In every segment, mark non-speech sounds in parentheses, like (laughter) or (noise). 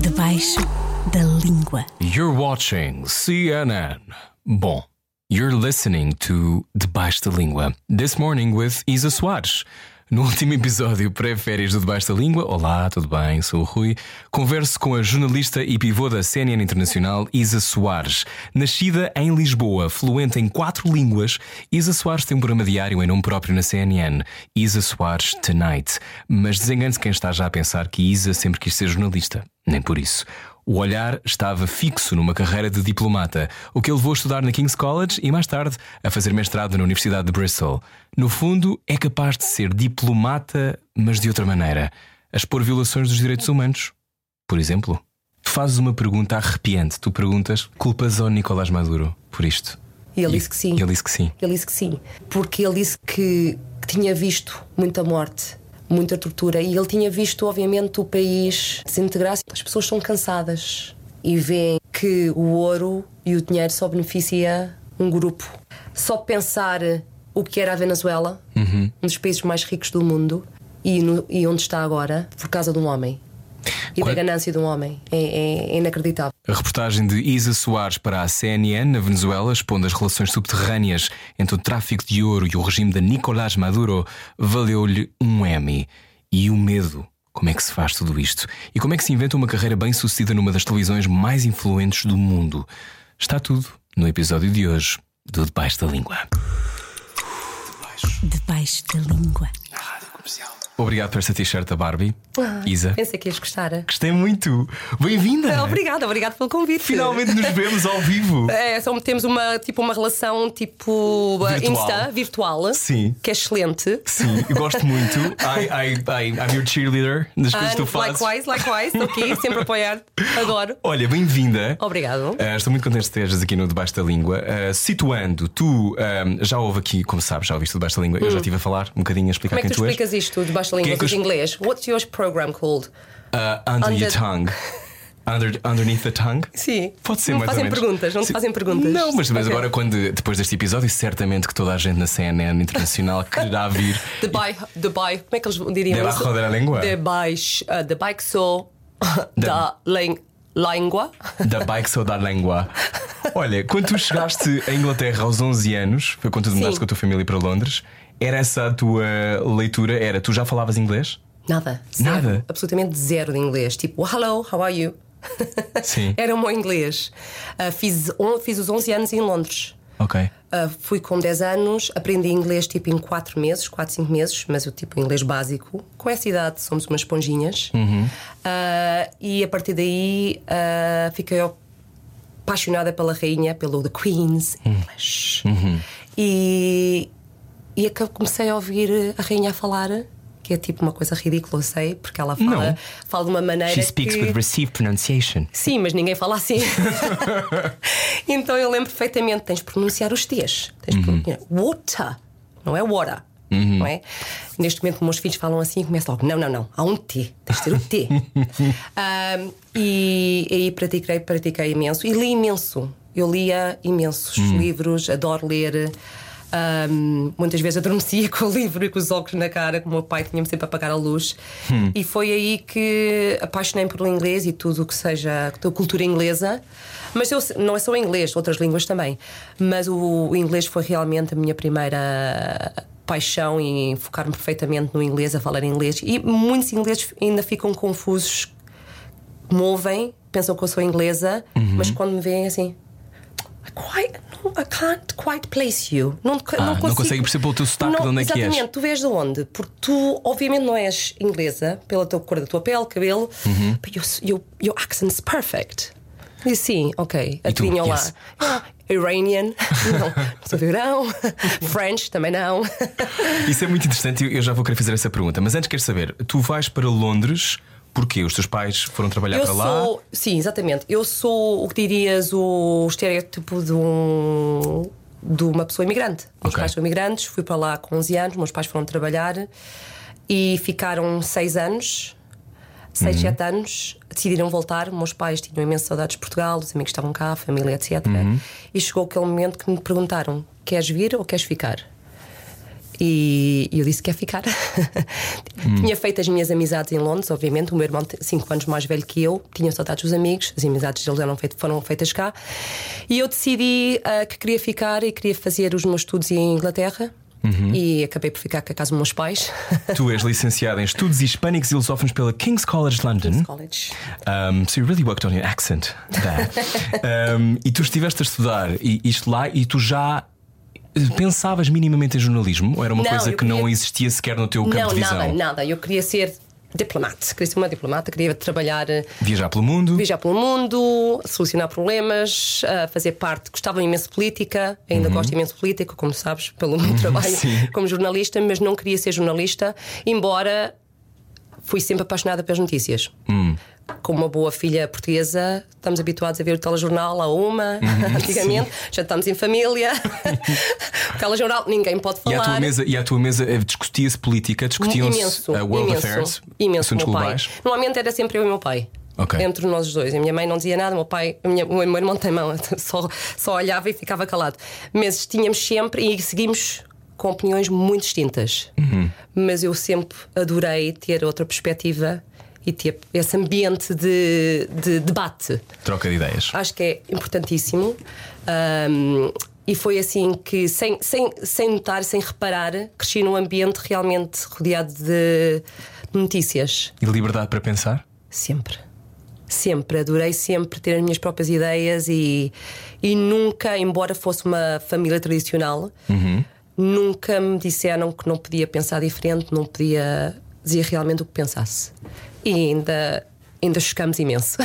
Debaixo da língua. You're watching CNN. Bom, you're listening to Debaixo da Língua. This morning with Isa Soares. No último episódio pré-férias do Debaixo da Língua, olá, tudo bem? Sou o Rui. Converso com a jornalista e pivô da CNN Internacional, Isa Soares. Nascida em Lisboa, fluente em quatro línguas, Isa Soares tem um programa diário em nome próprio na CNN, Isa Soares Tonight. Mas desengane-se quem está já a pensar que Isa sempre quis ser jornalista. Nem por isso. O olhar estava fixo numa carreira de diplomata, o que ele levou a estudar na King's College e mais tarde a fazer mestrado na Universidade de Bristol. No fundo, é capaz de ser diplomata, mas de outra maneira, a expor violações dos direitos humanos. Por exemplo, tu fazes uma pergunta arrepiante, tu perguntas: culpas ao Nicolás Maduro por isto? E ele disse que sim. E ele disse que sim. Ele disse que sim, porque ele disse que, que tinha visto muita morte, muita tortura e ele tinha visto, obviamente, o país desintegrar-se. As pessoas estão cansadas e veem que o ouro e o dinheiro só beneficia um grupo. Só pensar o que era a Venezuela, Uhum. um dos países mais ricos do mundo, e, no- e onde está agora, por causa de um homem. E Quando- da ganância de um homem. É- é- é inacreditável. A reportagem de Isa Soares para a CNN na Venezuela, expondo as relações subterrâneas entre o tráfico de ouro e o regime de Nicolás Maduro, valeu-lhe um Emmy. E o medo. Como é que se faz tudo isto? E como é que se inventa uma carreira bem sucedida numa das televisões mais influentes do mundo? Está tudo no episódio de hoje do Debaixo da Língua. Debaixo da língua. Obrigado por esta t-shirt da Barbie. Isa, Pensei que ias gostar. gostei muito. Bem-vinda! né? Obrigada, obrigado pelo convite. é? Finalmente nos vemos ao vivo. É, só temos uma, tipo, uma relação tipo uh, Virtual. Insta, virtual, Sim. que é excelente. Sim, eu gosto muito. I, I, I, I'm your cheerleader das coisas que tu And fazes. Ah, likewise, likewise, estou (laughs) aqui, sempre a apoiar. Adoro. Olha, bem-vinda. Oh. Obrigado. é Ah, estou muito contente de estejas aqui no Debaixo da Língua. Ah, situando, tu ah, já houve aqui, como sabes, já ouviste o Debaixo da Língua, eu já estive a falar um bocadinho a explicar Hum. Como é que quem tu tu és. explicas isto debaixo da língua Quem é que eu dos exp- inglês? What's your program called? Ah, under, your Under- (laughs) tongue. Under- underneath the tongue? Sim. Pode ser Não mais ou fazem menos. perguntas, não te Sim. fazem perguntas. Não, mas, mas Ok. agora, quando, depois deste episódio, certamente que toda a gente na CNN internacional quererá vir. The bike, the bike, como é que eles diriam Debaixo isso? da língua. The bike, uh, the bike so (laughs) da len- língua. Da bike ou da língua. Olha, quando tu chegaste à Inglaterra aos 11 anos, foi quando tu mudaste Sim. com a tua família para Londres, era essa a tua leitura? Era, tu já falavas inglês? Nada. zero. Nada? Absolutamente zero de inglês. Tipo, hello, how are you? Sim. (laughs) Era o meu inglês. Ah, fiz, on- fiz os 11 anos em Londres. Ok. Ah, fui com 10 anos, aprendi inglês tipo em 4 meses, 4, 5 meses, mas o tipo inglês básico. Com essa idade somos umas esponjinhas. Ah, e a partir daí ah, fiquei apaixonada pela rainha, pelo The Queen's English. E, e é que eu comecei a ouvir a rainha a falar, que é tipo uma coisa ridícula, eu sei, porque ela Não. fala, fala de uma maneira. que... received pronunciation. Sim, mas ninguém fala assim. (laughs) então eu lembro perfeitamente: tens de pronunciar os T's. Tens de pronunciar water, não é water. Não é? Neste momento, meus filhos falam assim e começam logo: não, não, não, há um T, tens de ter o T. Ahm, e aí pratiquei, pratiquei imenso e li imenso. Eu lia imensos livros, adoro ler. Ahm, muitas vezes adormecia (laughs) com o livro e com os óculos na cara, como o meu pai tinha-me sempre a apagar a luz. E foi aí que apaixonei pelo inglês e tudo o que seja da cultura inglesa. Mas eu, se- não é só inglês, outras línguas também. Mas o, o inglês foi realmente a minha primeira paixão e focar-me perfeitamente no inglês, a falar inglês. E muitos ingleses ainda ficam confusos, movem, pensam que eu sou inglesa, Uhum. mas quando me veem assim. I quite- no, I can't quite place you. Não, te- Ah, não não, consigo. consegue perceber pelo teu sotaque de onde é que és. exatamente, tu vês de onde? Porque tu, obviamente, não és inglesa pela tua cor da tua pele, cabelo, Uhum. but your, your, your accent's perfect. E sim, ok, tu, adivinham lá. yes. Ah, Iranian, (laughs) não, não sou do Irão. (laughs) French, também não. (laughs) Isso é muito interessante e eu já vou querer fazer essa pergunta. Mas antes quero saber, tu vais para Londres porquê? Os teus pais foram trabalhar Eu para lá? sou, sim, exatamente. Eu sou o que dirias o estereótipo de um de uma pessoa imigrante. Meus Ok. pais são imigrantes, fui para lá com 11 anos, meus pais foram trabalhar e ficaram 6 anos. Uhum. 6, 7 anos, decidiram voltar. Meus pais tinham imensas saudades de Portugal, os amigos estavam cá, a família, etc. Uhum. E chegou aquele momento que me perguntaram: queres vir ou queres ficar? E E, e eu disse que ia ficar. Tinha feito as minhas amizades em Londres, obviamente. O meu irmão, 5 anos mais velho que eu, tinha saudades dos amigos. As amizades deles eram feitas, foram feitas cá. E eu decidi ah, que queria ficar e queria fazer os meus estudos em Inglaterra. E acabei por ficar com a casa dos meus pais, Tu és licenciada em Estudos Hispânicos e Lusófonos pela King's College London. college. Um, so you really worked on your accent there. (laughs) Um, e tu estiveste a estudar e, isto lá e tu já pensavas minimamente em jornalismo? Ou era uma Não, coisa eu que não queria- existia sequer no teu campo não, de visão? nada, nada. Eu queria ser diplomata, queria ser uma diplomata, queria trabalhar, eh, Viajar pelo mundo? viajar pelo mundo, solucionar problemas, ah, fazer parte. Gostava imenso de política, ainda gosto imenso de política, como sabes, pelo meu trabalho Uhum. sim. (laughs) como jornalista, mas não queria ser jornalista, embora fui sempre apaixonada pelas notícias. Hum. Como uma boa filha portuguesa, estamos habituados a ver o telejornal à uma, (laughs) Uhum, antigamente, já estamos em família. (laughs) o telejornal, ninguém pode E falar. à tua mesa, e à tua mesa eh, discutia-se política, discutiam-se Imenso, eh, world imenso, affairs, imenso, assuntos meu pai. globais. Normalmente era sempre eu e o meu pai. Ok. Entre nós os dois. A minha mãe não dizia nada, o meu pai, a minha- o meu irmão tem mão, (laughs) só, só olhava e ficava calado. Mas tínhamos sempre e seguimos com opiniões muito distintas. Uhum. Mas eu sempre adorei ter outra perspectiva e ter esse ambiente de- de debate Troca de ideias. acho que é importantíssimo. Ahm, e foi assim que, sem, sem, sem notar, sem reparar, cresci num ambiente realmente rodeado de notícias. E liberdade para (laughs) pensar? Sempre. Sempre, adorei sempre ter as minhas próprias ideias e, e nunca, embora fosse uma família tradicional, nunca me disseram que não podia pensar diferente, não podia dizer realmente o que pensasse. E ainda, ainda chocamos imenso.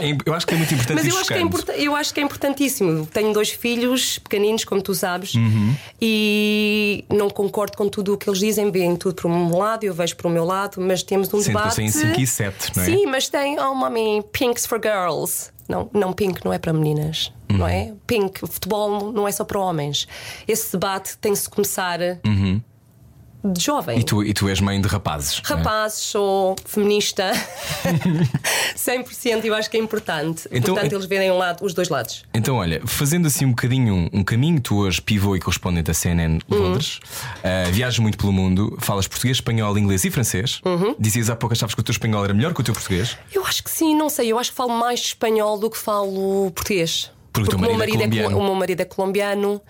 É im- Eu acho que é muito importante Mas e eu acho, que é chocante. importa- eu acho que é importantíssimo. Tenho dois filhos pequeninos, como tu sabes, Uhum. e não concordo com tudo o que eles dizem. Veem tudo para um lado, eu vejo para o meu lado, mas temos um Sentam-se debate. em cinco e sete, não é? Sim, mas tem, oh mami, pinks for girls. Não, não, pink não é para meninas, Uhum. não é? Pink, futebol não é só para homens. Esse debate tem-se de começar de jovem Uhum. E tu, e tu és mãe de rapazes. não é? rapazes, sou feminista (laughs) 100%, eu acho que é importante. Então, Portanto, é- eles verem um lado, os dois lados. Então, olha, fazendo assim um bocadinho um, um caminho, tu hoje pivô e correspondente da CNN Uhum. Londres, ah, viajas muito pelo mundo, falas português, espanhol, inglês e francês. Uhum. Dizias há pouco achavas que o teu espanhol era melhor que o teu português. Eu acho que sim, não sei, eu acho que falo mais espanhol do que falo português. Porque o teu o meu marido é colo- colombiano. o meu marido é colombiano.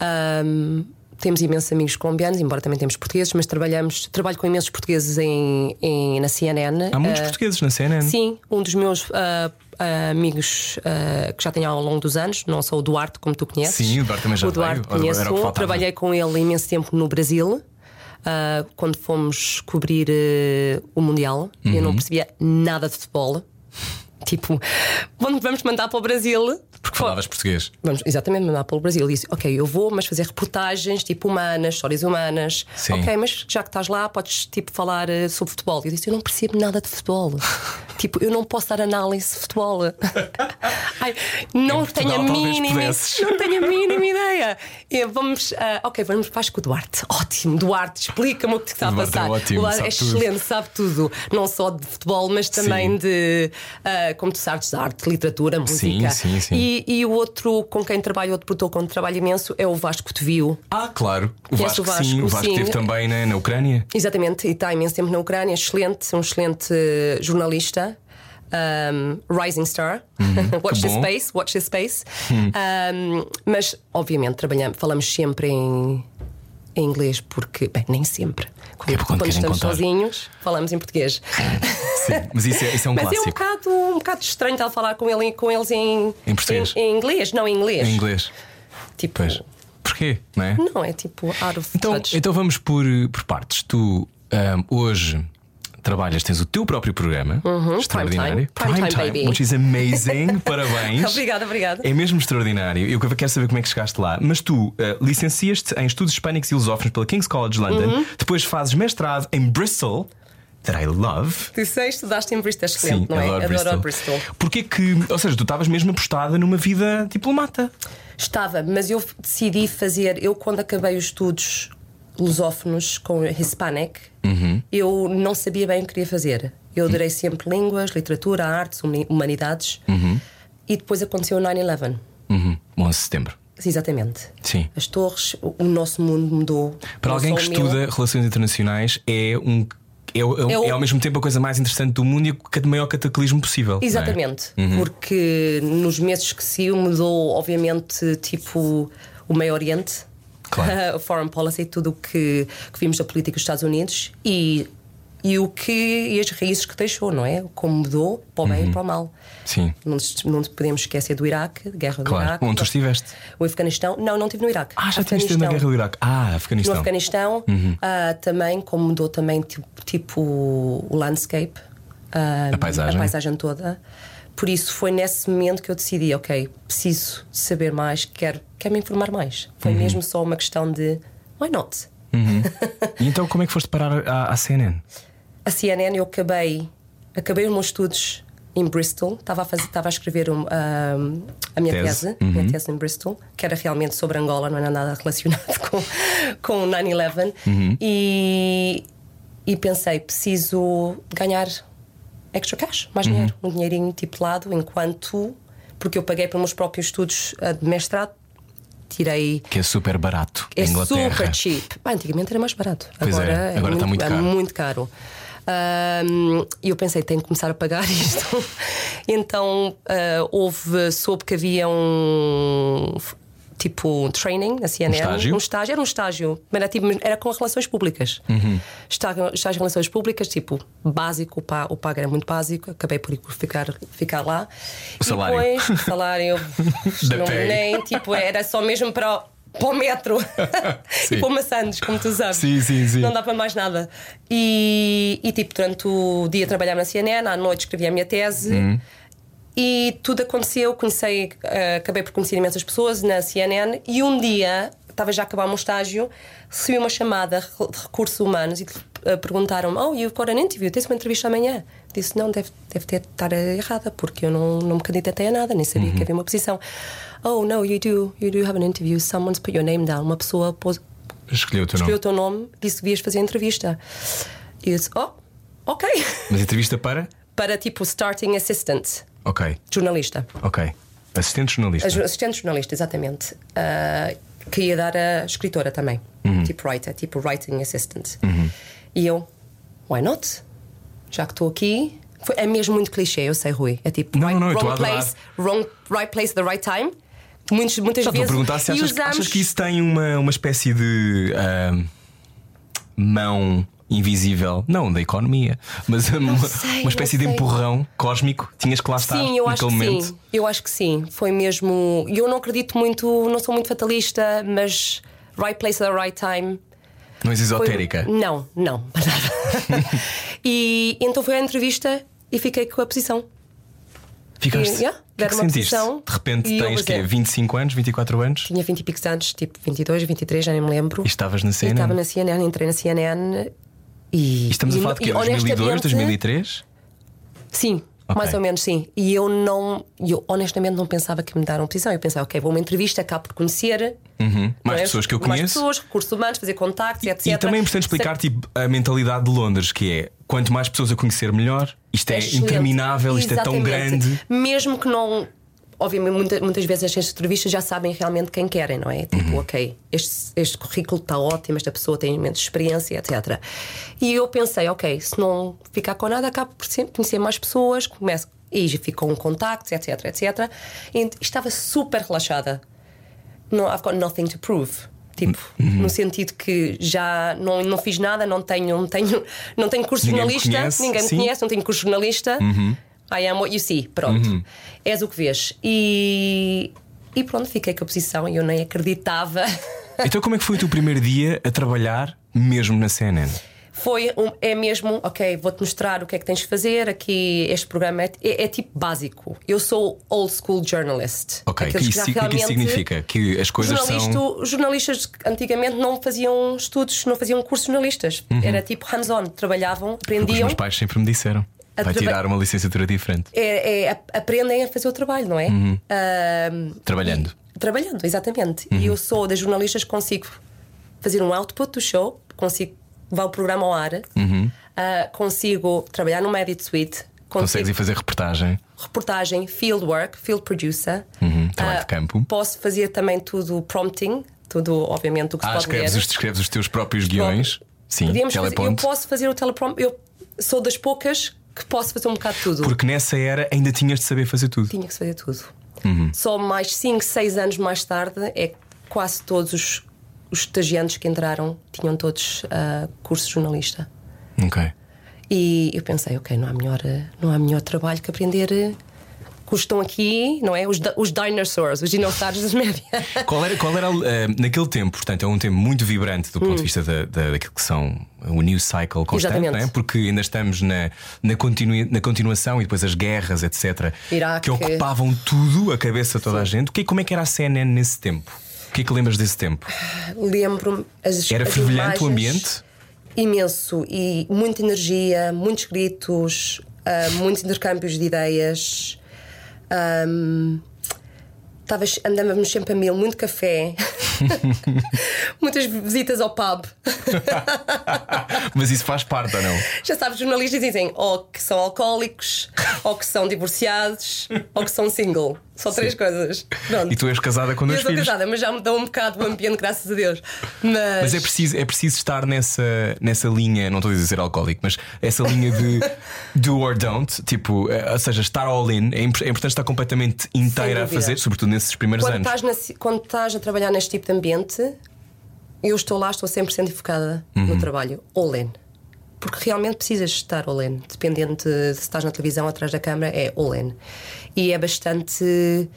ahm, temos imensos amigos colombianos, embora também temos portugueses, mas trabalhamos, trabalho com imensos portugueses em, em- na CNN. Há muitos Ah, portugueses na CNN. Sim, um dos meus ah, ah, amigos ah, que já tenho ao longo dos anos, não só o Duarte, como tu conheces. Sim, o Duarte também já O Duarte veio, era o que conheço, faltava. trabalhei com ele imenso tempo no Brasil. ah, quando fomos cobrir eh, o Mundial, eu Uhum. não percebia nada de futebol. Tipo, (laughs) "Vamos- vamos mandar para o Brasil. Porque falavas português. Vamos, exatamente, mandar pelo Brasil. E disse: Ok, eu vou, mas fazer reportagens tipo humanas, histórias humanas. Sim. Ok, mas já que estás lá, podes tipo falar eh, sobre futebol. E eu disse: Eu não percebo nada de (laughs) futebol. tipo, eu não posso dar análise de futebol. Ai, não Em Portugal, tenho a talvez mínima. pudesses. (laughs) Não tenho a mínima ideia. E vamos, ah, ok, vamos, faz com o Duarte. Ótimo, Duarte, explica-me o que está a Duarte é passar. ótimo, o Duarte é sabe tudo. excelente, sabe tudo. Não só de futebol, mas também Sim. de, ah, como tu sabes, de arte, literatura, música. sim, sim. E e, e o outro com quem trabalho, outro produtor com quem trabalho imenso, é o Vasco Tevio. Ah, claro. O Conhece Vasco, o Vasco, sim. O Vasco sim. esteve também na, na Ucrânia. Exatamente, e está imenso tempo na Ucrânia, excelente, um excelente eh, jornalista. um, rising Star, (laughs) Uhum, que Watch the bom. Hum. Space, Watch the Space. Um, mas, obviamente, trabalhamos, falamos sempre em, em inglês, porque, bem, nem sempre. Quando, É porque quando querem estamos contar. sozinhos, falamos em português. Sim. Mas isso é, (laughs) isso é um Mas é um clássico. bocado, um bocado estranho estar a falar com, ele, com eles em, Em português. em- em inglês, não em inglês. Em inglês. Tipo, Pois. Porquê? Não é? Não, é tipo out of Então, touch. então vamos por, eh, por partes. Tu ahm, hoje trabalhas, tens o teu próprio programa extraordinário. Prime Time. Prime Time, Uhum, baby. which is (laughs) amazing. Parabéns. Obrigada, obrigada. É mesmo extraordinário. Eu quero saber como é que chegaste lá. Mas tu eh, licenciaste em Estudos Hispânicos e Lusófonos pela King's College London, Uhum. depois fazes mestrado em Bristol, that I love. Disseste, daste em Bristol, Sim, excelente, não é? adoro, Bristol. a Bristol. Porquê que, ou seja, tu estavas mesmo apostada numa vida diplomata. Estava, mas eu decidi fazer, eu quando acabei os estudos lusófonos com Hispanic, Uhum. eu não sabia bem o que queria fazer. Eu adorei sempre línguas, literatura, artes, humani- humanidades. E depois aconteceu o 9-11. Uhum. 11 Uhum. de setembro. Sim, Exatamente. Sim. As torres, o o nosso mundo mudou. Para Não alguém só que o meu. estuda relações internacionais, é um. É, é- É o- é ao mesmo tempo a coisa mais interessante do mundo e o cat- maior cataclismo possível. não é? Exatamente, porque nos meses que se mudou, obviamente, tipo o Meio Oriente, Claro. (laughs) a foreign policy, tudo o que, que vimos da política dos Estados Unidos e, e o que e as raízes que deixou, não é? Como mudou para o bem e para o mal. Uhum. Sim. Não, nos- não podemos esquecer do Iraque, guerra do Claro. Iraque. Onde tu estiveste? O Afeganistão. Não, não estive no Iraque. Ah, já tiveste na Afeganistão. guerra do Iraque. Ah, No Afeganistão. Uhum. Afeganistão, ah, também, como mudou também tipo, tipo o landscape, ah, A paisagem. a paisagem toda. Por isso foi nesse momento que eu decidi, ok, preciso saber mais, quero, quero me informar mais. Uhum. Foi mesmo só uma questão de why not? E então como é que foste parar à, à CNN? A CNN eu acabei, acabei os meus estudos em Bristol, estava a, fazer, estava a escrever um, ah, a minha Tese. tese, minha tese em Bristol, que era realmente sobre Angola, não era nada (laughs) relacionado com, com o 9-11. E, e pensei, preciso ganhar extra cash, mais dinheiro, um dinheirinho tipo de lado, enquanto. Porque eu paguei pelos meus próprios estudos ah, de mestrado, tirei Que é super barato. é Inglaterra. super cheap. Pá, antigamente era mais barato. Pois é, agora agora é está muito é caro. muito caro. Ahm, E eu pensei, tenho que começar a pagar (laughs) isto. então ah, houve, soube que havia um tipo um training na CNN. estágio? Era um estágio, mas era, tipo, era com relações públicas. Uhum. Estágio, estágio em relações públicas, tipo, básico, o pa- o pago era muito básico, acabei por ir ficar, ficar lá. O salário. E depois, salário. (laughs) Da não, pay. nem, tipo, era só mesmo para o, para o metro Sim. e para o maçãs, como tu sabes. Sim, sim, sim. Não dá para mais nada. E, e, tipo, durante o dia trabalhava na CNN, à noite escrevia a minha tese. Uhum. E tudo aconteceu, conheci, eh, acabei por conhecer imensas pessoas na CNN e um dia, estava já a acabar o meu estágio, recebi uma chamada de recursos humanos e eh, perguntaram-me: Oh, you've got an interview, tens uma entrevista amanhã? Disse: Não, deve, deve ter estar eh, errada, porque eu não, não me candidatei a nada, nem Uhum. sabia que havia uma posição. Oh, no, you do, you do have an interview, someone's put your name down, uma pessoa pôs, Escolheu o teu nome. escreveu o teu nome, disse que devias fazer a entrevista. E eu disse: Oh, ok. (laughs) Mas entrevista para? Para tipo starting assistant, Ok, jornalista. ok. Assistente jornalista. A ju- assistente jornalista, exatamente. Ah, que ia dar a escritora também. Uhum. Tipo writer, tipo writing assistant. E eu, why not? Já que estou aqui. Foi- é mesmo muito clichê, eu sei, Rui. É tipo, Não, right, não, eu estou a wrong adorar. place, wrong, right place, at the right time. Muitas, muitas Já estou a vezes. perguntar se e achas, usamos- achas que isso tem uma, uma espécie de ahm, mão invisível, não da economia, mas uma, sei, uma espécie de não sei. empurrão cósmico. Tinhas que lá estar Sim, eu acho naquele que momento. sim. Eu acho que sim. Foi mesmo. e Eu não acredito muito, não sou muito fatalista, mas right place at the right time. Não és Foi- um- esotérica. Não, não, (laughs) para (laughs) nada. e então foi à entrevista e fiquei com a posição. Ficaste. Yeah, o que é deram que uma sentiste? posição De repente e eu tens que vazei. 25 anos, 24 anos Tinha 20 e picos anos, tipo 22, 23, já nem me lembro. e estavas na E é cena. estava na CNN, entrei na CNN e. E estamos a e falar no- de quê? e 2002, honestamente, 2003? Sim, Ok. mais ou menos sim. E eu não, eu honestamente não pensava que me deram posição. Eu pensava, ok, vou a uma entrevista cá por conhecer. Hum? Mais não é? pessoas que eu Mais conheço. pessoas, recursos humanos, fazer contactos, etc. E também é importante explicar tipo, a mentalidade de Londres, que é quanto mais pessoas eu conhecer, melhor. Isto é, excelente. interminável, isto é tão Exatamente. grande. Mesmo que não. Obviamente, muita- muitas vezes estas entrevistas já sabem realmente quem querem, não é? Uhum. Tipo, ok, este, este currículo está ótimo, esta pessoa tem imensa experiência, etc. E eu pensei, ok, se não ficar com nada, acabo por sempre conhecer mais pessoas, começo e já fico com contactos, etc, etc. E estava super relaxada. No, I've got nothing to prove. Tipo, Uhum. no sentido que já não, não fiz nada, não tenho, não tenho, não tenho curso de Ninguém me jornalista, conhece, ninguém me sim. Uhum. conhece, não tenho curso de jornalista. I am what you see, pronto. És o que vês. E, e pronto, fiquei com a posição e eu nem acreditava. (laughs) Ah. Então, como é que foi o teu primeiro dia a trabalhar mesmo na CNN? Foi um, é mesmo, ok, vou-te mostrar o que é que tens de fazer. Aqui este programa é, é- é tipo básico. Eu sou old school journalist. Ok, que Aqueles isso, já o que é que isso realmente- significa? Que as coisas Jornalisto- são. Jornalistas que antigamente não faziam estudos, não faziam cursos de jornalistas. Era tipo hands-on, trabalhavam, Uhum. Foi o que Os aprendiam, meus pais sempre me disseram. A Vai traba- tirar uma licenciatura diferente. é- é- ap- aprendem a fazer o trabalho, não é? Uhum. Ahm, Trabalhando. trabalhando, exatamente. Uhum. E eu sou das jornalistas que consigo fazer um output do show, consigo levar o programa ao ar, Uhum. ah, consigo trabalhar numa edit suite, Consegues consigo ir fazer reportagem. reportagem, field work, field producer, ah, trabalho de campo. Posso fazer também tudo prompting, tudo, obviamente, o que se Ah, pode ler. escreves os, escreves os teus próprios guiões. Sim, Podíamos fazer- eu teleponto. posso fazer o teleprompter. Eu sou das poucas que posso fazer um bocado de tudo. Porque nessa era ainda tinhas de saber fazer tudo. Tinha que se fazer tudo. Uhum. Só mais 5, 6 anos mais tarde é que quase todos os, os estagiantes que entraram tinham todos ah, curso de jornalista. Ok. E eu pensei, ok, não há melhor, eh, não há melhor trabalho que aprender. eh, que os que estão aqui, não é? Os, da- os dinosaurs, os dinossauros dos média. Qual era, qual era eh, naquele tempo, portanto, é um tempo muito vibrante do Hum. ponto de vista da, da- daquilo que são o news cycle constante, Exatamente. não é? porque ainda estamos na, na, continui- na continuação e depois as guerras, etc., Iraque. que ocupavam tudo, a cabeça de toda a gente. O que, como é que era a CNN nesse tempo? O que é que lembras desse tempo? (laughs) Lembro-me. as- Era as fervilhante o ambiente? imagens, Imenso. E muita energia, muitos gritos, ah, muitos intercâmbios de ideias. Ahm, Estavas, andávamos sempre a mil, (laughs) muito café, muitas visitas ao pub. Mas isso faz parte ou não? Já sabes, jornalistas dizem ou que são alcoólicos, ou que são divorciados, ou que são single. Só três coisas. Pronto. E tu és casada com eu dois sou filhos. casada, mas já mudou um bocado o ambiente, graças a Deus. Mas, Mas é preciso, é preciso estar nessa, nessa linha, não estou a dizer ser alcoólico, mas essa linha (laughs) de do or don't, tipo, eh, ou seja, estar all in, é, impor- é importante estar completamente inteira a dúvida. fazer, sobretudo nesses primeiros quando, anos. estás na- quando estás a trabalhar neste tipo de ambiente, eu estou lá, estou 100% focada Uhum. no trabalho. All in. Porque realmente precisas estar all in. Dependente de se estás na televisão, atrás da câmara, é all in. E é bastante.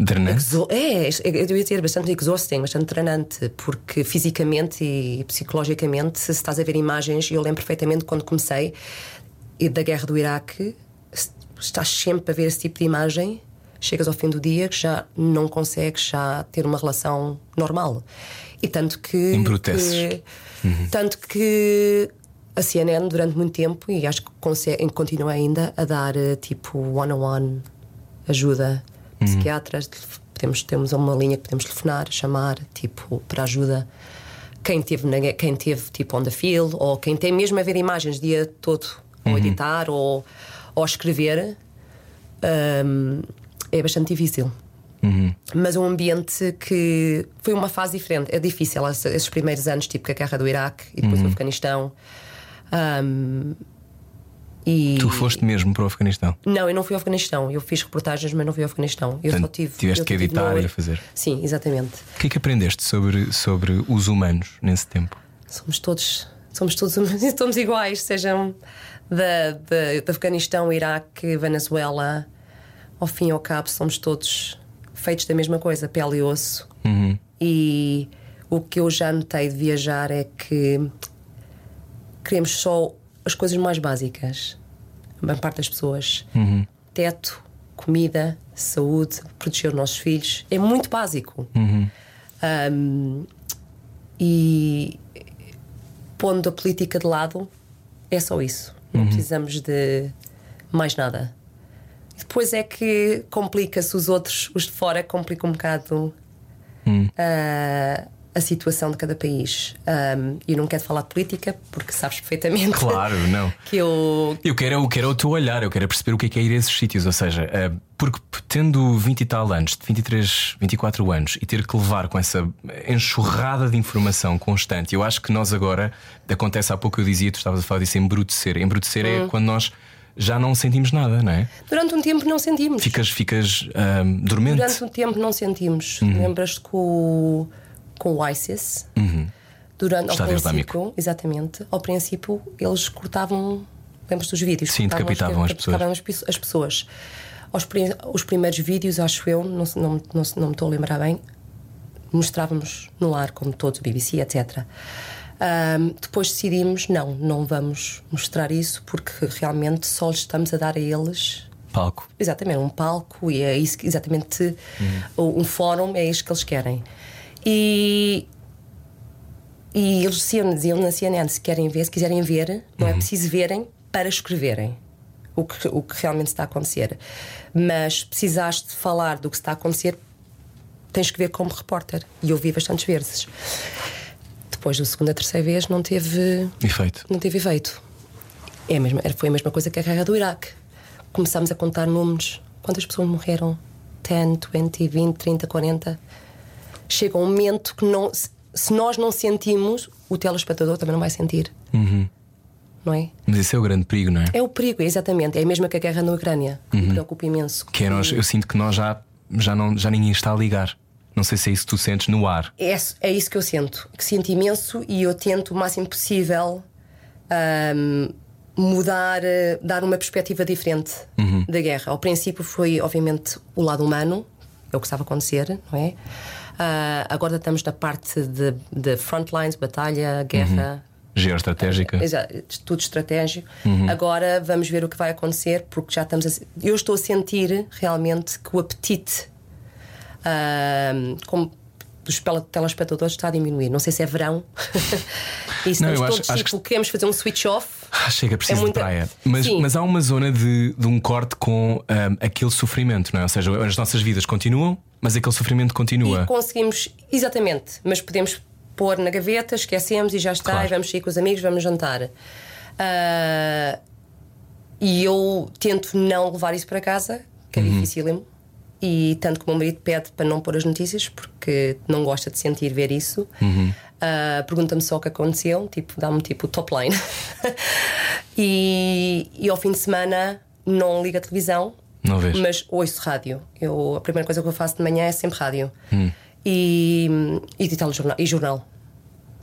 Drenante. Exo- É, eu devia dizer bastante exhausting, bastante treinante, porque fisicamente e psicologicamente, se estás a ver imagens, eu lembro perfeitamente quando comecei e da guerra do Iraque, se- estás sempre a ver esse tipo de imagem, chegas ao fim do dia que já não consegues já ter uma relação normal. E tanto que. Embruteces. que- Tanto que. A CNN durante muito tempo e acho que consegue, continua ainda a dar eh, tipo one-on-one ajuda psiquiatras, telef- podemos, temos uma linha que podemos telefonar, chamar, tipo, para ajuda. Quem teve, na gue- quem teve tipo on the field, ou quem tem mesmo a ver imagens o dia todo, ou editar, ou, ou escrever, hum, é bastante difícil. Mas é um ambiente que foi uma fase diferente. É difícil essa- esses primeiros anos, tipo com a guerra do Iraque e Uhum. depois do Afeganistão. Hum, e... Tu foste mesmo para o Afeganistão. Não, eu não fui ao Afeganistão. Eu fiz reportagens, mas não fui ao Afeganistão. Eu só Portanto, tive. tiveste eu que tive editar no- e fazer. Sim, exatamente. O que é que aprendeste sobre, sobre os humanos nesse (laughs) tempo? Somos todos, somos todos humanos, (laughs) somos iguais, sejam da, da, do Afeganistão, Iraque, Venezuela. Ao fim e ao cabo, somos todos feitos da mesma coisa, pele e osso. E o que eu já notei de viajar é que queremos só as coisas mais básicas. A maior parte das pessoas. Teto, comida, saúde, proteger os nossos filhos. É muito básico. Ahm, e pondo a política de lado, é só isso. Não precisamos de mais nada. Depois é que complica-se os outros, os de fora, complicam um bocado ah, a situação de cada país. Ahm, e eu não quero falar de política, porque sabes perfeitamente Claro, não. (laughs) que eu. Eu quero, eu quero o teu olhar, eu quero perceber o que é que é ir a esses sítios. Ou seja, eh, porque tendo 20 e tal anos, 23, 24 anos, e ter que levar com essa enxurrada de informação constante, eu acho que nós agora, acontece há pouco eu dizia, tu estavas a falar disso, embrutecer. Embrutecer é quando nós já não sentimos nada, não é? Durante um tempo não sentimos. Ficas, ficas ahm, dormente. Durante um tempo não sentimos. Uhum. Lembras-te com, o- com o ISIS? Uhum. Durante, ao Estado princípio, Islâmico. Exatamente. Ao princípio, eles cortavam. Lembras dos vídeos? Sim, decapitavam as pessoas. decapitavam as pe- as pessoas. Aos pri- os primeiros vídeos, acho eu, não, se- não, não, se- não me estou a lembrar bem, mostrávamos no ar, como todos, BBC, etc. Ahm, depois decidimos, não, não vamos mostrar isso porque realmente só lhes estamos a dar a eles Palco. Exatamente, um palco e é isso que exatamente um fórum, é isto que eles querem. E, e eles diziam, diziam na CNN: se querem ver, se quiserem ver, não é preciso verem para escreverem o que, o que realmente está a acontecer. Mas precisaste falar do que está a acontecer, tens que ver como repórter. E eu vi bastantes vezes. Depois da segunda, terceira vez, não teve Efeito. não teve efeito. É a mesma- era- foi a mesma coisa que a guerra do Iraque. Começámos a contar números. Quantas pessoas morreram? 10, 20, 20, 30, 40. Chega um momento que não, se- se nós não sentimos, o telespectador também não vai sentir. Uhum. Não é? Mas esse é o grande perigo, não é? É o perigo, é exatamente. É a mesma que a guerra na Ucrânia. que Me preocupa imenso. Uhum. Que é nós, eu sinto que nós já, já, não, já ninguém está a ligar. Não sei se é isso que tu sentes no ar. É, é isso que eu sinto. Que sinto imenso e eu tento o máximo possível ahm, mudar, eh, dar uma perspectiva diferente da guerra. Ao princípio foi, obviamente, o lado humano, é o que estava a acontecer, não é? Ah, agora estamos na parte de, de front lines, batalha, guerra. Geoestratégica. Exato, estudo estratégico. Uhum. Agora vamos ver o que vai acontecer, porque já estamos a, se- Eu estou a sentir realmente que o apetite ahm, como dos pele- telespectadores está a diminuir. Não sei se é verão. (laughs) e se Não, estamos eu acho- todos acho tipo, queremos fazer um switch off. Ah, chega, preciso É muita- de praia. Mas, Sim. mas há uma zona de, de um corte com ahm, aquele sofrimento, não é? Ou seja, as nossas vidas continuam, mas aquele sofrimento continua. E conseguimos, exatamente, mas podemos pôr na gaveta, esquecemos e já está, Claro. e vamos sair com os amigos, vamos jantar. Ah, e eu tento não levar isso para casa, que é Uhum. dificílimo. E tanto que o meu marido pede para não pôr as notícias, porque não gosta de sentir ver isso. Uhum. Ah, Pergunta-me só o que aconteceu, tipo, dá-me tipo o top line. (laughs) e, e ao fim de semana não liga a televisão, Não vês? mas ouço rádio. Eu, a primeira coisa que eu faço de manhã é sempre rádio. E, e, de telejornal, e jornal.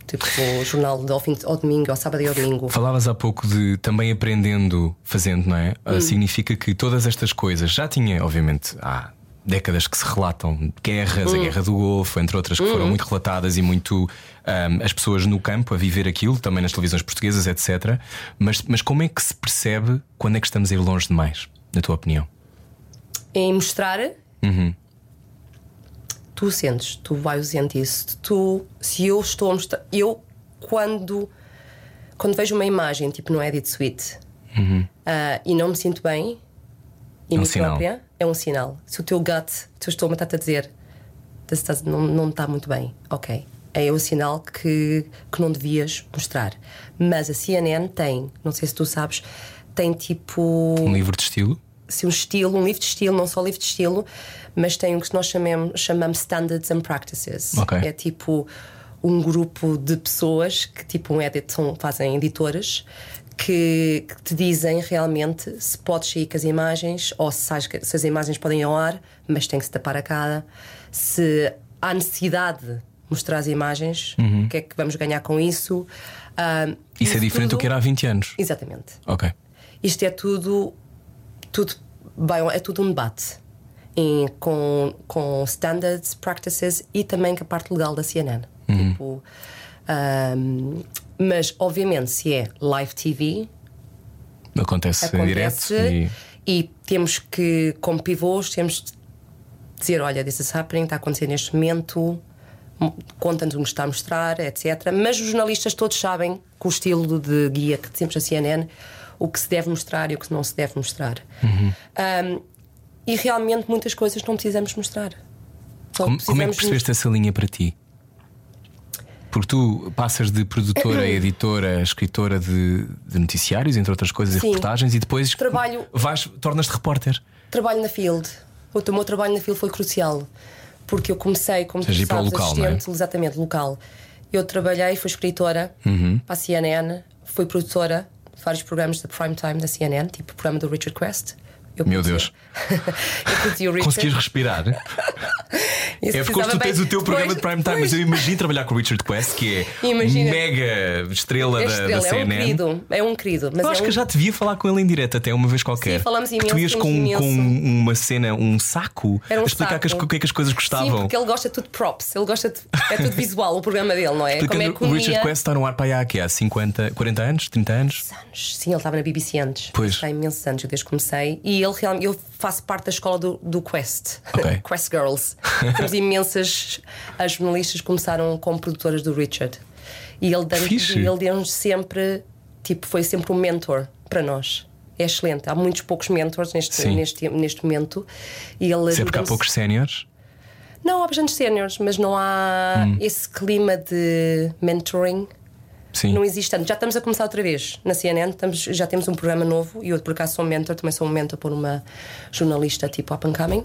Tipo, o jornal de ao, fim, de- ao domingo, ao sábado e ao domingo. Falavas há pouco de também aprendendo fazendo, não é? Hum. Ah, Significa que todas estas coisas já tinha, obviamente, há décadas que se relatam guerras, a Hum. guerra do Golfo, entre outras que foram muito relatadas e muito ahm, as pessoas no campo a viver aquilo, também nas televisões portuguesas, etc. Mas, mas como é que se percebe quando é que estamos a ir longe demais, na tua opinião? Em mostrar. Uhum. Tu sentes, tu vais sente isso. Tu, se eu estou a mostrar. Eu, quando. Quando vejo uma imagem, tipo no Edit Suite, ah, e não me sinto bem, e Uhum. um mim sinal. própria, é um sinal. Se o teu gut, se o teu estômago está-te a dizer "Tá- estás- não, não está muito bem, ok. É um sinal que, que não devias mostrar. Mas a CNN tem, não sei se tu sabes, tem tipo Um livro de estilo? se um estilo, um livro de estilo, não só livro de estilo, mas tem o que nós chamamos, chamamos Standards and Practices. Ok. É tipo um grupo de pessoas que, tipo, um edit, são, fazem editores. Que, que te dizem realmente se podes sair com as imagens ou se, sais- se as imagens podem ir ao ar, mas tem que se tapar a cara. Se há necessidade de mostrar as imagens, o que é que vamos ganhar com isso? Ah, Uhum. Isso é diferente do tudo- que era há 20 anos. Exatamente Ok. isto é tudo, tudo bem, é tudo um debate em- com, com standards, practices e também com a parte legal da CNN. Tipo, ahm, mas, obviamente, se é live TV, Acontece, em direto acontece e. e... temos que, como pivôs, temos de dizer: olha, this is happening, está a acontecer neste momento, m- conta-nos o que está a mostrar, etc. Mas os jornalistas todos sabem, com o estilo de guia que temos a CNN, o que se deve mostrar e o que não se deve mostrar. Uhum. Ahm, e realmente muitas coisas não precisamos mostrar. Só Como, como é que precisamos percebeste essa linha para ti? Porque tu passas de (clears throat) produtora, editora, escritora de, de noticiários, entre outras coisas, e Sim. reportagens, e depois Trabalho- vais, tornas-te repórter. Trabalho na Field. O t- o meu trabalho na Field foi crucial. Porque eu comecei como Ou seja, ir para o local, não é? assistente, exatamente, local. Eu trabalhei, fui escritora Uhum. para a CNN, fui produtora de vários programas da prime time da CNN, tipo o programa do Richard Quest. Eu Meu produzi- (laughs) eu produzi o Conseguias Richard. (laughs) respirar? Isso é porque hoje precisava tu tens o bem. teu programa de Depois- prime time, mas eu imagino trabalhar com o Richard Quest, que é Imagina. mega estrela, É da- da, estrela, é um CNN. querido, é um querido. Mas eu é acho um que eu já te via falar com ele em direto até uma vez qualquer. Sim, falamos Que tu imenso, ias com, falamos com imenso. uma cena, um saco, Era um a explicar que as- saco. o que é que as coisas Sim, gostavam. porque ele gosta de tudo props, ele gosta de. (laughs) É tudo visual o programa dele, não é? Como é Explicando, que o Richard Quest está no ar para aí há, aqui, há 50, 40 anos, 30 anos. anos. Sim, ele estava na BBC antes. Pois. Está há imensos anos, eu desde que comecei. E ele realmente. Eu faço parte da escola do, do Quest. Ok. (laughs) Quest Girls. (laughs) Temos imensas. As jornalistas começaram como produtoras do Richard. E ele deu- Fixe. e ele deu-nos sempre. Tipo, foi sempre um mentor para nós. É excelente. Há muitos poucos mentors neste, Sim. neste, neste momento. E ele Isso é porque há ajuda-nos- poucos séniores. Hum. Não, há bastantes séniores, mas não há esse clima de mentoring. Sim. Não existe tanto. Já estamos a começar outra vez na CNN, estamos, já temos um programa novo e eu, por acaso, sou mentor, também sou um mentor por uma jornalista tipo up and coming.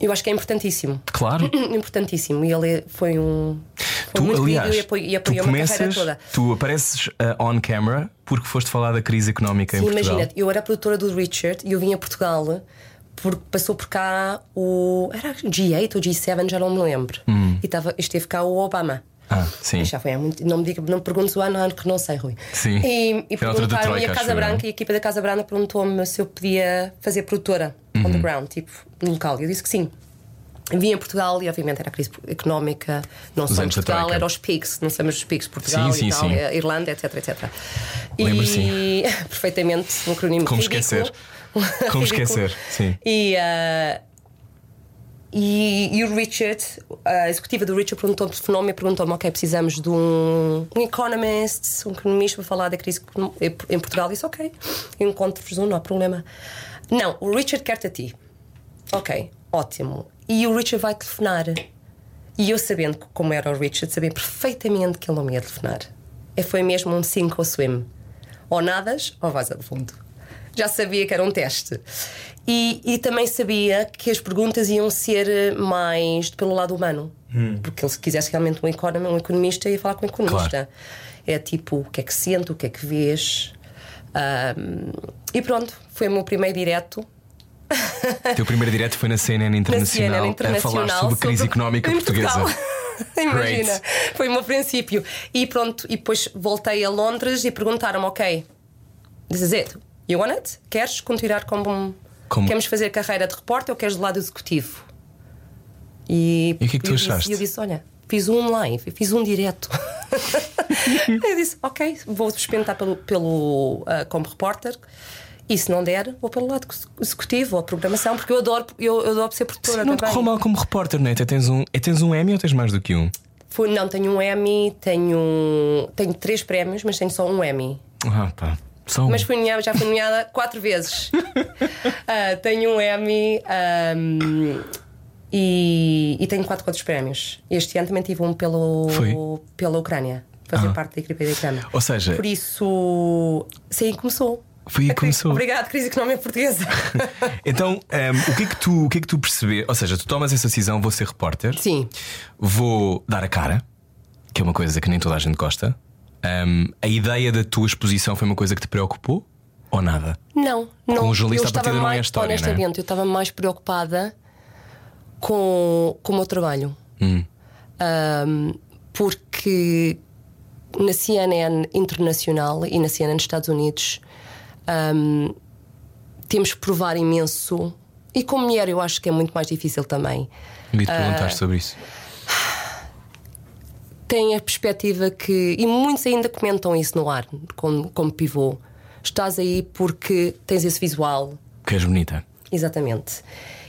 Eu acho que é importantíssimo. (laughs) (clears throat) Claro. Importantíssimo. E ele foi um. Foi Tu, muito aliás, querido e apoiou, tu e apoiou uma carreira começas, toda. tu apareces ah, on camera porque foste falar da crise económica em Sim, Portugal. imagina, eu era produtora do Richard e eu vim a Portugal porque passou por cá o. Era G8 ou G7, já não me lembro. Hum. E estava, esteve cá o Obama. Ah, sim. Já foi há muito. Não me diga, não me perguntes o ano, ano que não sei, Rui. Sim. E, e Foi na altura da perguntaram-me Troika, a acho Casa eu, não é? Branca e a equipa da Casa Branca perguntou-me se eu podia fazer produtora on Uhum. the ground, tipo, no local. E eu disse que sim. Vim a Portugal e, obviamente, era a crise económica, não só em anos da Portugal, Troika. era os PICs, não sabemos os PICs, Portugal, Sim, sim, Itália, sim. Irlanda, etc, etc. Lembro-se. E (laughs) perfeitamente, um acronimo Como ridículo. esquecer. Como (laughs) Ridículo. esquecer, sim. E, ah, e, e o Richard, a executiva do Richard, perguntou-me esse fenómeno e perguntou-me: Ok, precisamos de um, um economist, um economista para falar da crise econo- em Portugal. Eu disse: Ok, encontro-vos um, não há problema. Não, o Richard quer-te a ti. Ok, ótimo. E o Richard vai telefonar. E eu, sabendo que- como era o Richard, sabia perfeitamente que ele não me ia telefonar. E foi mesmo um sink ou swim. Ou nadas ou vais ao fundo. Já sabia que era um teste. E, e também sabia que as perguntas iam ser eh, mais pelo lado humano. Porque ele, se quisesse realmente um, econom, um economista, ia falar com um economista. É tipo, o que é que sente, o que é que vês. Ahm, e pronto, foi o meu primeiro direto. Teu primeiro direto foi na CNN na Internacional, a CNN internacional falar sobre crise económica (laughs) em portuguesa. Portugal. Imagina, Great. foi o meu princípio. E pronto, e depois voltei a Londres e perguntaram-me: Ok, this is it. You want it? Queres continuar como um. Como- Queremos fazer carreira de repórter ou queres do lado executivo? E, E o que é que tu eu disse- achaste? Eu disse: Olha, fiz um live, fiz um (laughs) direto. eu disse: Ok, vou experimentar pelo, pelo, ah, como repórter. E se não der, vou pelo lado executivo ou programação, porque eu adoro, eu, eu adoro ser produtora Sim, não te também. correu mal como repórter, não é? Até tens um, é, tens um Emmy ou tens mais do que um? Fui- não, tenho um Emmy, tenho, tenho três prémios, mas tenho só um Emmy. Ah, pá. Só um. Mas fui nomeada, já fui nomeada (laughs) (laughs) quatro vezes. Ah, tenho um Emmy ahm, e, e tenho quatro outros prémios. Este ano também tive um pelo, Foi? Ah. pela Ucrânia, fazer parte da equipe da Ucrânia. Ou seja, Por isso, sim, começou. Foi aí que A cri- começou. Obrigado, crise económica portuguesa. (laughs) então, ehm, o, que é que tu, o que é que tu percebes? Ou seja, tu tomas essa decisão, vou ser repórter, sim. vou dar a cara, que é uma coisa que nem toda a gente gosta. Ehm, a ideia da tua exposição foi uma coisa que te preocupou ou nada? Não, não. um jornalista, eu à partida, estava não é a mais, história, Honestamente, eu estava mais preocupada com, com o meu trabalho. Hum. Ahm, porque na CNN internacional e na CNN dos Estados Unidos ahm, temos que provar imenso. E como mulher, eu acho que é muito mais difícil também. Eu ia Ah. te perguntar sobre isso. tem a perspectiva que. E muitos ainda comentam isso no ar, como, como pivô. Estás aí porque tens esse visual. Que és bonita. Exatamente.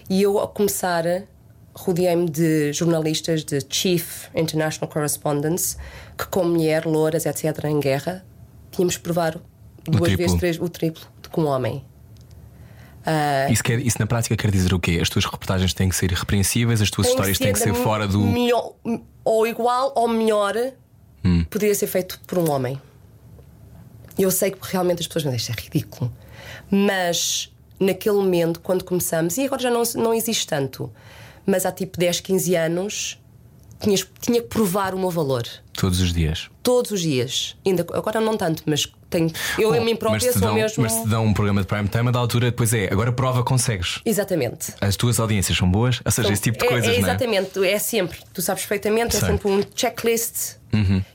E eu, ao começar, rodeei-me de jornalistas de Chief International Correspondents, que, como mulher, louras, etc., em guerra, tínhamos de provar duas triplo. vezes três, o triplo do que um homem. Ah. Isso, quer- isso na prática quer dizer o quê? As tuas reportagens têm que ser irrepreensíveis, as tuas Tem histórias têm que ser da- fora do. melhor- ou igual ou melhor, Hum. poderia ser feito por um homem. Eu sei que realmente as pessoas me dizem isto é ridículo, mas naquele momento, quando começamos, e agora já não, não existe tanto, mas há tipo 10, 15 anos, tinhas- tinha que provar o meu valor. Todos os dias. Todos os dias. Ainda, agora não tanto, mas tenho. Eu em mim própria mas, te sou dão, mesmo. mas te dão um programa de prime time, a da altura, depois é, agora prova, consegues. Exatamente. As tuas audiências são boas, ou seja, esse tipo de é, coisas, é não é? exatamente, é? sempre, tu sabes perfeitamente, Sei. é sempre um checklist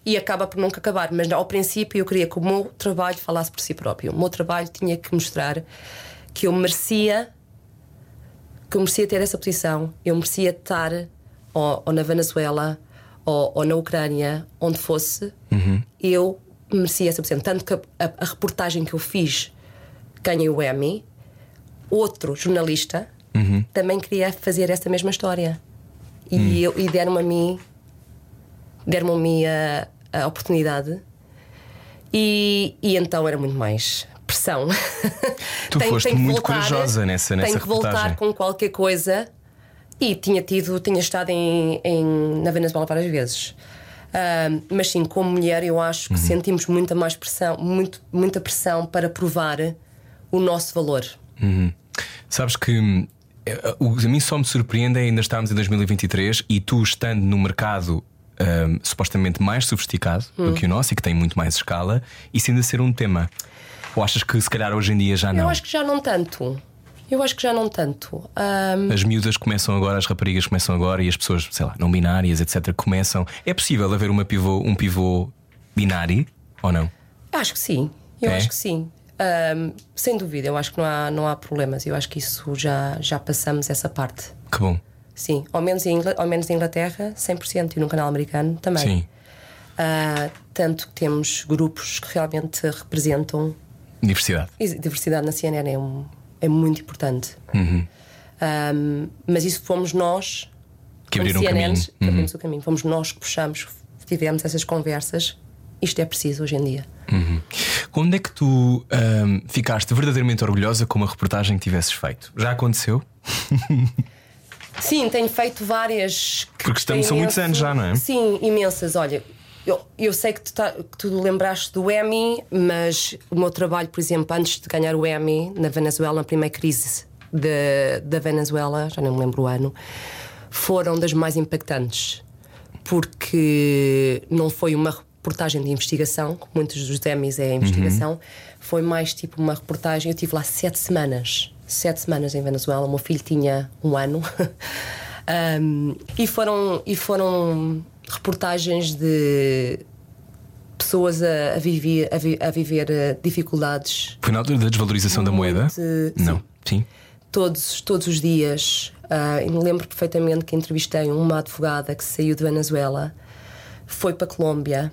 e acaba por nunca acabar. Mas ao princípio eu queria que o meu trabalho falasse por si próprio. O meu trabalho tinha que mostrar que eu merecia, que eu merecia ter essa posição, eu merecia estar ou, ou na Venezuela ou, ou na Ucrânia, onde fosse, eu merecia essa posição. Tanto que a, a- a reportagem que eu fiz ganhei o Emmy outro jornalista também queria fazer essa mesma história. E, Hum. eu- e deram-me a mim, deram-me a mim a, a oportunidade. E, e então era muito mais pressão. (laughs) Tu foste que muito corajosa nessa- nessa Tenho que reportagem. voltar com qualquer coisa. E tinha tido, tinha estado em, em- na Venezuela várias vezes. Ahm, mas sim, como mulher, eu acho Hum. que sentimos muita mais pressão, muito, muita pressão para provar o nosso valor. Uhum. Sabes que hum, eh, o que a mim só me surpreende é ainda estarmos em 2023 e tu estando num mercado hum, supostamente mais sofisticado Hum. do que o nosso e que tem muito mais escala, isso ainda ser um tema. Ou achas que se calhar hoje em dia já Eu não? acho que já não tanto. Eu acho que já não tanto. Ahm, As miúdas começam agora, as raparigas começam agora e as pessoas, sei lá, não binárias, etc., começam. É possível haver uma pivô, um pivô binário ou não? Acho que sim, eu É? acho que sim. Ahm, sem dúvida, eu acho que não há, não há problemas. Eu acho que isso já, já passamos essa parte. Que bom. Sim, ao menos, em, Ingla- ao menos em Inglaterra, 100%, e no canal americano também. Sim. Ah, tanto que temos grupos que realmente representam Diversidade. e diversidade na CNN, é, um- é muito importante. Uhum. Ahm, mas isso fomos nós, Que como abriram o CNNs, caminho. Uhum. que abrimos o caminho. Fomos nós que puxamos, tivemos essas conversas. Isto é preciso hoje em dia. Quando é que tu hum, ficaste verdadeiramente orgulhosa com uma reportagem que tivesses feito? Já aconteceu? Sim, tenho feito várias. que Porque estamos- têm são muitos anos já, não é? Sim, imensas. Olha, eu, eu sei que tu, tá- que tu lembraste do Emmy, mas o meu trabalho, por exemplo, antes de ganhar o Emmy na Venezuela, na primeira crise de, da Venezuela, já não me lembro o ano, foram das mais impactantes. Porque não foi uma reportagem de investigação, como muitos dos Emmys Uhum. é a investigação, foi mais tipo uma reportagem. Eu estive lá sete semanas. Sete semanas em Venezuela, o meu filho tinha um ano. (laughs) Um, e, foram, e foram reportagens de pessoas a, a viver, a, vi- a viver eh, dificuldades Foi na altura da desvalorização da moeda? Muito, Não. Sim. todos, todos os dias. Ah, eu me lembro perfeitamente que entrevistei uma advogada que saiu de Venezuela, foi para a Colômbia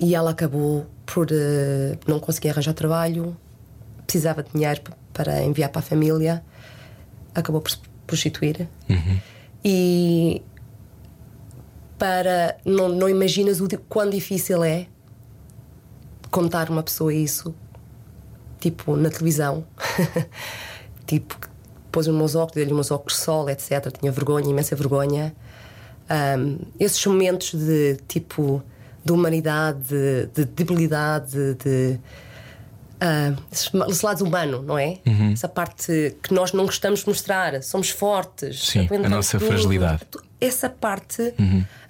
e ela acabou por eh, não conseguir arranjar trabalho, precisava de dinheiro p- para enviar para a família, acabou por se prostituir. E para. Não, não imaginas o di- quão difícil é contar uma pessoa isso tipo na televisão, (laughs) tipo pôs os meus óculos, dei-lhe uns óculos de sol, etc. Tinha vergonha, imensa vergonha. Ahm, esses momentos de tipo de humanidade, de, de debilidade, de, de ah, esse ma- esse lado humano, não é? Uhum. Essa parte que nós não gostamos de mostrar, somos fortes, Sim, a aguentamos nossa tudo. fragilidade. Uhum. Essa parte,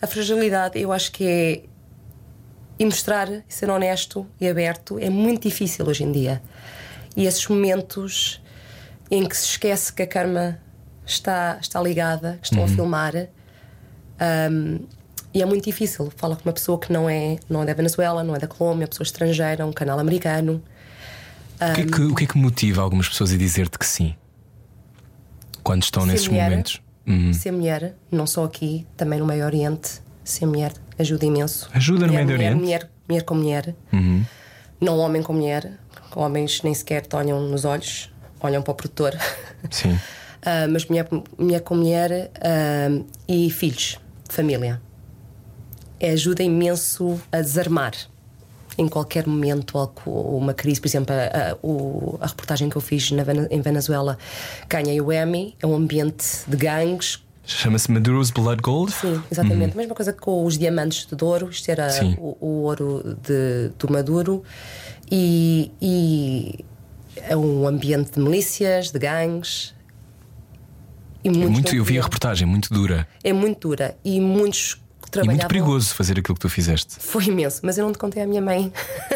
a fragilidade, eu acho que é e mostrar, e ser honesto e aberto é muito difícil hoje em dia. E esses momentos em que se esquece que a karma está, está ligada, que estão a filmar, hum, e é muito difícil. Fala com uma pessoa que não é, não é da Venezuela, não é da Colômbia, é pessoa estrangeira, um canal americano. O, que é que, o que é que motiva algumas pessoas a dizer-te que sim? Quando estão Ser nesses mulher. momentos? Uhum. Ser mulher, não só aqui, também no Meio Oriente, ser mulher ajuda imenso. Ajuda no Mulher, Médio mulher, Oriente? Uhum. Mulher, mulher com mulher, não homem com mulher. Homens nem sequer te olham nos olhos, olham para (laughs) o produtor. Sim. Ah, mas mulher, mulher com mulher ah, e filhos, família. É, ajuda imenso a desarmar em qualquer momento algo- uma crise. Por exemplo, a, a- o- a reportagem que eu fiz na Vene- em Venezuela ganhei o Emmy, é um ambiente de gangues. Chama-se Maduro's Blood Gold? Sim, exatamente. A mesma coisa que com os diamantes de ouro, isto era Uhum. Sim. o, o ouro de, do Maduro. E, e é um ambiente de milícias, de gangues. E É muitos Muito, eu vi a não- reportagem, muito dura. é muito dura e muitos que E trabalhavam. muito perigoso fazer aquilo que tu fizeste. Foi imenso, mas eu não te contei à minha mãe.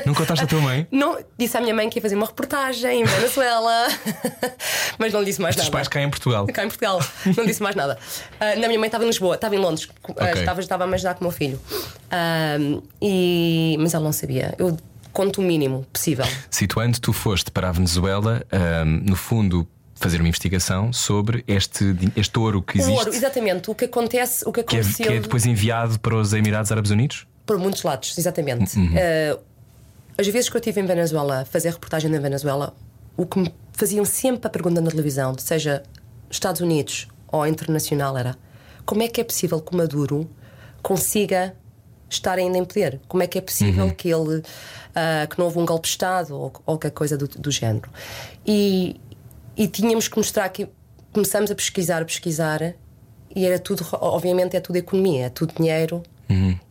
Não contaste à tua mãe? (laughs) Não, disse à minha mãe que ia fazer uma reportagem em Venezuela, (laughs) mas não lhe disse mais Os nada. pais cá em Portugal. Cá em Portugal, não disse mais nada. Ah, não, minha mãe estava em Lisboa, estava em Londres, ah, Ok. estava, estava a me ajudar com o meu filho. Ah, e... Mas ela não sabia. Eu conto o mínimo possível. Situando, tu foste para a Venezuela, ahm, no fundo, fazer uma investigação sobre este, din- este ouro que O existe, Um ouro, exatamente, o que acontece, o que que, é, aconteceu. que é depois enviado para os Emirados Árabes Unidos? Por muitos lados, exatamente. Uhum. Eh, as vezes que eu estive em Venezuela a fazer reportagem na Venezuela, o que me faziam sempre a pergunta na televisão, seja Estados Unidos ou internacional, era como é que é possível que o Maduro consiga estar ainda em poder? Como é que é possível que ele ah, que não houve um golpe de Estado ou qualquer coisa do, do género? E, e tínhamos que mostrar que começamos a pesquisar, a pesquisar e era tudo, obviamente, é tudo economia, é tudo dinheiro,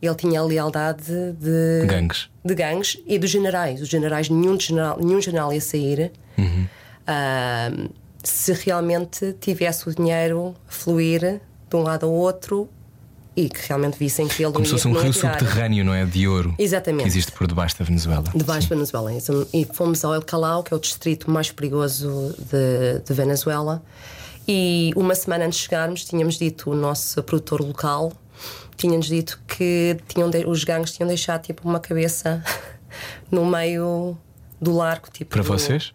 Ele tinha a lealdade de Gangues. de gangues e dos generais. Os generais, nenhum de general, nenhum general ia sair ah, se realmente tivesse o dinheiro a fluir de um lado ao outro e que realmente vissem que ele Como não se ia, fosse um não ia rio tirar. subterrâneo, não é? De ouro. Exatamente. Que existe por debaixo da Venezuela. De baixo Venezuela. E fomos ao El Calao, que é o distrito mais perigoso de, de Venezuela. E uma semana antes de chegarmos, tínhamos dito, o nosso produtor local tinha-nos dito que tinham de- os gangues tinham deixado tipo uma cabeça (laughs) no meio do largo. Tipo, Para do- vocês?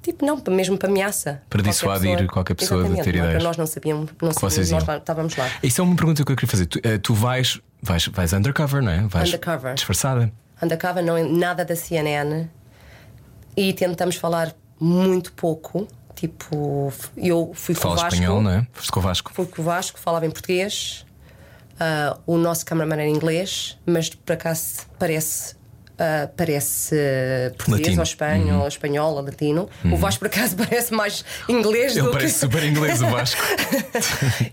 Tipo, não, mesmo para ameaça. Para Qualquer dissuadir pessoa. qualquer pessoa de Exatamente, ter não é? ideias. Para Nós não sabíamos, não vocês sabíamos nós iam. lá- estávamos lá. Isso é uma pergunta que eu queria fazer. Tu, eh, tu vais, vais, vais undercover, não é? Vais Undercover. disfarçada. undercover, não é nada da CNN e tentamos falar muito pouco. Tipo, f- eu fui com o Fala Vasco, espanhol, não é? Foste com o Vasco. fui com o Vasco, falava em português, ah, o nosso cameraman era em inglês, mas por acaso parece. ah, parece ah, Latino. português Uhum. ou espanhol, ou espanhol ou latino. O Vasco, por acaso, (laughs) parece mais inglês Ele do parece que. super inglês, o (laughs) Vasco.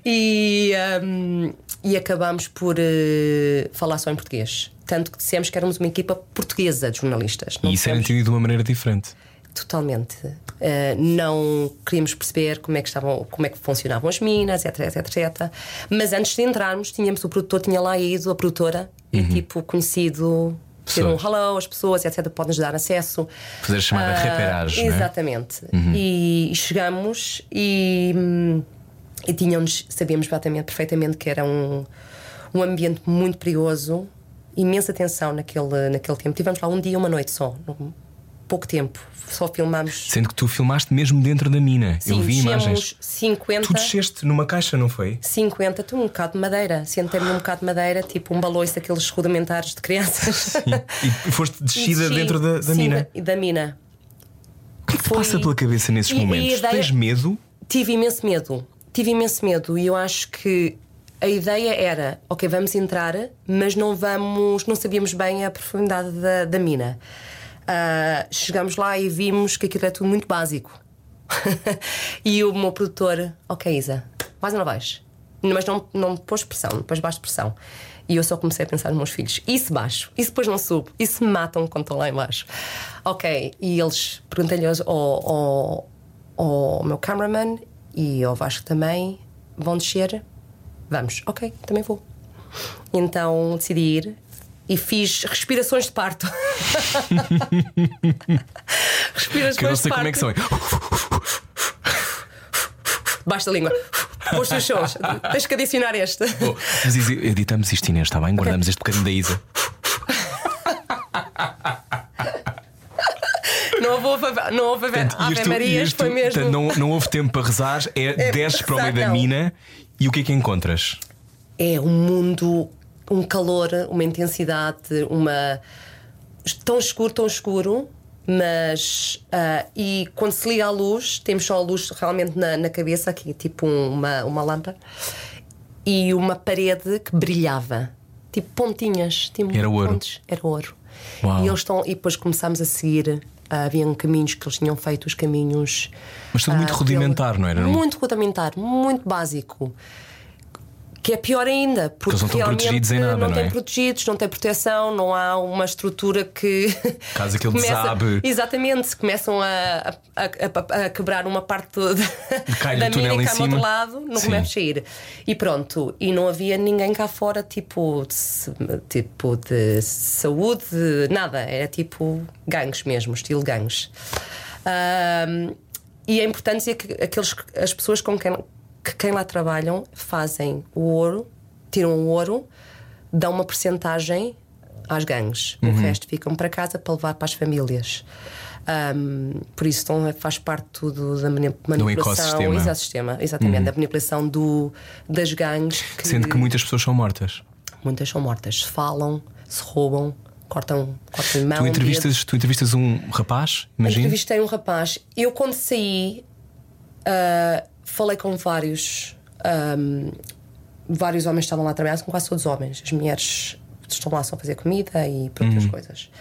E, hum, e acabamos por eh, falar só em português. Tanto que dissemos que éramos uma equipa portuguesa de jornalistas. Não E isso é era dissemos- entendido de uma maneira diferente. Totalmente. Eh, não queríamos perceber como é que estavam, como é que funcionavam as minas, etc, etc, etc. Mas antes de entrarmos, tínhamos o produtor tinha lá ido, a produtora, e tipo conhecido, ter um Uhum. Pessoas. hello, as pessoas, etc, podem nos dar acesso. Fazer a chamada Ah, reperagem, não é? Exatamente. E, e chegamos e, hum, e tínhamos, sabíamos exatamente, perfeitamente que era um, um ambiente muito perigoso, imensa tensão naquele, naquele tempo. Tivemos lá um dia, uma noite só, num- pouco tempo, só filmámos. Sendo que tu filmaste mesmo dentro da mina. eu Sim, é um vi descemos imagens. 50. Tu desceste numa caixa, não foi? 50, tu um bocado de madeira, sentei-me num bocado de madeira, tipo um balões daqueles rudimentares de crianças. (laughs) E foste descida desci, dentro da, da sim, mina. da- da mina. O que é que te Foi- passa pela cabeça nesses E- e a momentos? ideia- Tens medo? Tive imenso medo. Tive imenso medo e eu acho que a ideia era, ok, vamos entrar, mas não vamos, não sabíamos bem a profundidade da, da mina. Ah, chegamos lá e vimos que aquilo era tudo muito básico. (laughs) e o meu produtor, ok, Isa, vais ou não vais? Mas não, não me pôs pressão, não pôs baixo pressão. E eu só comecei a pensar nos meus filhos. E se baixo? E se depois não subo? E se me matam quando estão lá em baixo? Ok, e eles perguntei-lhe aos- ao, ao, ao meu cameraman e ao Vasco também vão descer. Vamos, ok, também vou. Então decidi ir e fiz respirações de (laughs) parto. respirações Que eu não de sei parto. como é que são. Basta a língua. Pôs os sons. Tens que adicionar (laughs) este. Bom, Oh, mas edi- editamos isto, Inês, está bem? Guardamos este bocadinho da Isa. Não houve, ave- não houve ave, E Ah, Ave isto- Marias, isto- foi mesmo. portanto, não, não houve tempo para rezar, é, É, desces para o meio rezar, da não. mina e o que é que encontras? É um mundo, um calor, uma intensidade, uma. tão escuro, tão escuro, mas. ah, e quando se liga a luz, temos só a luz realmente na, na cabeça, aqui, tipo um- uma, uma lâmpada, e uma parede que brilhava, tipo pontinhas, tipo Era ouro. pontos, era ouro. Uau. E, eles estão, e depois começámos a seguir. ah, haviam caminhos que eles tinham feito, os caminhos. Mas tudo muito ah, rudimentar, pelo- não era? Muito rudimentar, muito básico. Que é pior ainda, porque eles não estão realmente protegidos em nada, não têm é? protegidos, não têm proteção, não há uma estrutura que. (laughs) Caso aquilo começa- desabe. Exatamente, começam a, a- a- a- a quebrar uma parte do- (laughs) Cai-lhe da o túnel mina em e cai cima. outro lado, não Sim. começa a sair. E pronto, e não havia ninguém cá fora, tipo de, se- tipo de saúde, nada, era tipo gangues mesmo, estilo gangues. Ahm, e é importante dizer que aqueles, as pessoas com quem, que quem lá trabalham fazem o ouro, tiram o ouro, dão uma porcentagem às gangues. O resto ficam para casa para levar para as famílias. Ahm, por isso então, faz parte tudo da mani- manipulação. ecossistema. exa- sistema, exatamente, da manipulação do, das gangues que, Uhum. Sendo que muitas pessoas são mortas. muitas são mortas. Se falam, se roubam, cortam, cortam mão. Tu dedo. entrevistas, tu entrevistas um rapaz, imagino. Entrevistei um rapaz. Eu, quando saí, ah, falei com vários. ahm, vários homens que estavam lá a trabalhar, com quase todos homens. As mulheres estão lá só a fazer comida e para Uhum. outras coisas.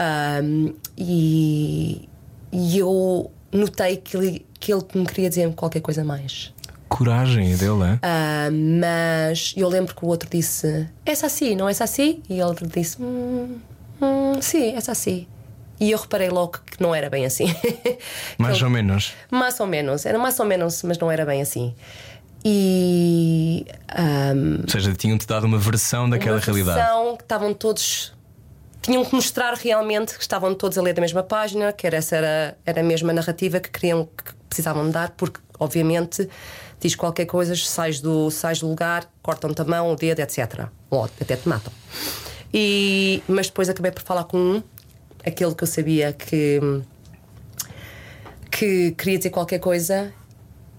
Ahm, e, e eu notei que ele, que ele me queria dizer qualquer coisa mais. coragem dele, é? Ah, mas eu lembro que o outro disse essa assim, não essa assim? E ele disse hum, hum, sim, essa assim. E eu reparei logo que não era bem assim. (laughs) Mais Ele- ou menos. mais ou menos, era mais ou menos, mas não era bem assim. E ah, Ou seja, tinham-te dado uma versão daquela uma realidade. versão que estavam todos. Tinham que mostrar realmente que estavam todos a ler da mesma página, que era essa era, era a mesma narrativa que queriam que precisavam dar, porque obviamente diz qualquer coisa, sais do, sais do lugar, cortam-te a mão, o dedo, etc. Ou até te matam. E, mas depois acabei por falar com um, aquele que eu sabia que, que queria dizer qualquer coisa,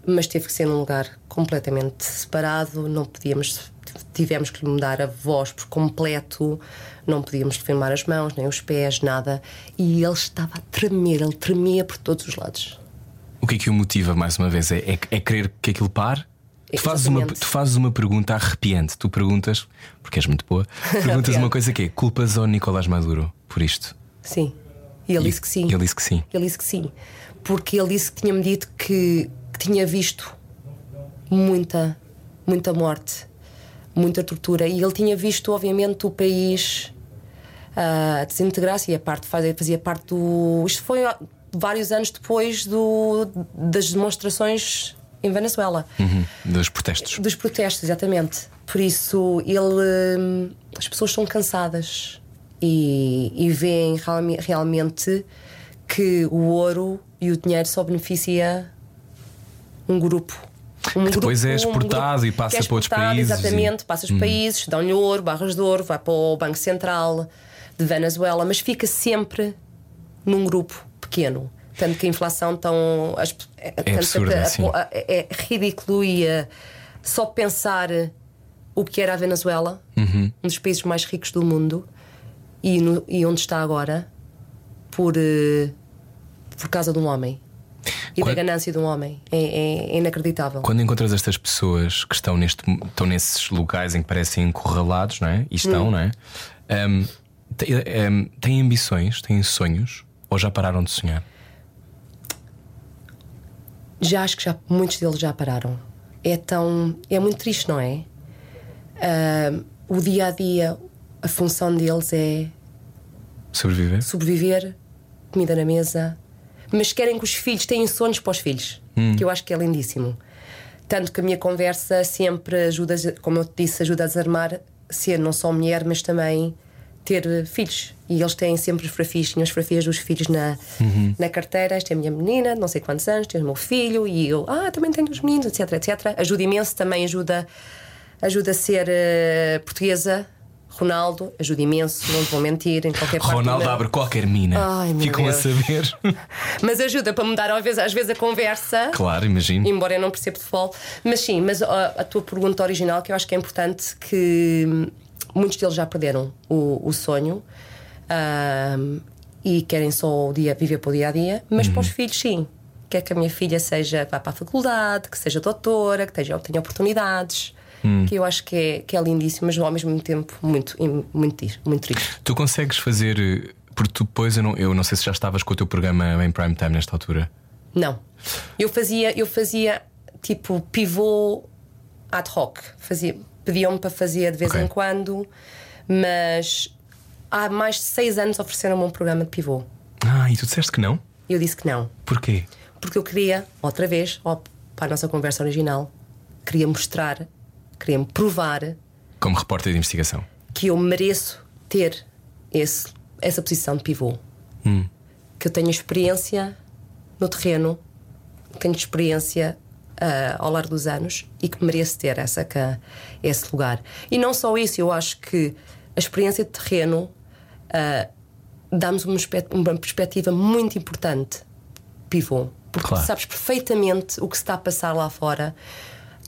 mas teve que ser num lugar completamente separado, não podíamos, tivemos que lhe mudar a voz por completo, não podíamos lhe filmar as mãos, nem os pés, nada. E ele estava a tremer, ele tremia por todos os lados. O que é que o motiva, mais uma vez? É, é, é querer que aquilo pare? Tu fazes, uma, É, Exatamente. tu fazes uma pergunta arrepiante. Tu perguntas, porque és muito (laughs) boa, perguntas Obrigada. uma coisa que é: culpas ao Nicolás Maduro por isto? Sim. E ele disse que sim. E Ele disse que sim. Ele disse que sim. Porque ele disse que tinha-me dito que, que tinha visto muita, muita morte, muita tortura. E ele tinha visto, obviamente, o país ah, desintegrar-se e a parte fazia, fazia parte do. Isto foi ah, vários anos depois do, das demonstrações em Venezuela Uhum, Dos protestos. dos protestos, exatamente. Por isso, ele. hum, As pessoas estão cansadas e, e veem realme- realmente que o ouro e o dinheiro só beneficia um grupo. Um que depois é exportado e passa para outros países e- Exatamente, passa os países, dão-lhe ouro, barras de ouro, vai para o Banco Central de Venezuela, mas fica sempre num grupo pequeno. Tanto que a inflação tão. As, é, tanto absurda, a- a- sim. a- é ridículo e eh, só pensar o que era a Venezuela, um dos países mais ricos do mundo, e, no- e onde está agora, por, eh, por causa de um homem. E Quando- da ganância de um homem. É, é- é inacreditável. Quando encontras estas pessoas que estão, neste, estão nesses locais em que parecem encurralados, não é? E estão, Hum. não é? Ahm, te- ahm, têm ambições, têm sonhos? Ou já pararam de sonhar? Já acho que já, muitos deles já pararam. É tão. É muito triste, não é? Ah, o dia a dia, a função deles é Sobreviver? sobreviver, comida na mesa, mas querem que os filhos tenham sonhos para os filhos, que eu acho que é lindíssimo. Tanto que a minha conversa sempre ajuda, como eu te disse, ajuda a desarmar ser não só mulher, mas também ter eh, filhos. E eles têm sempre fotografias, tinham as fotografias dos filhos na, na carteira. Esta é a minha menina, não sei quantos anos, tem o meu filho, e eu, ah, também tenho os meninos, etc, etc. Ajuda imenso, também ajuda, ajuda a ser eh, portuguesa. Ronaldo, ajuda imenso, não te vou mentir, em qualquer parte. do Ronaldo mundo. abre qualquer mina. Ai, meu Ficam a Deus. saber. (laughs) Mas ajuda para mudar às vezes, às vezes a conversa, claro, imagino. embora eu não perceba de futebol. Mas sim, mas a, a tua pergunta original, que eu acho que é importante, que hum, muitos deles já perderam o, o sonho ahm, e querem só o dia, viver para o dia a dia, mas para os filhos, sim. Quer que a minha filha seja vá para a faculdade, que seja doutora, que tenha, tenha oportunidades. Que eu acho que é, que é lindíssimo, mas ao mesmo tempo muito, muito, triste- muito triste. Tu consegues fazer. eh, Porque tu depois eu não, eu não sei se já estavas com o teu programa em prime time nesta altura. Não. Eu fazia, eu fazia tipo pivô ad hoc. Fazia- Pediam-me para fazer de vez Ok. em quando, mas há mais de seis anos ofereceram-me um programa de pivô. Ah, e tu disseste que não? E eu disse que não. Porquê? Porque eu queria, outra vez, ó, para a nossa conversa original, queria mostrar, queria-me provar Como repórter de investigação. que eu mereço ter esse, essa posição de pivô. Que eu tenho experiência no terreno, tenho experiência ah, ao largo dos anos e que mereço ter essa, ca- esse lugar. E não só isso, eu acho que a experiência de terreno ah, dá-nos uma, espe- uma perspectiva muito importante, pivô. Porque Claro. sabes perfeitamente o que se está a passar lá fora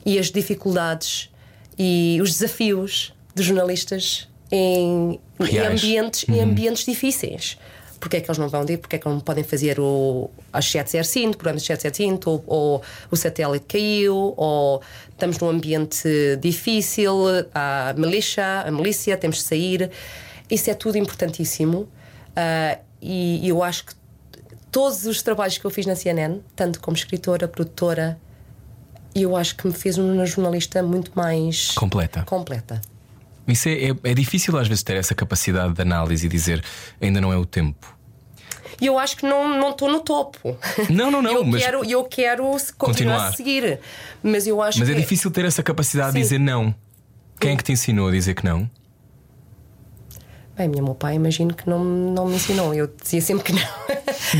e as dificuldades e os desafios dos jornalistas em, em Reais. é? Uhum. ambientes, em ambientes difíceis. Porque é que eles não vão ir? Porque é que não podem fazer o, as 705, programas de 705, ou, ou o satélite caiu, ou estamos num ambiente difícil, há milícia, a milícia, temos de sair. Isso é tudo importantíssimo. Ah, e eu acho que todos os trabalhos que eu fiz na CNN, tanto como escritora, produtora, e eu acho que me fez uma jornalista muito mais Completa. completa. Isso é, é, é difícil às vezes ter essa capacidade de análise e dizer ainda não é o tempo. E eu acho que não não estou no topo. Não, não, não, (laughs) eu mas- quero eu quero se- Continuar. continuar, a seguir, mas eu acho Mas que é difícil ter essa capacidade de Sim. dizer não. Quem é que te ensinou a dizer que não? Bem, minha meu pai imagino que não, não me ensinou. Eu dizia sempre que não.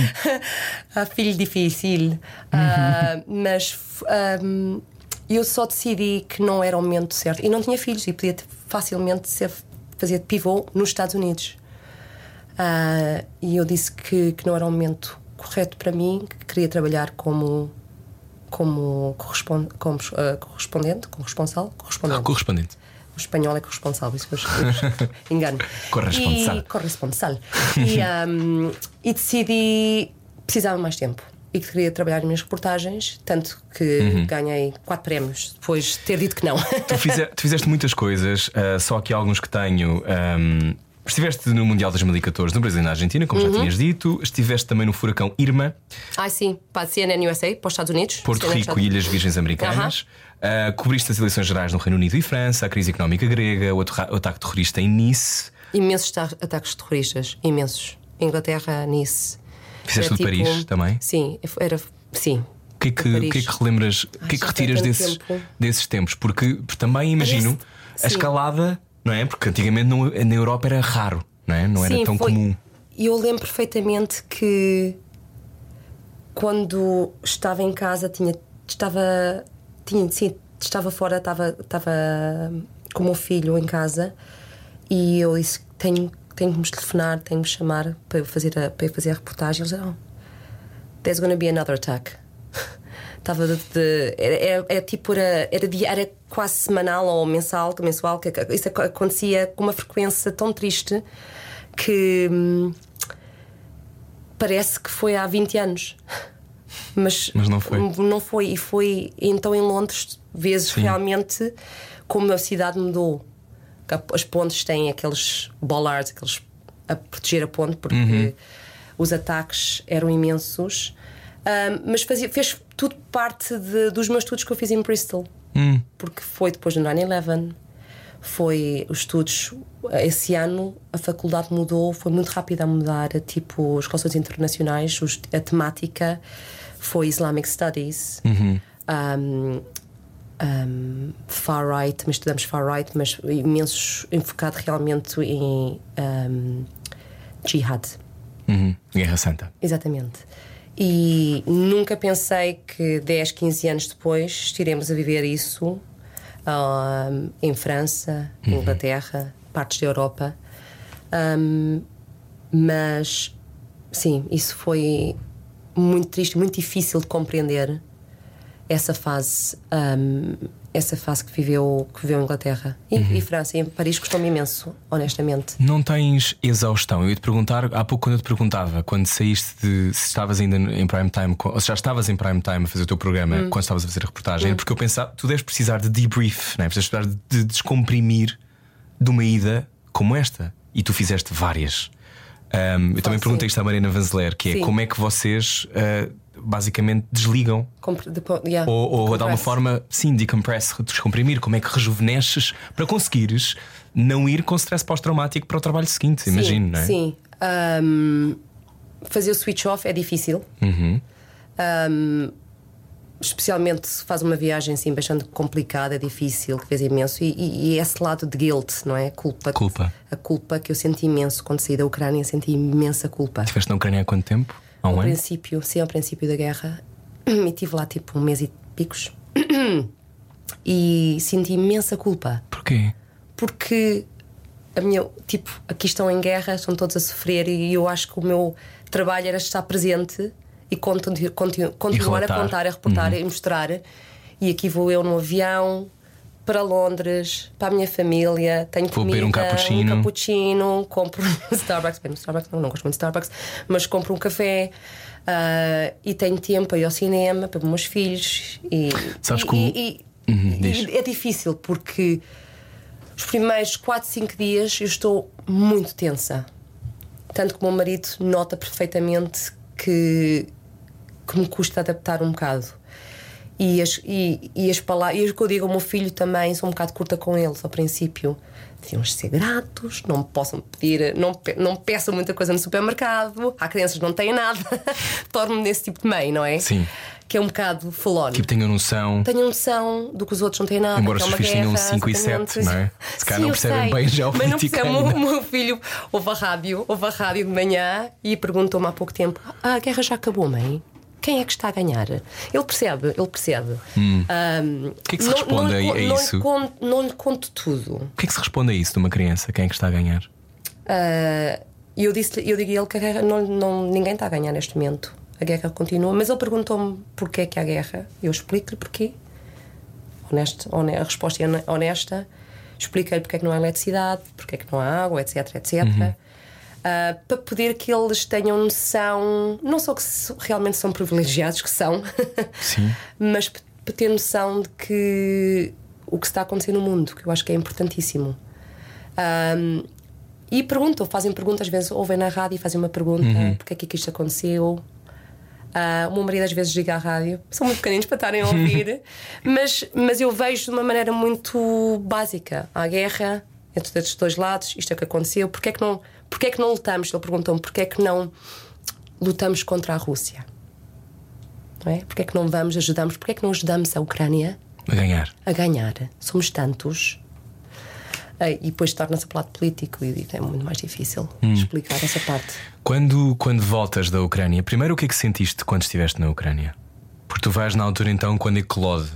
(laughs) ah, filho difícil. Ah, mas f- ahm, eu só decidi que não era o momento certo. E não tinha filhos e podia ter- facilmente ser, fazer de pivô nos Estados Unidos. Ah, e eu disse que, que não era o momento correto para mim, que queria trabalhar como. Como, correspon, como ah, correspondente, corresponsal, correspondente. Ah, Correspondente. O espanhol é corresponsal, isso que (laughs) eu escrevo. engano. Corresponsal. E, corresponsal. (laughs) E, ahm, e decidi precisava mais tempo e que queria trabalhar nas minhas reportagens, tanto que Uhum. ganhei quatro prémios depois de ter dito (laughs) que não. Tu, fize- tu fizeste muitas coisas, ah, só aqui alguns que tenho. ahm, estiveste no Mundial 2014 no Brasil e na Argentina, como Uhum. já tinhas dito. Estiveste também no furacão Irma, ah, sim, para a CNN USA, para os Estados Unidos. Porto CNN Rico e Ilhas Virgens Americanas. Ah, cobriste as eleições gerais no Reino Unido e França, a crise económica grega, o aterra- o ataque terrorista em Nice. Imensos ta- ataques terroristas, imensos. Inglaterra, Nice. Fizeste Era tipo um o de Paris também? Sim, era. Sim. O que é que, Paris. o que, é que relembras, o que é que já retiras tem tanto desses, tempo. desses tempos? Porque também imagino Parece- a sim. escalada, não é? Porque antigamente não- na Europa era raro, não é? Não era Sim, tão foi- comum. E eu lembro perfeitamente que quando estava em casa tinha estava tinha sim, estava fora estava estava hum, com o meu filho em casa e eu disse tenho tenho que me telefonar tenho que me chamar para eu fazer a, para eu fazer a reportagem eles disseram oh, there's gonna be another attack (laughs) estava de, de- era, era- era tipo era era, di- era quase semanal ou mensal mensual que que isso ac- acontecia com uma frequência tão triste que hum, parece que foi há 20 anos. Mas, hum, Mas não foi. Não foi. E foi então em Londres, vezes realmente, como a cidade mudou. Que a- As pontes têm aqueles bollards, aqueles a proteger a ponte, porque Uhum. os ataques eram imensos. Ahm, mas fazia, fez tudo parte de- dos meus estudos que eu fiz em Bristol. Hum. Porque foi depois do 9-11, foi os estudos. Esse ano a faculdade mudou, foi muito rápida a mudar, tipo as relações internacionais, os- a temática foi Islamic Studies. Um, um, far right, também estudamos far right, mas imensos enfocado realmente em um, jihad. Uhum. Guerra Santa. Exatamente. E nunca pensei que 10, 15 anos depois estiremos a viver isso ahm, em França, Uhum. Inglaterra, partes da Europa. Ahm, mas sim, isso foi muito triste, muito difícil de compreender essa fase. ahm, essa fase que viveu, que viveu a Inglaterra e, Uhum. e França e Paris custou-me imenso, honestamente. Não tens exaustão. Eu ia te perguntar, há pouco quando eu te perguntava, quando saíste de se estavas ainda em prime time, co- ou se já estavas em prime time a fazer o teu programa, Hum. quando estavas a fazer a reportagem, era porque eu pensava, tu deves precisar de debrief, não é? precisas precisar de descomprimir de uma ida como esta. E tu fizeste várias. Ahm, eu também Fácil. perguntei isto à Marina Vanzeler, que é Sim. como é que vocês ah, basicamente desligam Compre- depo- yeah, ou, ou de alguma compressa. forma, sim, decompress, descomprimir, como é que rejuvenesces para conseguires não ir com stress pós-traumático para o trabalho seguinte, imagino, sim, não é? Sim. Ahm, fazer o switch off é difícil. Uhum. Ahm, especialmente se faz uma viagem assim bastante complicada, difícil, que fez imenso. E, e- e esse lado de guilt, não é? Culpa. Culpa. A culpa que eu senti imenso quando saí da Ucrânia, senti imensa culpa. Estiveste na Ucrânia há quanto tempo? Há um Ao ano? princípio, sim, ao princípio da guerra. (clears throat) E tive lá tipo um mês e picos. (clears throat) E senti imensa culpa Porquê? porque a minha, tipo, aqui estão em guerra, estão todos a sofrer e eu acho que o meu trabalho era estar presente e contu- contu- continuar relatar. a contar, a Uhum. reportar e mostrar. E aqui vou eu no avião para Londres, para a minha família, tenho Vou comida, beber um cappuccino. cappuccino, compro um (laughs) Starbucks, bem, no Starbucks não, não gosto muito de Starbucks, mas compro um café. ah, e tenho tempo para ir ao cinema, para os meus filhos e, Sabes e- que o- e- e- Uhum, e diz. é difícil porque os primeiros 4, 5 dias eu estou muito tensa. Tanto que o meu marido nota perfeitamente que, que me custa adaptar um bocado. E as, e, e as palavras, e o que eu digo ao meu filho também, sou um bocado curta com eles ao princípio. Deviam ser gratos, não possam pedir, não, pe- não peçam muita coisa no supermercado, há crianças que não têm nada. (laughs) Torno-me desse tipo de mãe, não é? Sim. Que é um bocado fulano. Tipo, tenho a noção. Tenham noção do que os outros não têm nada. Embora que é os uma filhos tenham um guerra, cinco e exatamente. sete, não é? Se calhar Sim, não eu percebem sei. bem já o Mas não político percebe. O ainda. meu- meu filho ouve a rádio, ouve a rádio de manhã e perguntou-me há pouco tempo: "Ah, a guerra já acabou, mãe? Quem é que está a ganhar? Ele percebe, ele percebe. Ahm, Hum. O que é que se não- responde não a- lhe con- a não lhe isso? con- não lhe conto tudo. O que é que se responde a isso de uma criança? Quem é que está a ganhar? Ah, E eu disse eu digo a ele que a guerra não, não- ninguém está a ganhar neste momento. A guerra continua, mas ele perguntou-me porquê que há guerra. Eu explico-lhe porquê. Honesto, hone- a resposta é hone- honesta. Expliquei-lhe porque é que não há eletricidade, porque é que não há água, etc, etc. Ah, para poder que eles tenham noção, não só que se- realmente são privilegiados, que são, (laughs) Sim. mas p- para ter noção de que o que está a acontecer no mundo, que eu acho que é importantíssimo. Ahm, e perguntam, fazem perguntas, às vezes ouvem na rádio e fazem uma pergunta: porque é que é que isto aconteceu? Ah, o meu marido às vezes liga à rádio, são muito pequeninos para estarem a ouvir, mas, mas eu vejo de uma maneira muito básica: há guerra entre estes dois lados, isto é o que aconteceu, porque é que não, porque é que não lutamos? Ele perguntou-me: porque é que não lutamos contra a Rússia? Não é? Porque é que não vamos, ajudamos, porque é que não ajudamos a Ucrânia? A ganhar. a ganhar. Somos tantos. Eh, E depois torna-se para o lado político e é muito mais difícil Hum. explicar essa parte. Quando, quando voltas da Ucrânia, primeiro o que é que sentiste quando estiveste na Ucrânia? Porque tu vais na altura então quando eclode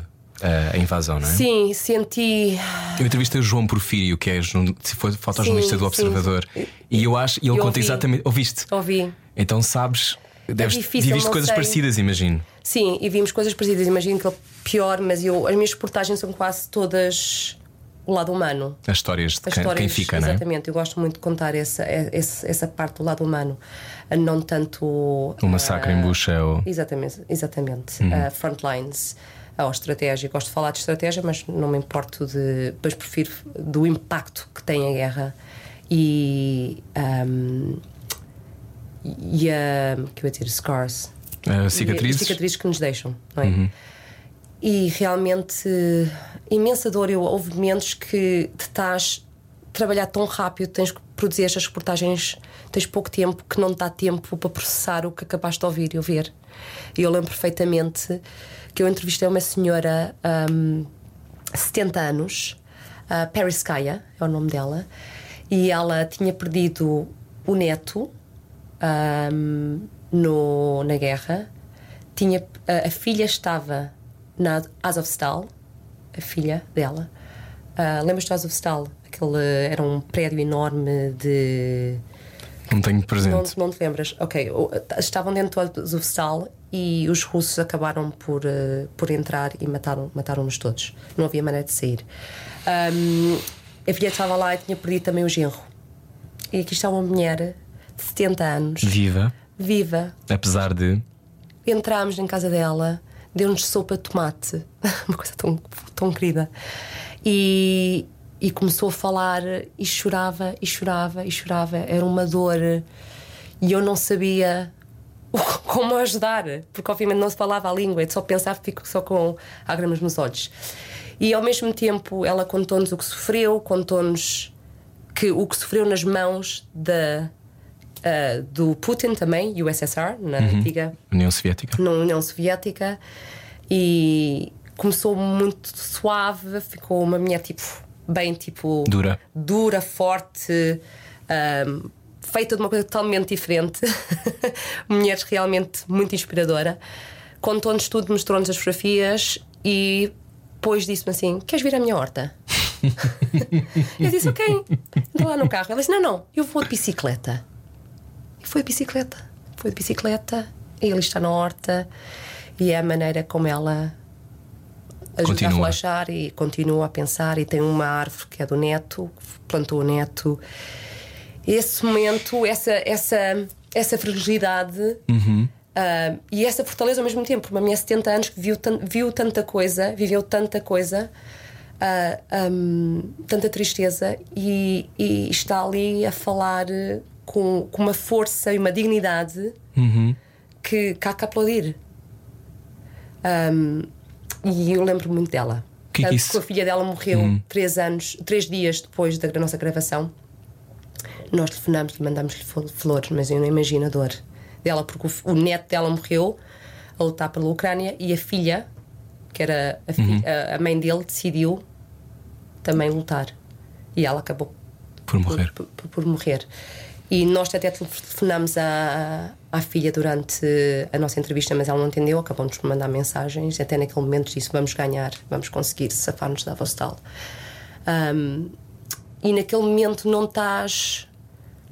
ah, a invasão, não é? Sim, senti. Eu entrevistei o João Porfírio, que é jorn- se for fotojornalista Sim, do sim. Observador, e eu acho, e ele Eu conta ouvi. exatamente. Ouviste? Ouvi. Então sabes, deves, É difícil, viviste não coisas sei. parecidas, imagino. Sim, e vimos coisas parecidas. Imagino que é pior, mas eu, as minhas reportagens são quase todas o lado humano. As histórias de As quem, histórias, quem fica, não é? exatamente. Eu gosto muito de contar essa, essa, essa parte do lado humano, eh, não tanto eh, O massacre em Bucha ou. Exatamente, exatamente. Ah, frontlines ou estratégia. Gosto de falar de estratégia, mas não me importo de. Mas prefiro do impacto que tem a guerra e. ahm, e a. que eu ia dizer? Scars. ah, E as cicatrizes? cicatrizes que nos deixam, não é? E realmente, imensa dor. Eu, houve momentos que te estás a trabalhar tão rápido, tens que produzir estas reportagens, tens pouco tempo, que não te dá tempo para processar o que acabaste de ouvir e ouvir. E eu lembro perfeitamente que eu entrevistei uma senhora, hum, 70 anos, a Periskaya é o nome dela, e ela tinha perdido o neto ahm, no, na guerra. Tinha, a, a filha estava na Azovstal, a filha dela. Ah, Lembras-te do Azovstal? Aquele, era um prédio enorme de. Não tenho Não, presente. não te lembras? Ok, o- estavam dentro do Azovstal e os russos acabaram por, eh, por entrar e mataram- mataram-nos todos. Não havia maneira de sair. Ahm, a filha estava lá e tinha perdido também o genro. E aqui está uma mulher de 70 anos, Viva, viva, apesar de. Entramos em casa dela, deu-nos sopa de tomate, (laughs) uma coisa tão, tão querida, e, e começou a falar e chorava, e chorava, e chorava. Era uma dor e eu não sabia o- como ajudar, porque obviamente não se falava a língua, eu só pensava, fico só com lágrimas nos olhos. E ao mesmo tempo ela contou-nos o que sofreu, contou-nos que o que sofreu nas mãos da. ah, do Putin também, USSR, na antiga União Soviética. na União Soviética e começou muito suave, ficou uma mulher tipo bem tipo Dura. dura, forte, ahm, feita de uma coisa totalmente diferente. (laughs) Mulheres realmente muito inspiradora. Contou-nos tudo, mostrou-nos as fotografias e depois disse-me assim: Queres vir à minha horta? eu disse: Ok, estou lá no carro. Ela disse: Não, não, eu vou de bicicleta. E foi de bicicleta. Foi de bicicleta, e ele está na horta, e é a maneira como ela ajuda Continua. a relaxar e continua a pensar. E tem uma árvore que é do neto, que plantou o neto. Esse momento, essa, essa, essa fragilidade. ah, e essa fortaleza ao mesmo tempo, uma mulher de 70 anos que viu, tan- viu tanta coisa, viveu tanta coisa, ah, ahm, tanta tristeza, e, e está ali a falar eh, com, com uma força e uma dignidade que, que há que aplaudir. Ahm, E eu lembro muito dela. Que que Tanto isso- Hum. a filha dela morreu três anos, três dias depois da nossa gravação. Nós telefonamos e mandámos-lhe fo- flores, mas eu não imagino a dor dela, porque o, f- o neto dela morreu a lutar pela Ucrânia e a filha, que era a, fi- Uhum. a- a mãe dele, decidiu também lutar. E ela acabou Por por- morrer. Por, por- por morrer. E nós até telefonamos à, à filha durante a nossa entrevista, mas ela não entendeu, acabamos por mandar mensagens. Até naquele momento disse: vamos ganhar, vamos conseguir safar-nos da Vostal. Ahm, e naquele momento não estás.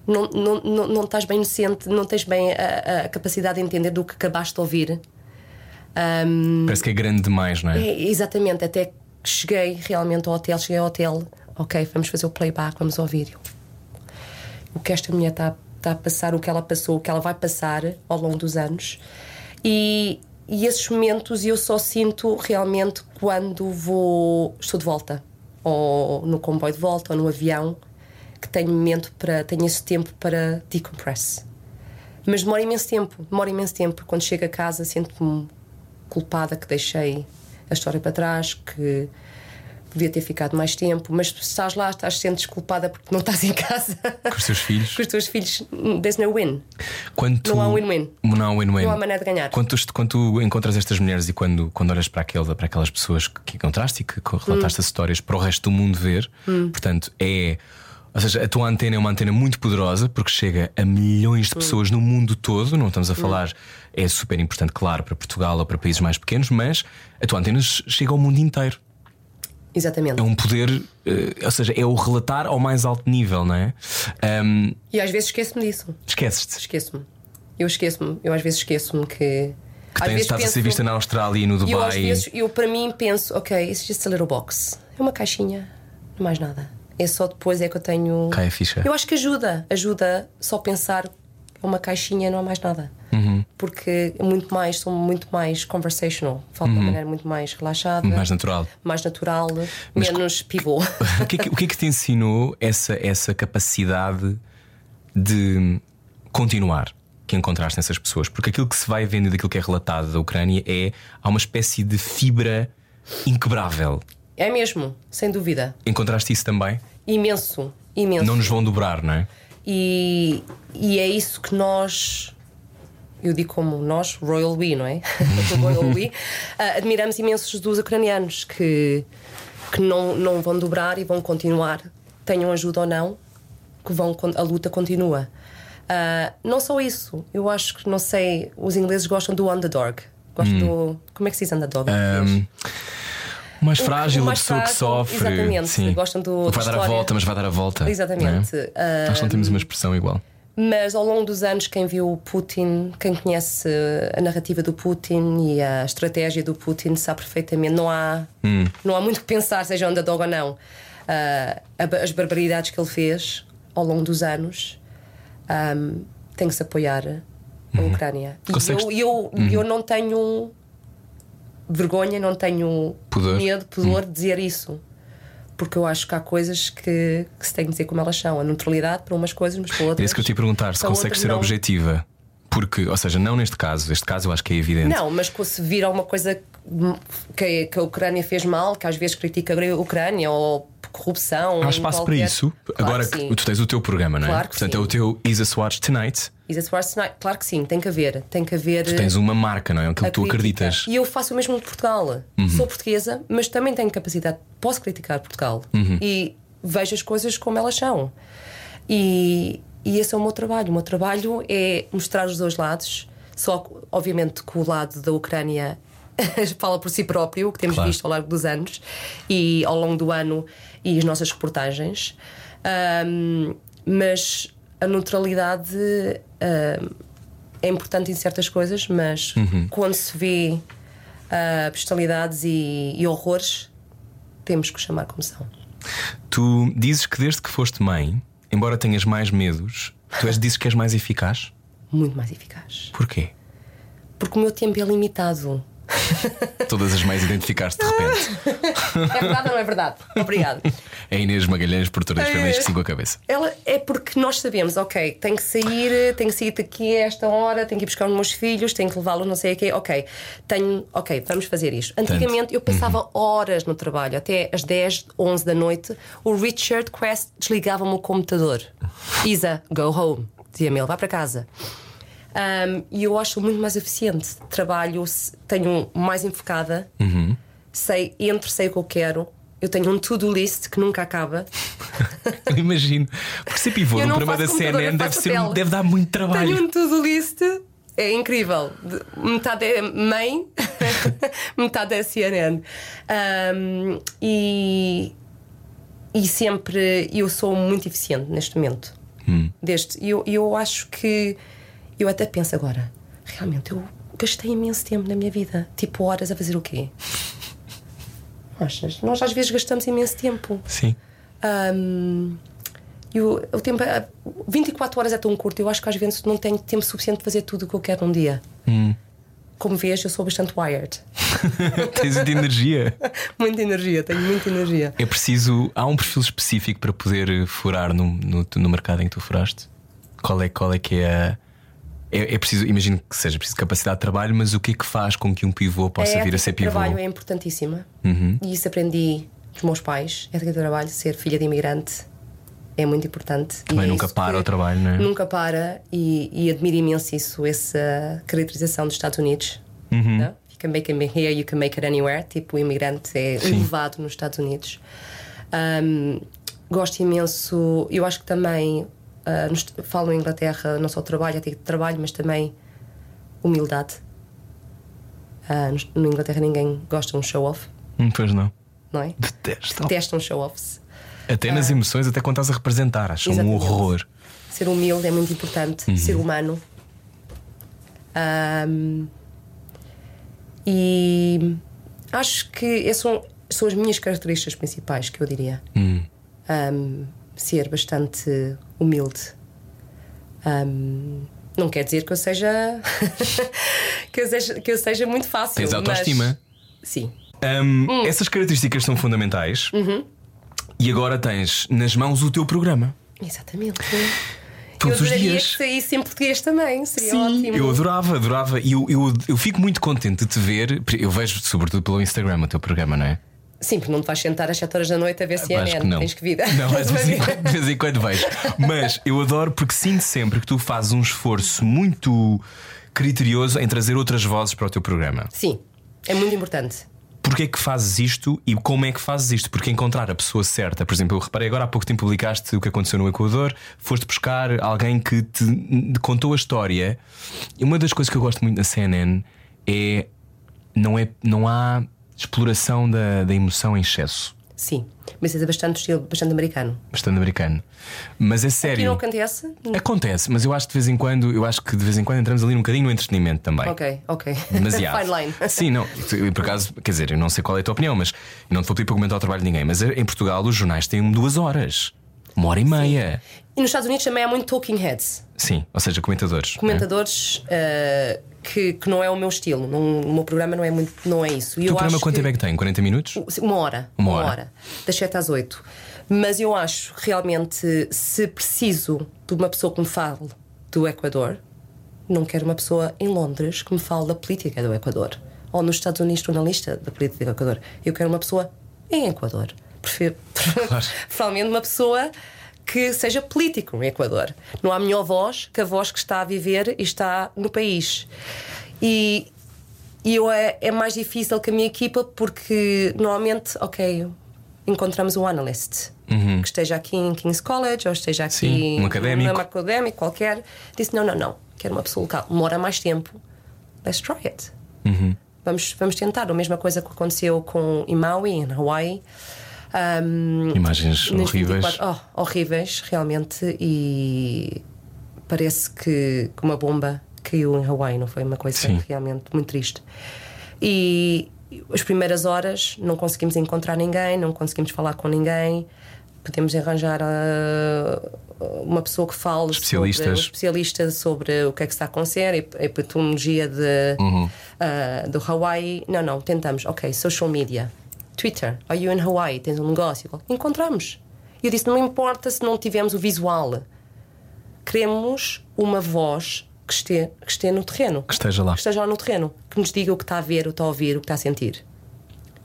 Não, não, não, não estás bem inocente, não tens bem a, a capacidade de entender do que acabaste de ouvir. Hum. Parece que é grande demais, não é? É, exatamente, até que cheguei realmente ao hotel, cheguei ao hotel, ok, vamos fazer o playback, vamos ouvir. Eu, O que esta mulher está está a passar, o que ela passou, o que ela vai passar ao longo dos anos. E, e esses momentos eu só sinto realmente quando vou, estou de volta, ou no comboio de volta, ou no avião, que tenho momento para, tenho esse tempo para decompress. Mas demora imenso tempo, demora imenso tempo. Quando chego a casa sinto-me culpada que deixei a história para trás, que devia ter ficado mais tempo, mas se estás lá, estás sentes culpada porque não estás em casa. Com os teus filhos. (laughs) Com os teus filhos, there's no win. Quando tu- Não há um win-win. Não há um win-win. Não há maneira de ganhar. Quando tu, quando tu encontras estas mulheres e quando, quando olhas para, aquele, para aquelas pessoas que, que encontraste e que co- Hum. relataste as histórias para o resto do mundo ver, portanto, é. Ou seja, a tua antena é uma antena muito poderosa porque chega a milhões Hum. de pessoas no mundo todo. Não estamos a falar, é super importante, claro, para Portugal ou para países mais pequenos, mas a tua antena ch- chega ao mundo inteiro. Exatamente. É um poder, eh, ou seja, é o relatar ao mais alto nível, não é? Ahm, E às vezes esqueço-me disso. Esqueces-te Esqueço-me. Eu esqueço-me. Eu às vezes esqueço-me que. que às tens, vezes estás a ser penso- vista na Austrália e no E Dubai. eu às vezes, eu para mim penso, ok, it's just a little box. É uma caixinha, não mais nada. É só depois é que eu tenho. Cai a ficha. Eu acho que ajuda, ajuda só pensar é uma caixinha, não há mais nada. Uhum. Porque é muito mais, sou muito mais conversational. Falo Uhum. de uma maneira muito mais relaxada, Mais natural. mais natural, Uhum. Mas menos (laughs) pivô. o, que é que, o que é que te ensinou essa, essa capacidade de continuar que encontraste nessas pessoas? Porque aquilo que se vai vendo e daquilo que é relatado da Ucrânia é há uma espécie de fibra inquebrável. É mesmo, sem dúvida. Encontraste isso também? Imenso, imenso. Não nos vão dobrar, não é? E, e é isso que nós, eu digo como nós, Royal We, não é? (laughs) Do Royal We, ah, admiramos imensos dos ucranianos que, que não, não vão dobrar e vão continuar, tenham ajuda ou não, que vão, con- a luta continua. Ah, não só isso, eu acho que, não sei, os ingleses gostam do underdog. Gostam do. Como é que se diz underdog? em português? Hum. Ahm, o mais frágil, o a mais pessoa que fraco, sofre. exatamente, Sim. gostam Vai do- da dar a história. volta, mas vai dar a volta. Exatamente. Ah, não é? Nós não temos uma expressão igual. Mas ao longo dos anos, quem viu o Putin, quem conhece a narrativa do Putin e a estratégia do Putin, sabe perfeitamente. Não há, Hum. não há muito que pensar, seja underdog ou não. Ah, a ba- as barbaridades que ele fez ao longo dos anos, ahm, tem que se apoiar a Ucrânia. E Uhum. Consegues- Uhum. eu, eu, eu não tenho vergonha, não tenho Pudor. Hum. medo, pudor de dizer isso. Porque eu acho que há coisas que, que se tem que dizer como elas são. A neutralidade para umas coisas, mas para outras. É isso que eu te ia perguntar, se Para consegues outras, ser não. objetiva. Porque, ou seja, não neste caso, este caso eu acho que é evidente. Não, mas co- se vir alguma coisa que, que a Ucrânia fez mal, que às vezes critica a Ucrânia, ou corrupção. Há em espaço qualquer- para isso. Claro Agora que que sim. tu tens o teu programa, não é? Claro que Portanto, sim. é o teu Isa Soares Tonight. Is it worth tonight? Claro que sim, tem que haver. Tem que haver. Tu tens uma marca, não é? Aquilo que tu crítica. acreditas. Eh, Uhum. E eu faço o mesmo de Portugal. Sou portuguesa, mas também tenho capacidade. Posso criticar Portugal Uhum. e vejo as coisas como elas são. E, e esse é o meu trabalho. O meu trabalho é mostrar os dois lados. Só, que, obviamente, que o lado da Ucrânia (laughs) fala por si próprio, o que temos Claro. visto ao longo dos anos e ao longo do ano e as nossas reportagens. Ahm, mas a neutralidade ahm, é importante em certas coisas, mas quando se vê ah, bestialidades e, e horrores, temos que chamar como são. Tu dizes que desde que foste mãe, embora tenhas mais medos, tu és, dizes que és mais eficaz. Muito mais eficaz. Porquê? Porque o meu tempo é limitado. Todas as mais identificaste de repente. É verdade ou não é verdade? Obrigado. É Inês Magalhães, portadora É das ferramentas de 5 a cabeça. Ela é porque nós sabemos, ok, tenho que sair, tenho que sair daqui a esta hora, tenho que ir buscar os meus filhos, tenho que levá-los, não sei o quê, ok, tenho, ok, vamos fazer isto. Antigamente eu passava horas no trabalho, até às 10, 11 da noite, o Richard Quest desligava-me o computador. Isa, go home. Dizia-me ele, vá para casa. Ahm, e eu acho muito mais eficiente. Trabalho, se- tenho mais enfocada, sei, entro, sei o que eu quero. Eu tenho um to-do list que nunca acaba. Eu imagino. Porque ser pivô Eu num não programa da faço computador, CNN eu deve, faço ser- um papel. deve dar muito trabalho. Tenho um to-do list. É incrível. De- Metade é mãe, (laughs) metade é CNN. Ahm, e, e sempre eu sou muito eficiente neste momento. Deste, e eu, eu acho que. Eu até penso agora, realmente eu gastei imenso tempo na minha vida. Tipo, horas a fazer o quê? Achas? Nós às vezes gastamos imenso tempo. Sim. (laughs) Ahm, e o, o tempo. é- 24 horas é tão curto, eu acho que às vezes não tenho tempo suficiente para fazer tudo o que eu quero num dia. Hum. Como vês, eu sou bastante wired. (laughs) Tens de energia. muita energia, tenho muita energia. É preciso. Há um perfil específico para poder eh, furar no, no, no mercado em que tu furaste? Qual é, qual é que é a. É, é preciso, imagino que seja preciso capacidade de trabalho, mas o que é que faz com que um pivô possa vir ética a ser de pivô? Uhum. trabalho é importantíssima. E isso aprendi dos meus pais. Ética de trabalho, ser filha de imigrante é muito importante. Também E é nunca isso para que o trabalho, não é? Nunca para e, e admiro imenso isso, essa caracterização dos Estados Unidos. Não? é? You can make it here, you can make it anywhere. Tipo, o imigrante é elevado nos Estados Unidos. Ahm, gosto imenso. Eu acho que também ah, nos- falo em Inglaterra não só trabalho, ética de trabalho, mas também humildade. Ah, nos- no Inglaterra ninguém gosta de um show-off, Hum, Pois não. não é? Detesto. Detestam show-offs. Até nas emoções, até quando estás a representar, acho um é. Exatamente. horror. Ser humilde é muito importante, Uhum. ser humano. Ahm, e acho que essas são, são as minhas características principais, que eu diria. Hum. Ahm, ser bastante humilde. Ahm, não quer dizer que eu seja (laughs) que, eu seja que eu seja muito fácil. Tens mas- autoestima. Sim. Hum, Essas características são fundamentais. Uhum. E agora tens nas mãos o teu programa. Exatamente. Todos eu os adoraria dias. que saísse em português também, seria ótimo. Eu adorava, adorava. E eu, eu, eu fico muito contente de te ver. Eu vejo, sobretudo, pelo Instagram o teu programa, não é? Sim, porque não te vais sentar às 7 horas da noite a ver CNN. Acho que não. é Tens que vir. Não, (laughs) é assim. mas de Uma vez, em vez. quando, de vez em quando vejo. Mas eu adoro porque sinto sempre que tu fazes um esforço muito criterioso em trazer outras vozes para o teu programa. Sim, é muito importante. Porquê que fazes isto e como é que fazes isto? Porque encontrar a pessoa certa, por exemplo, eu reparei agora há pouco tempo publicaste o que aconteceu no Equador, foste buscar alguém que te te contou a história. E uma das coisas que eu gosto muito na CNN é não, é, não há exploração da, da emoção em excesso, Sim, mas é bastante estilo, bastante americano. bastante americano. Mas é E não sério. acontece? Acontece, mas eu acho que de vez em quando, eu acho que de vez em quando entramos ali um bocadinho no entretenimento também. Ok, ok. Demasiado. (laughs) Fine line. Sim, não. Eu, Por acaso, quer dizer, eu não sei qual é a tua opinião, mas eu não te vou pedir para comentar o trabalho de ninguém. Mas eh, em Portugal os jornais têm duas horas, uma hora e meia. E nos Estados Unidos também há muito talking heads, Sim, ou seja, comentadores. né? comentadores eh, que, que não é o meu estilo. Não, o meu programa não é, muito, não é isso. O E eu teu programa acho quanto que- tempo é que tem? 40 minutos? Uma hora. Uma hora. Das 7 às 8. Mas eu acho realmente, se preciso de uma pessoa que me fale do Equador, não quero uma pessoa em Londres que me fale da política do Equador. Ou nos Estados Unidos, jornalista da política do Equador. Eu quero uma pessoa em Equador. Prefiro. (laughs) Claro. Provavelmente uma pessoa que seja político no Equador. Não há melhor voz que a voz que está a viver e está no país. E, e eu é, é mais difícil que a minha equipa porque normalmente, ok, encontramos um analyst que esteja aqui em King's College ou esteja aqui Uhum. Sim, um num académico. ramo académico qualquer. Disse: não, não, não, quero uma pessoa local, mora mais tempo. Let's try it. Uhum. Vamos, vamos tentar. A mesma coisa que aconteceu com em Maui, em Hawaii. Um, Ahm, Imagens nas horríveis. 24 oh, horríveis, realmente. E parece que uma bomba caiu em Hawaii, não foi? Uma coisa Sim. realmente muito triste. E as primeiras horas não conseguimos encontrar ninguém, não conseguimos falar com ninguém. Podemos arranjar ah, uma pessoa que fale Especialistas. sobre, um especialista sobre o que é que está a acontecer, hip- a epidemiologia de, ah, do Hawaii. Não, não, tentamos. Ok, social media, Twitter, are you in Hawaii? Tens um negócio? Encontramos. E eu disse: não importa se não tivermos o visual, queremos uma voz que esteja, que esteja no terreno Que esteja lá. que esteja lá no terreno, que nos diga o que está a ver, o que está a ouvir, o que está a sentir.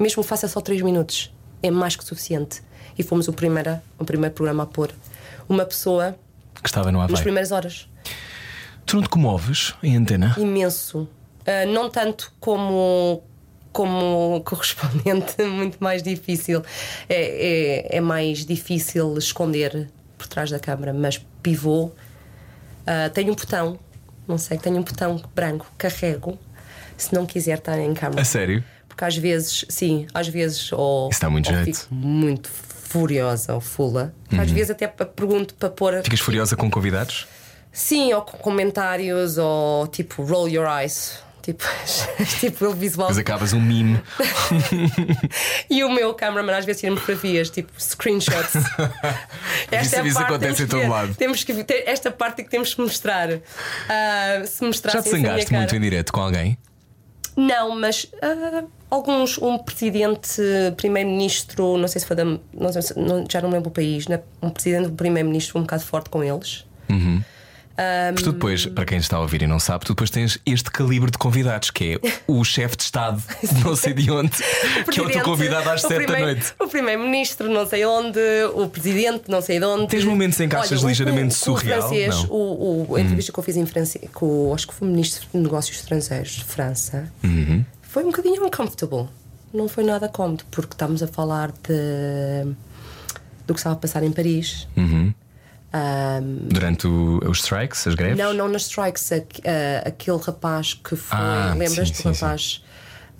Mesmo que faça só 3 minutos, é mais que suficiente. E fomos o, primeira, o primeiro programa a pôr uma pessoa Que estava no nas Havaí. primeiras horas. Tu não te comoves em antena? Imenso. Ah, não tanto como. Como (laughs) correspondente, muito mais difícil. É, é- é mais difícil esconder por trás da câmara, mas pivô. ah, tenho um botão, não sei, tenho um botão branco, carrego, se não quiser estar em câmara. A sério? Porque às vezes, sim, às vezes ou, Isso dá muito ou jeito. Uhum. fico muito furiosa ou fula. Às vezes até p- pergunto para pôr Ficas furiosa com convidados? sim ou com comentários ou tipo roll your eyes. Tipo, (laughs) tipo ele visual. Depois acabas um (laughs) meme. E o meu cameraman às vezes tira-me fotografias, tipo (laughs) screenshots. Isso- é a isso parte acontece temos em que todo ver. lado. Temos que ter esta parte que temos que mostrar. Ah, se mostrar Já te zangaste muito em direto com alguém? Não, mas ah, alguns, um presidente, primeiro-ministro, não sei se foi da. não sei se- não- já não me lembro o país, né? um presidente, um primeiro-ministro, foi um bocado forte com eles. Porque tu depois, para quem está a ouvir e não sabe, tu depois tens este calibre de convidados, que é (laughs) o chefe de Estado, de não sei de onde, que é o teu Presidente, convidado às o 7 da primeiro- noite. O primeiro-ministro, não sei onde, o presidente, não sei de onde. Tens momentos em que achas Olha, o- ligeiramente o- surreal, O francês, não? Hum. o- o- a entrevista que eu fiz em França, com, acho que foi o ministro de Negócios Estrangeiros de França, Uhum. foi um bocadinho uncomfortable. Não foi nada cómodo, porque estamos a falar de. do que estava a passar em Paris. Uhum. Ahm, Durante o- os strikes, as greves? não, não nas strikes. aqu- ah, aquele rapaz que foi. Ah, lembras sim, do sim, sim. rapaz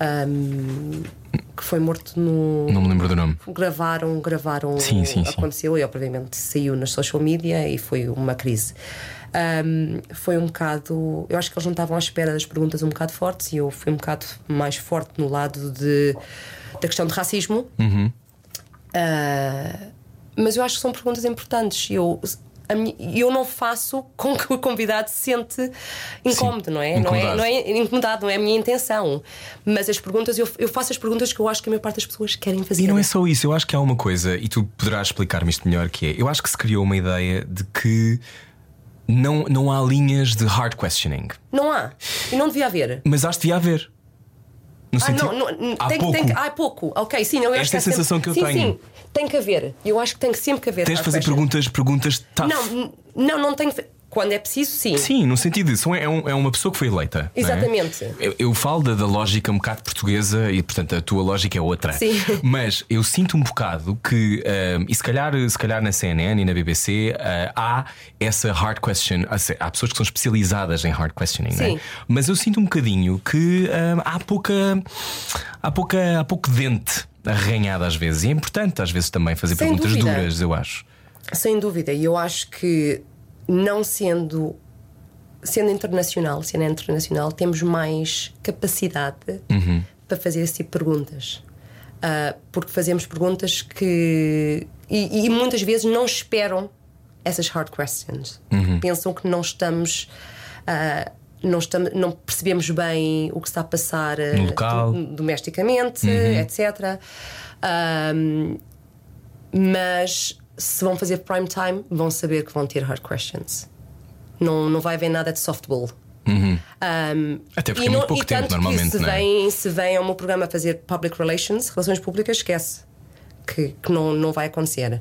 ahm, que foi morto no. Não me lembro do nome. Tipo, Gravaram, gravaram. Sim, sim, sim. aconteceu e, obviamente, saiu nas social media e foi uma crise. Ahm, foi um bocado. Eu acho que eles não estavam à espera das perguntas um bocado fortes e eu fui um bocado mais forte no lado de, da questão de racismo. Uhum. Ah, mas eu acho que são perguntas importantes. Eu, a minha- eu não faço com que o convidado se sente incómodo, não, é? Não, é, incomodado. não é incomodado, não é a minha intenção. Mas as perguntas, eu, eu faço as perguntas que eu acho que a maior parte das pessoas querem fazer. E não é só isso, eu acho que há uma coisa, e tu poderás explicar-me isto melhor, que é, eu acho que se criou uma ideia de que não, não há linhas de hard questioning. Não há. E não devia haver. Mas acho que devia haver. No Ah, sentido, não, não, não, há tem, que- pouco. tem que. Ah, é pouco. Ok, sim, eu acho Esta é a que há sensação que eu sim, tenho. Sim, tem que haver. Eu acho que tem que sempre que haver. Tens de hard fazer question. perguntas, perguntas tough. Não, n- não, não tenho. que fa- Quando é preciso, sim. Sim, no sentido disso, é, um- é uma pessoa que foi eleita. não é? Exatamente. Eu, eu falo da, da lógica um bocado portuguesa e, portanto, a tua lógica é outra. Sim. (laughs) Mas eu sinto um bocado que, ahm, e se calhar, se calhar na CNN e na BBC, ah, há essa hard question. há se- Há pessoas que são especializadas em hard questioning, não é? Sim. Mas eu sinto um bocadinho que ahm, há pouca. Há, pouca, há pouco dente arranhado às vezes. E é importante, às vezes, também fazer Sem perguntas dúvida. duras, eu acho. Sem dúvida, e eu acho que não sendo sendo internacional, sendo internacional, temos mais capacidade Uhum. para fazer esse tipo de perguntas. Ah, porque fazemos perguntas que. E, e muitas vezes não esperam essas hard questions. Uhum. Pensam que não estamos. ah, não, estamos, não percebemos bem o que está a passar ah, No local. Uhum. do- domesticamente, etc. Ah, mas se vão fazer prime time, vão saber que vão ter hard questions. Não, não vai haver nada de softball. Um, Até porque e é muito não- pouco e tempo, tanto que normalmente, se não é? vem, se vem ao meu programa fazer public relations, relações públicas, esquece que, que não, não vai acontecer.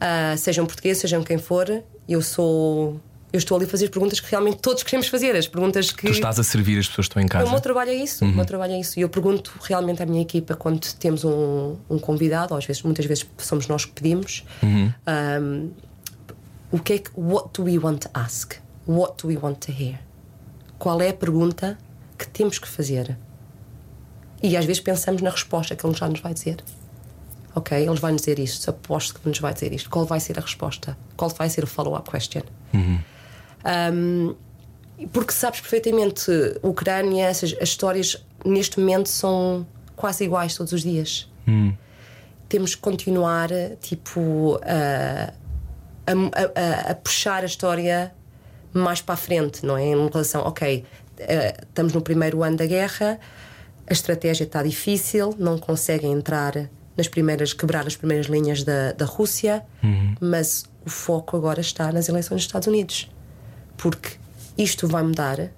Ah, sejam portugueses, sejam quem for, eu sou. Eu estou ali a fazer perguntas que realmente todos queremos fazer, as perguntas que. Tu estás a servir as pessoas que estão em casa. O meu trabalho é isso, o meu trabalho é isso. E eu pergunto realmente à minha equipa quando temos um, um convidado, ou às vezes, muitas vezes somos nós que pedimos, um, o que é que what do we want to ask? What do we want to hear? Qual é a pergunta que temos que fazer? E às vezes pensamos na resposta que ele já nos vai dizer. Ok, ele vai nos dizer isto, aposto que nos vai dizer isto. Qual vai ser a resposta? Qual vai ser o follow-up question? Porque sabes perfeitamente, Ucrânia, essas- as histórias neste momento são quase iguais todos os dias. temos que continuar, tipo, a, a- a- a puxar a história mais para a frente, não é? Em relação, ok, eh, estamos no primeiro ano da guerra, a estratégia está difícil, não conseguem entrar nas primeiras, quebrar as primeiras linhas da, da Rússia, mas o foco agora está nas eleições dos Estados Unidos. Porque isto vai mudar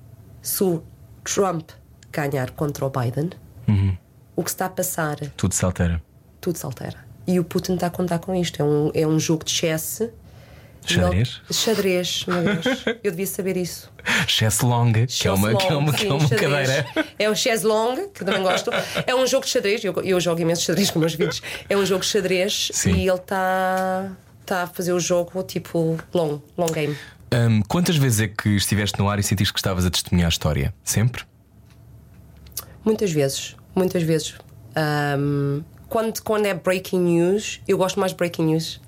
se o Trump ganhar contra o Biden, o que se está a passar Tudo se altera. tudo se altera. E o Putin está a contar com isto. É um, é um jogo de chess. Xadrez? Ele- Xadrez, meu (laughs) Deus. Eu devia saber isso. Chess long, que é uma, que é uma, que é uma Chess long, sim, cadeira. xadrez. É o chess long, que também (laughs) gosto. É um jogo de xadrez. Eu, eu jogo imenso xadrez com meus vídeos. É um jogo de xadrez Sim. e ele está tá a fazer o jogo tipo long, long game. Hum, quantas vezes é que estiveste no ar e sentiste que estavas a testemunhar a história? Sempre? Muitas vezes, muitas vezes. Ahm, quando, quando é breaking news, eu gosto mais de breaking news.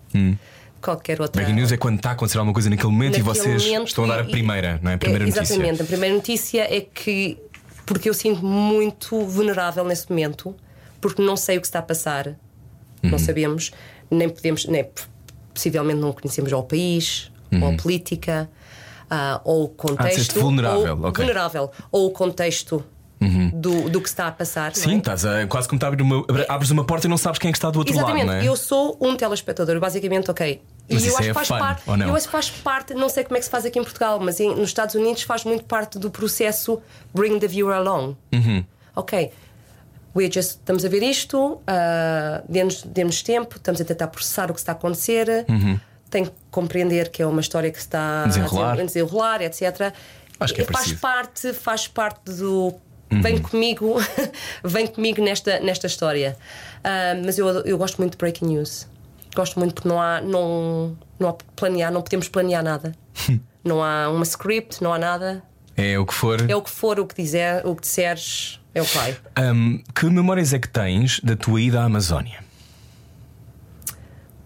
Qualquer outra. Hum. Breaking news é quando está a acontecer alguma coisa naquele momento e Ah. Naquele vocês momento estão a dar a e- primeira, não é? A primeira É, notícia. Exatamente, a primeira notícia é que. Porque eu sinto-me muito vulnerável nesse momento, porque não sei o que está a passar, Uhum. não sabemos, nem podemos, nem, possivelmente não conhecemos ou o país, ou Uhum. a política, ah, ou o contexto. disseste vulnerável, ou, ok. Uhum. vulnerável, ou o contexto do, do que está a passar. não Sim, é? estás a, quase como está a abrir uma, abre- abres uma porta e não sabes quem é que está do outro Exatamente, lado, não é? eu sou um telespectador, basicamente, ok. Mas e eu isso acho é que faz fun, parte, ou não? eu acho que faz parte, não sei como é que se faz aqui em Portugal, mas em- nos Estados Unidos faz muito parte do processo bring the viewer along. Uhum. Ok. We're just, estamos a ver isto, ah, demos, demos tempo, estamos a tentar processar o que está a acontecer, tem que compreender que é uma história que está a Uhum. Desenrolar. desen- a desenrolar, etc. Acho que é Uhum. E faz parecido. parte, faz parte do. Vem comigo, (laughs) vem comigo nesta, nesta história. Ah, mas eu, eu gosto muito de breaking news. Gosto muito porque não há, não, não há planear, não podemos planear nada. (laughs) não há uma script, não há nada. É o que for. É o que for, o que dizer, o que disseres, é o que vai. Hum, que memórias é que tens da tua ida à Amazónia?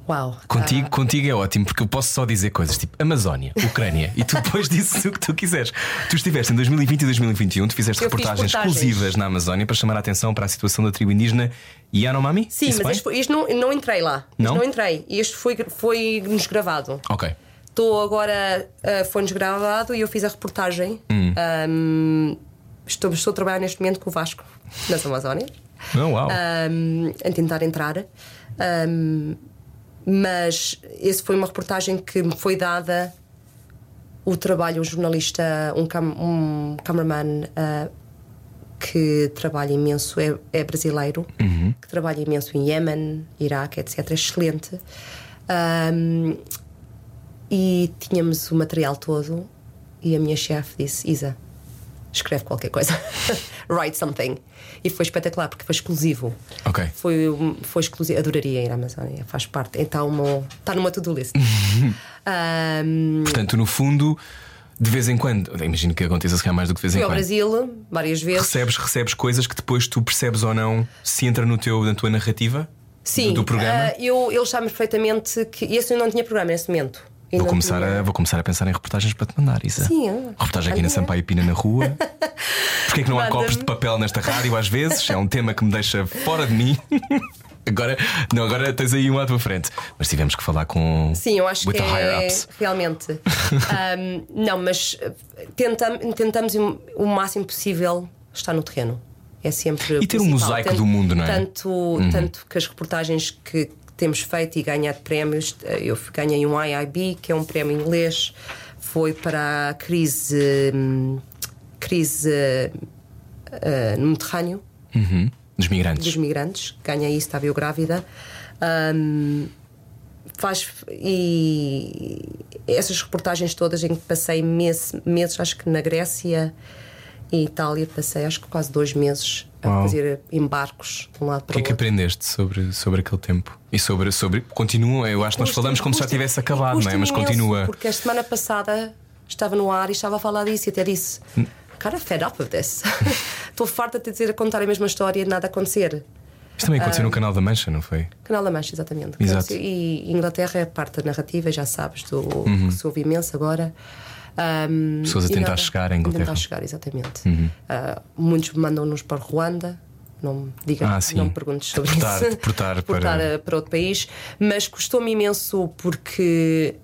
Uau. Contigo, Ah, contigo é ótimo, porque eu posso só dizer coisas tipo Amazónia, Ucrânia, e tu (laughs) depois dizes o que tu quiseres. Tu estiveste em 2020 e 2021, tu fizeste Eu fiz reportagens, reportagens. exclusivas na Amazónia para chamar a atenção para a situação da tribo indígena Yanomami? Sim, Disse mas bem? isto, isto não, não entrei lá. Isto Não? não entrei. Isto foi, foi nos gravado. Ok. Estou agora, ah, foi-nos gravado e eu fiz a reportagem. Ahm, estou, estou a trabalhar neste momento com o Vasco, nas Amazónia, Não, Oh, uau. Ah. ahm, a tentar entrar. Ahm, mas essa foi uma reportagem que me foi dada o trabalho, um jornalista, um, cam um cameraman ah, que trabalha imenso, é, é brasileiro, que trabalha imenso em Iémen, Iraque, etc. Excelente. Ahm, e tínhamos o material todo e a minha chefe disse: Isa, escreve qualquer coisa, (laughs) write something. E foi espetacular porque foi exclusivo. Ok. Foi, um- foi exclusivo. Adoraria ir à Amazónia, faz parte. Então uma- está numa (laughs) to-do list. Ahm, Portanto, no fundo, de vez em quando, imagino que aconteça se calhar mais do que de vez em fui ao quando. Brasil várias vezes. Recebes, recebes coisas que depois tu percebes ou não se entra no teu, na tua narrativa Sim, do, do programa. ah, eu, eles sabem perfeitamente que. E esse eu não tinha programa nesse momento. Eu vou, não começar tinha- a, vou começar a pensar em reportagens para te mandar, Isa. Sim, é. Reportagem aqui na Olha. Sampaio Pina na (laughs) rua. Porquê é que não há Manda-me. copos de papel nesta rádio às vezes? É um tema que me deixa fora de mim. (laughs) Agora, não, agora tens aí um à tua frente. Mas tivemos que falar com. Sim, eu acho with que the higher é, ups. (laughs) realmente. Ahm, não, mas eh, tentam- tentamos o- o máximo possível estar no terreno. É sempre. o E ter um principal. mosaico do mundo, não é? Tanto, tanto que as reportagens que temos feito e ganhado prémios, eh, eu ganhei um IIB, que é um prémio inglês, foi para a crise, hum, crise eh, eh, no Mediterrâneo Uhum. Dos dos migrantes. migrantes, ganhei isso, estava eu grávida. Ahm, faz e essas reportagens todas em que passei mes- meses, acho que na Grécia e Itália, passei acho que quase dois meses a Uau. fazer embarcos de um lado O para que o é que outro. aprendeste sobre, sobre aquele tempo? E sobre. sobre continua, eu acho que nós Custa- falamos como se já custa- tivesse acabado, não custa é? Mas imenso, continua. Porque a semana passada estava no ar e estava a falar disso e até disse: Hum. Cara, fed up of this. (laughs) Estou farta de te dizer a contar a mesma história e nada acontecer. Isto também aconteceu ah, no canal da Mancha, não foi? Canal da Mancha, exatamente. Exato. E Inglaterra é parte da narrativa, já sabes, do que se ouve imenso agora. Ahm, Uhum. Pessoas a e tentar nada, chegar à a Inglaterra. Uhum. Tentar chegar, exatamente. Ah, muitos mandam-nos para Ruanda, não, diga, Ah, sim. não me perguntes sobre Deportar- isso. (laughs) deportar para- para... para outro país, mas custou-me imenso porque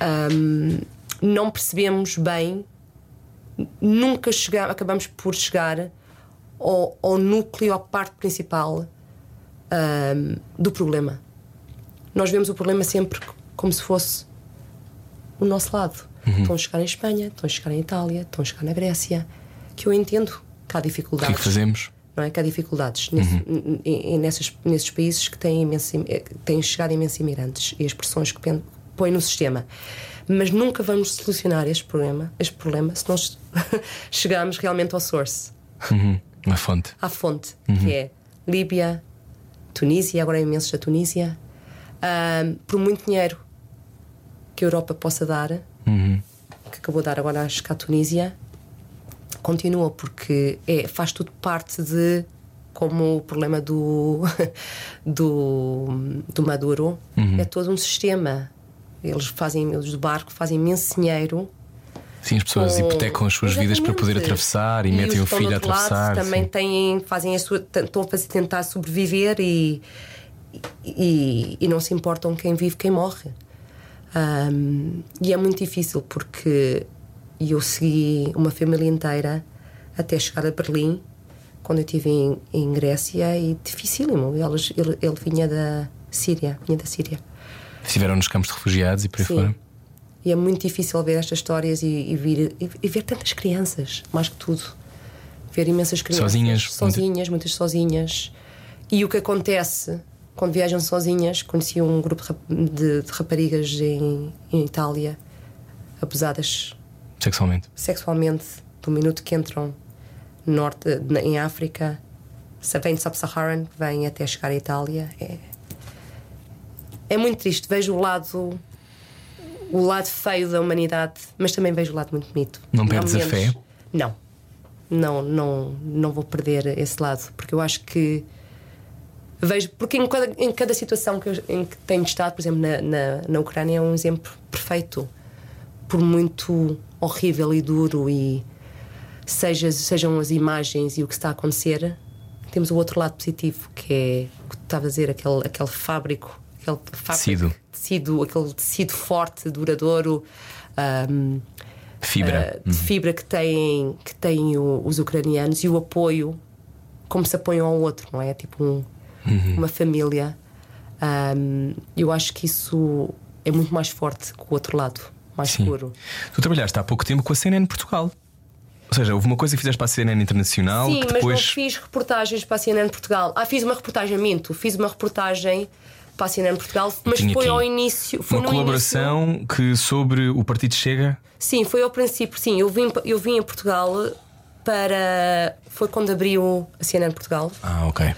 ahm, não percebemos bem, nunca chega, acabamos por chegar ao, ao núcleo, à parte principal ahm, do problema. Nós vemos o problema sempre como se fosse o nosso lado. Estão a chegar em Espanha, estão a chegar em Itália, estão a chegar na Grécia, que eu entendo que há O que é que dificuldades fazemos? não é? Que há dificuldades nesse- n- n- nessas- nesses países que têm, imenso, im- eh, que têm chegado imensos imigrantes e as pressões que pen- põe no sistema. Mas nunca vamos solucionar este problema, este problema se nós (laughs) chegarmos realmente ao source, Uhum. A fonte. à fonte, que é Líbia, Tunísia, agora imensos da Tunísia, Ahm, por muito dinheiro que a Europa possa dar, que acabou de dar agora acho que à Tunísia, continua, porque é- faz tudo parte de como o problema do, (laughs) do, do Maduro é todo um sistema. Eles fazem, eles do barco fazem imenso dinheiro. Sim, as pessoas com- hipotecam as suas vidas para poder Exatamente. atravessar e, metem os o que estão filho do a outro lado atravessar. Também sim. têm, fazem a sua, tentam fazer, tentar sobreviver e, e, e não se importam quem vive, quem morre. Ahm, e é muito difícil porque eu segui uma família inteira até chegar a Berlim, quando eu estive em, em Grécia, e dificílimo. Eles, ele, ele vinha da Síria, vinha da Síria. Estiveram nos campos de refugiados e por aí Sim. fora. E é muito difícil ver estas histórias e, e vir, e, e ver tantas crianças, mais que tudo. Ver imensas crianças. Sozinhas, Sozinhas, muitas sozinhas. E o que acontece quando viajam sozinhas? Conheci um grupo de rap- de, de raparigas em, em Itália, abusadas Sexualmente. sexualmente do minuto que entram no norte, na- em África, se vem de Sub-Saharan, vem até chegar à Itália. É, é muito triste. Vejo o lado o lado feio da humanidade, mas também vejo o lado muito bonito. Não perdes a menos- fé? Não. Não, não, não vou perder esse lado, porque eu acho que vejo, porque em cada, em cada situação que eu- em que tenho estado, por exemplo, na, na, na Ucrânia, é um exemplo perfeito por muito horrível e duro e seja, sejam as imagens e o que está a acontecer, temos o outro lado positivo, que é o que tu estava a dizer, aquele, aquele fábrico, aquele fábrico, Tecido. tecido, aquele tecido forte, duradouro, ahm, ah, Fibra. Hum. Uhum. de fibra que têm, que têm o- os ucranianos e o apoio, como se apoiam ao outro, não é? Tipo um- Uhum. uma família. Ahm, eu acho que isso é muito mais forte que o outro lado, mais Sim. puro. Tu trabalhaste há pouco tempo com a CNN Portugal. Ou seja, houve uma coisa que fizeste para a CNN Internacional Sim, que mas não depois. fiz reportagens para a CNN Portugal. Ah, fiz uma reportagem, minto, fiz uma reportagem para a CNN Portugal, mas Tinha foi aqui ao início. Foi Uma no início- colaboração que sobre o Partido Chega. Sim, foi ao princípio. Sim, eu vim, eu vim a Portugal para. Foi quando abriu a CNN Portugal Ah, ok.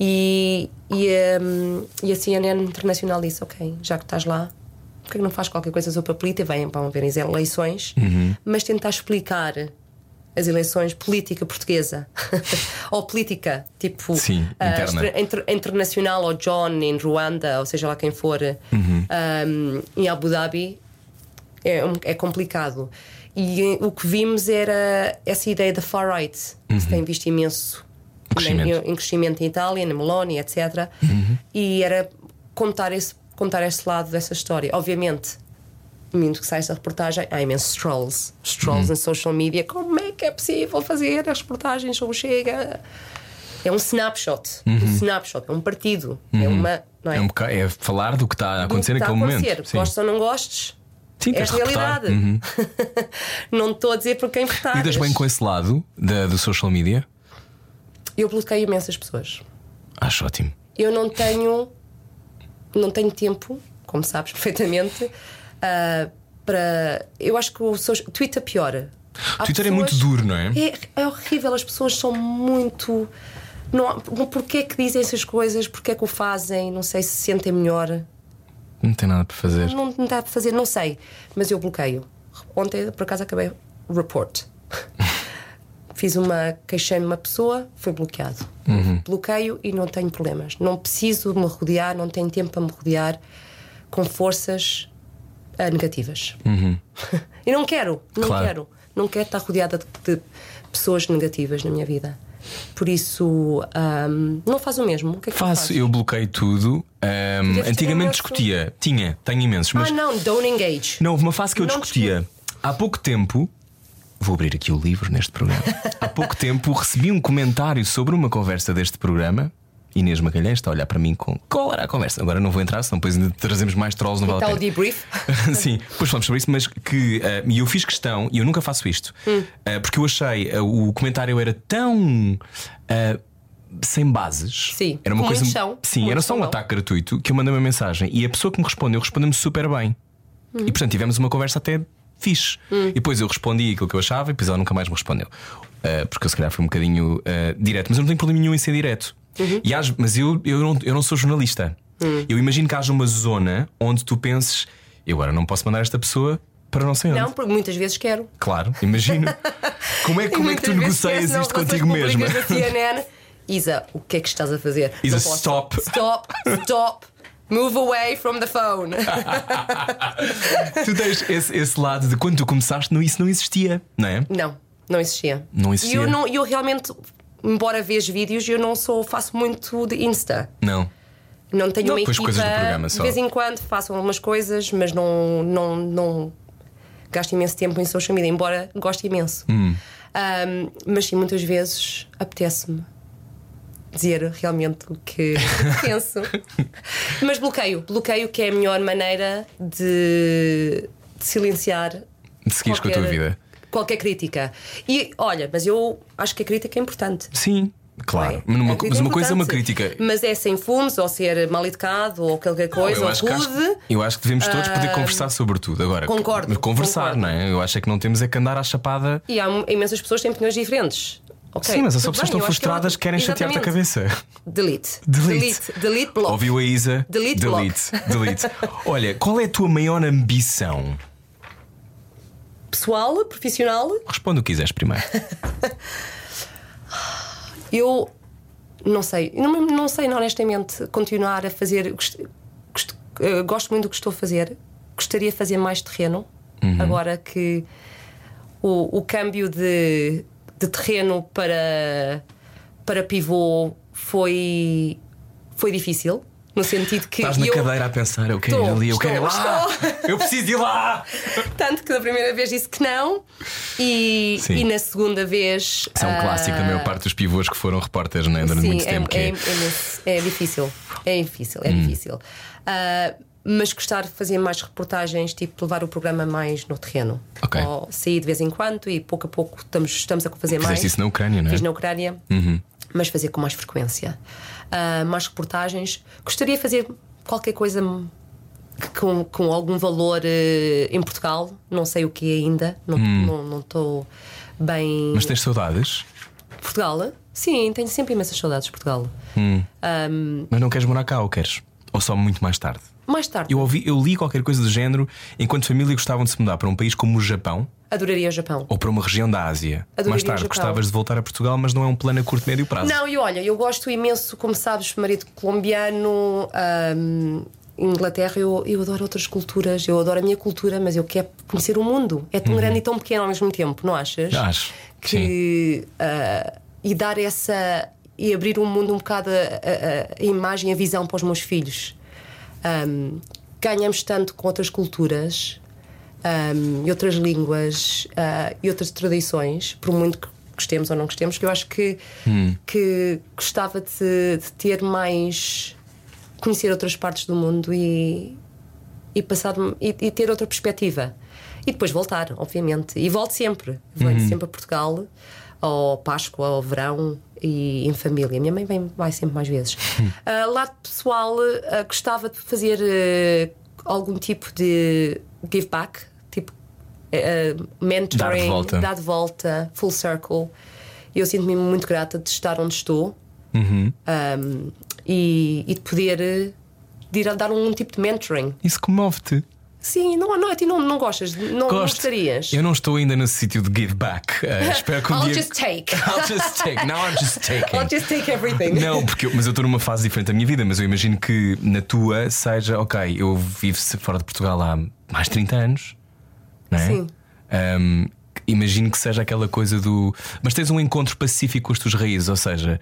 e, e, hum, e a CNN Internacional disse: Ok, já que estás lá, porque que não faz qualquer coisa sobre a política? Vêm para haver eleições, Uhum. mas tentar explicar as eleições política portuguesa (laughs) ou política tipo Sim, ah, interna. extra- inter- internacional ou John em Ruanda ou seja lá quem for Uhum. hum, em Abu Dhabi é, um- é complicado. E eh, o que vimos era essa ideia da far right, que se tem visto imenso Uhum. Crescimento. Uhum. Em, em crescimento em Itália, na Meloni, etc. E era contar esse, contar esse lado dessa história. Obviamente, muito que sai essa reportagem, há imensos trolls. Os Uhum. trolls em social media. Como é que é possível fazer as reportagens sobre o Chega? É um snapshot. Um snapshot, é um partido. É uma. Não é? Uhum. É, um boca- é falar do que está a acontecer Do que está a naquele acontecer. momento. Sim. Gostes ou não gostes? Sim, é a tens de Uhum. reportar. Hum. realidade. (laughs) Tá, não estou a dizer para quem votar. Lidas bem com esse lado da- do social media? Eu bloqueio imensas pessoas. Acho ótimo. Eu não tenho. Não tenho tempo, como sabes perfeitamente, (laughs) ah, para. Eu acho que o social... Twitter piora. Há Twitter é pessoas- muito duro, não é? É, é horrível, as pessoas são muito. Não, há- porquê é que dizem essas coisas? Porquê é que o fazem? Não sei se se sentem melhor. Não tem nada para fazer. Não não dá para fazer, não sei. Mas eu bloqueio. Ontem, por acaso, acabei o report. (laughs) Fiz uma queixei-me de uma pessoa, foi bloqueado. Uhum. Bloqueio e não tenho problemas. Não preciso de me rodear, não tenho tempo para me rodear com forças ah, negativas. (laughs) e não quero, não Uhum. Claro. quero. não quero estar rodeada de, de pessoas negativas na minha vida. Por isso, ahm, não faz o mesmo. O que é que tu Faço, fazes? eu bloqueio tudo. Ahm, Deves ter antigamente imenso. discutia, tinha, tenho imensos, mas Ah, não, don't engage. Não, houve uma fase que eu Não discutia. Há pouco tempo. Vou abrir aqui o livro neste (laughs) programa. Há pouco tempo recebi um comentário sobre uma conversa deste programa. Inês Magalhães está a olhar para mim com qual era a conversa. Agora não vou entrar, senão depois ainda trazemos mais trolls no vale a Está o pena. debrief. (laughs) Sim, depois falamos sobre isso, mas que eh, e eu fiz questão, e eu nunca faço isto, eh, porque eu achei eh, o comentário era tão eh, sem bases. Sim, era uma como coisa. muitos são, Sim, muitos era só um são, não. ataque gratuito que eu mandei uma mensagem e a pessoa que me respondeu respondeu-me super bem. E portanto tivemos uma conversa até fixe. E depois eu respondi aquilo que eu achava e depois ela nunca mais me respondeu. Eh, porque eu se calhar fui um bocadinho eh, direto, mas eu não tenho problema nenhum em ser direto. E às- mas eu, eu, não, eu não sou jornalista. Eu imagino que haja uma zona onde tu penses, eu agora não posso mandar esta pessoa para não sei onde. Não, porque muitas vezes quero. Claro, imagino. Como é, como é que tu negocias isto contigo mesma? Da CNN. Isa, o que é que estás a fazer? Isa, Não posso. stop. Stop, stop. Move away from the phone. (laughs) Ah. tu tens esse, esse lado de quando tu começaste, não, isso não existia, não é? Não, não existia. Não existia. E eu, não, eu realmente, embora veja vídeos, eu não sou, faço muito de Insta. Não. Não tenho Não, uma depois equipa. coisas do programa só. De vez em quando faço algumas coisas, mas não, não, não gasto imenso tempo em social media, embora goste imenso. Hum. Ahm, mas sim, muitas vezes apetece-me dizer realmente o (laughs) que penso. mas bloqueio, bloqueio que é a melhor maneira de, de silenciar. De seguires com a tua vida. Qualquer crítica. E olha, mas eu acho que a crítica é importante. Sim, claro. Mas uma- A crítica mas uma coisa é uma importante. crítica. Mas é sem fumos, ou ser mal educado, ou qualquer coisa, eu, ou acho que, acho- rude. ah, eu acho que devemos todos poder conversar sobre tudo. Agora, Concordo, conversar, concordo. não é? Eu acho é que não temos é que andar à chapada. E há um, imensas pessoas que têm opiniões diferentes. Ok, Sim, mas há só tudo pessoas que estão bem, eu acho é frustradas ótimo. que querem chatear-te a Exatamente. cabeça. Delete. Delete. Delete. Delete block. Ouviu a Isa? Delete block. delete, delete. (laughs) Olha, qual é a tua maior ambição? Pessoal, profissional, Responde o que quiseres primeiro. eu não sei. Não, não sei, honestamente, continuar a fazer. gost- gost- eh, gosto muito do que estou a fazer. Gostaria de fazer mais terreno. Uhum. Agora que o, o câmbio de, de terreno para, para pivô foi, foi difícil. No sentido (laughs) que. Estás na eu- cadeira a pensar, eu quero ir Estou, ali, eu estou, quero ir lá, estou. eu preciso ir lá. (laughs) Tanto que da primeira vez disse que não e, Sim. e na segunda vez. Isso é um ah, clássico da maior parte dos pivôs que foram repórteres né, durante sim, muito é, tempo. que Hum. é, é imenso- é difícil. É difícil, é difícil. Ah, mas gostar de fazer mais reportagens, tipo levar o programa mais no terreno. Ok. Ou sair de vez em quando e pouco a pouco estamos, estamos a fazer mais. Fizeste isso na Ucrânia, não é? Uhum. Fiz na Ucrânia, mas fazer com mais frequência. Ah, mais reportagens. Gostaria de fazer qualquer coisa que- com, com algum valor eh, em Portugal, não sei o que é ainda, não estou não, estou bem. Hum. Mas tens saudades? Portugal? Sim, tenho sempre imensas saudades de Portugal. Mas não queres morar cá ou queres? Ou só muito mais tarde? Mais tarde, Eu, ouvi, eu li qualquer coisa do género enquanto família gostavam de se mudar para um país como o Japão adoraria o Japão. ou para uma região da Ásia. Adoraria Mais o tarde Japão. gostavas de voltar a Portugal, mas não é um plano a curto, médio prazo. Não, e olha, eu gosto imenso, como sabes, marido colombiano, ahm, Inglaterra, eu, eu adoro outras culturas, eu adoro a minha cultura, mas eu quero conhecer o mundo. É tão grande e tão pequeno ao mesmo tempo, não achas? Acho, Que, ah, e dar essa. e abrir o mundo um bocado a, a- a imagem, a visão para os meus filhos. Ahm, ganhamos tanto com outras culturas ahm, e outras línguas ah, e outras tradições, por muito que gostemos ou não gostemos, que eu acho que, que gostava de, de ter mais. conhecer outras partes do mundo e, e, passar, um- e, e ter outra perspectiva. E depois voltar, obviamente. E volto sempre. Venho Uhum. sempre a Portugal, ao Páscoa, ao verão e em família. Minha mãe vem, vai sempre mais vezes. Uhum. Ah, lado pessoal, ah, gostava de fazer ah, algum tipo de give back, tipo eh, eh, mentoring, Dar de volta. dar de volta, full circle. Eu sinto-me muito grata de estar onde estou Uhum. Ahm, e, e de poder eh, de ir a dar um tipo de mentoring Isso comove-te. Sim, não, não, a ti não, não gostas, de- não, não Gosto. gostarias. Eu não estou ainda nesse sítio de give back. Eh, espero que um I'll dia. just (laughs) take. I'll just take. Now I'm just taking. I'll just take everything. Não, porque eu- mas eu estou numa fase diferente da minha vida, mas eu imagino que na tua seja, ok, eu vivo se- fora de Portugal há mais de 30 anos, não é? Sim. Ahm, imagino que seja aquela coisa do. Mas tens um encontro pacífico com as tuas raízes, ou seja,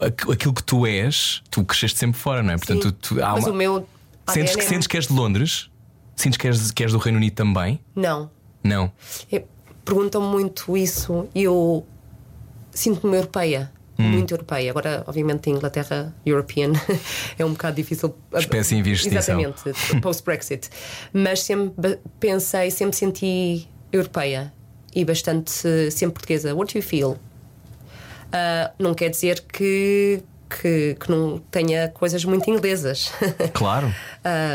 aqu- aquilo que tu és, tu cresceste sempre fora, não é? Portanto, tu, há Mas uma- o meu. Sentes ADN que, é- sentes que és de Londres? Sentes que és, que és do Reino Unido também? Não. Não. É, Perguntam-me muito isso e eu sinto-me europeia. Muito europeia. Agora, obviamente, a Inglaterra, European, (laughs) é um bocado difícil. Espécie em vias de extinção. Exatamente, post-Brexit. Mas sempre ba- pensei, sempre senti europeia e bastante, sempre portuguesa. What do you feel? Ah, não quer dizer que, que, que não tenha coisas muito inglesas. (laughs) Claro.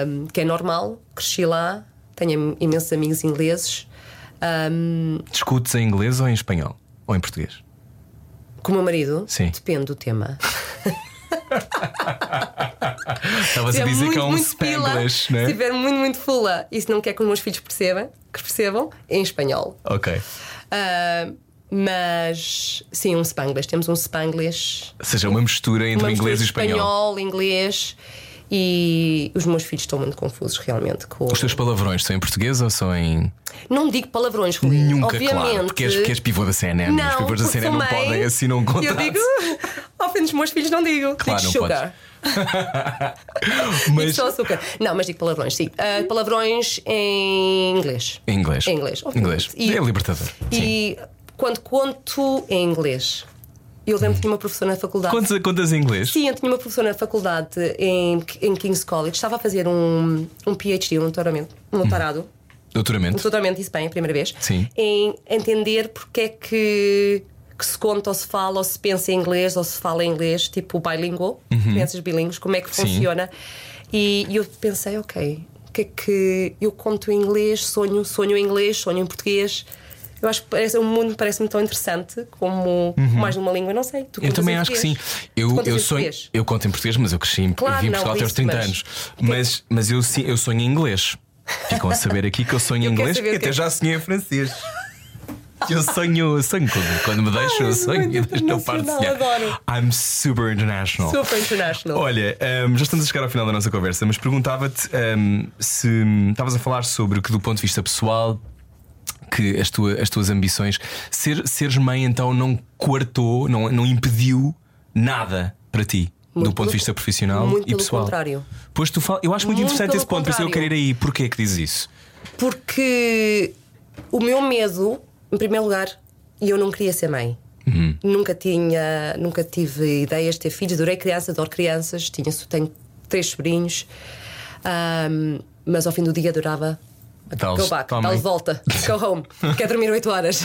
Um, que é normal, cresci lá, tenho imensos amigos ingleses. Um, Discutes em inglês ou em espanhol? Ou em português? com o meu marido, Sim. depende do tema. Estavas a tiver dizer que é um pila, spanglish, se não é? tiver muito, muito fula, e se não quer que os meus filhos percebam, que percebam, é em espanhol. Ok. Um, mas sim, um spanglish. Temos um spanglish. Ou seja, uma mistura entre uma mistura inglês de e espanhol. espanhol, inglês. E os meus filhos estão muito confusos realmente com. Os teus palavrões são em português ou são em. Não digo palavrões, Rui. Nunca, é Obviamente. claro. Porque és, porque és pivô da CNN. Os Não, pivôs da porque CNN sou não mãe, podem assim não contar. Eu digo, (laughs) ao fim dos meus filhos não digo. Claro, digo não sugar. Digo Mas. só açúcar. Não, mas digo palavrões, sim. Ah, palavrões em inglês. Em inglês. Em inglês, obviamente. Inglês. E- É libertador. Sim. E quando conto em inglês, eu lembro que tinha uma professora na faculdade. Contas, contas em inglês? Sim, eu tinha uma professora na faculdade em, em King's College, estava a fazer um, um PhD, um doutoramento, um doutorado. Doutoramento. totalmente isso bem, a primeira vez, Sim. em entender porque é que, que se conta ou se fala ou se pensa em inglês ou se fala em inglês, tipo bilingual, crianças bilíngues, como é que Uhum. Sim. funciona. E, e eu pensei, ok, o que é que eu conto em inglês, sonho, sonho em inglês, sonho em português. Eu acho que parece, o mundo parece-me tão interessante como mais uma língua, não sei. Tu Uhum. Eu contas também em acho que sim. português? Tu Eu, contas eu em sonho. português? Eu conto em português, mas eu cresci em Claro, vim em não, Portugal até aos isso, 30 mas- anos. Mas, mas eu, sim, eu sonho em inglês. Ficam a saber aqui que eu sonho em (laughs) Eu quero inglês saber o e quê? até já sonhei em francês. Eu sonho, eu sonho quando, quando me deixo, Ai, eu é sonho e muito deixo eu paro de sonhar. internacional, adoro. I'm super international. Super international. Olha, hum, já estamos a chegar ao final da nossa conversa, mas perguntava-te hum, se hum, estavas a falar sobre que, do ponto de vista pessoal, que as, tua- as tuas ambições, ser, seres mãe então não coartou, não, não impediu nada para ti. Muito do ponto pelo- de vista profissional muito e pelo pessoal. contrário. Pois tu fala, eu acho muito, Muito interessante pelo esse ponto, por isso eu quero contrário. ir aí. Porquê é que dizes isso? Porque o meu medo, em primeiro lugar, eu não queria ser mãe. Nunca tinha, nunca tive ideias de ter filhos. Adorei criança, adoro crianças. Tinha, tenho três sobrinhos. Ahm, mas ao fim do dia adorava Tal- Go back, tal tal mãe. volta, go home, quer dormir 8 horas,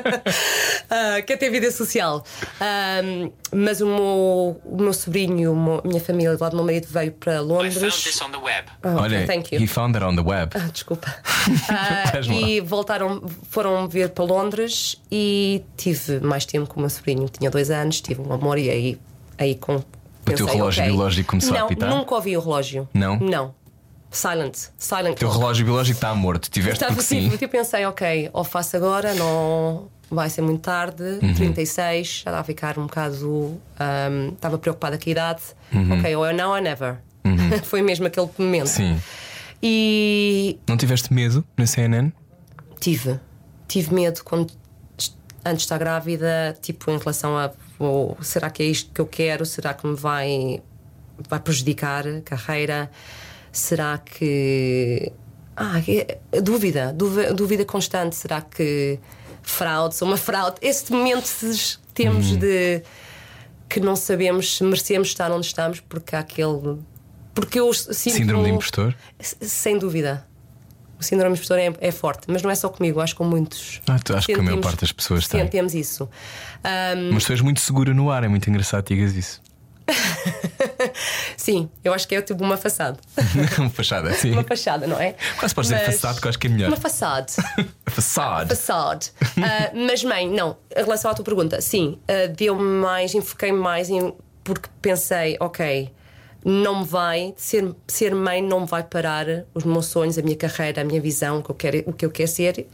(laughs) Ah, quer ter vida social. Ahm, mas o meu, o meu sobrinho, o meu- a minha família, do lado do meu marido, veio para I found Londres. this on the web. Ah, ok, Olha, thank you. he found that on the web. (laughs) (laughs) Ah, desculpa. Ah, Faz mal. e voltaram, foram ver para Londres e tive mais tempo com o meu sobrinho, que tinha dois anos, tive um amor e aí, aí com. O teu relógio biológico começou a não, apitar? Nunca ouvi o relógio. Não? Não. Silent. Silent. Teu clock. relógio biológico está morto, tiveste Estava porque sim. assim, eu pensei, ok, ou faço agora, não vai ser muito tarde, Uhum. 36, já estava a ficar um bocado. ahm, estava preocupada com a idade, ok, ou é now or never. (laughs) Foi mesmo aquele momento. Uhum. Sim. E Não tiveste medo na CNN? Tive. Tive medo quando est- antes de estar grávida, tipo, em relação a vou- será que é isto que eu quero? Será que me vai, vai prejudicar a carreira? Será que. Ah, é- dúvida, dúvida, dúvida constante. Será que fraude, sou uma fraude? Este momento que Uhum. temos de que não sabemos se merecemos estar onde estamos, porque há aquele. Porque eu sinto. um Síndrome de impostor? S- Sem dúvida. O síndrome impostor é, é forte, mas não é só comigo, acho que com muitos. Ah, tu- acho que a maior Sentimos- parte das pessoas tem. Sentimos isso. Ahm, (laughs) Mas tu és muito segura no ar, é muito engraçado que digas isso. sim, eu acho que é tipo uma façade. uma fachada, sim. Uma fachada, não é? Quase podes dizer Mas- façade, que eu acho que é melhor. Uma façade. (laughs) Façade. Façade. (laughs) Ah, mas, mãe, não, em relação à tua pergunta, sim, ah, deu-me mais, enfoquei-me mais em- porque pensei, ok, não me vai, ser, ser mãe não me vai parar os meus sonhos, a minha carreira, a minha visão, o que eu quero, o que eu quero ser.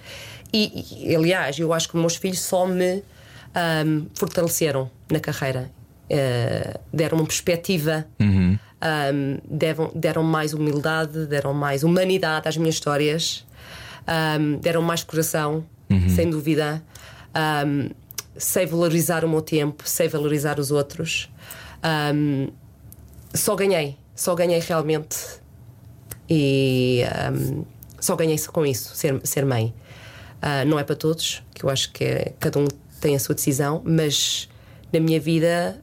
E, e, aliás, eu acho que os meus filhos só me ahm, fortaleceram na carreira. Ah, deram uma perspectiva, ahm, deram, deram mais humildade, deram mais humanidade às minhas histórias. Um, deram mais coração sem dúvida. Ahm, sei valorizar o meu tempo, sei valorizar os outros. Ahm, só ganhei, só ganhei realmente. E ahm, só ganhei com isso, ser, ser mãe. Ah, não é para todos, que eu acho que é- cada um tem a sua decisão, mas na minha vida,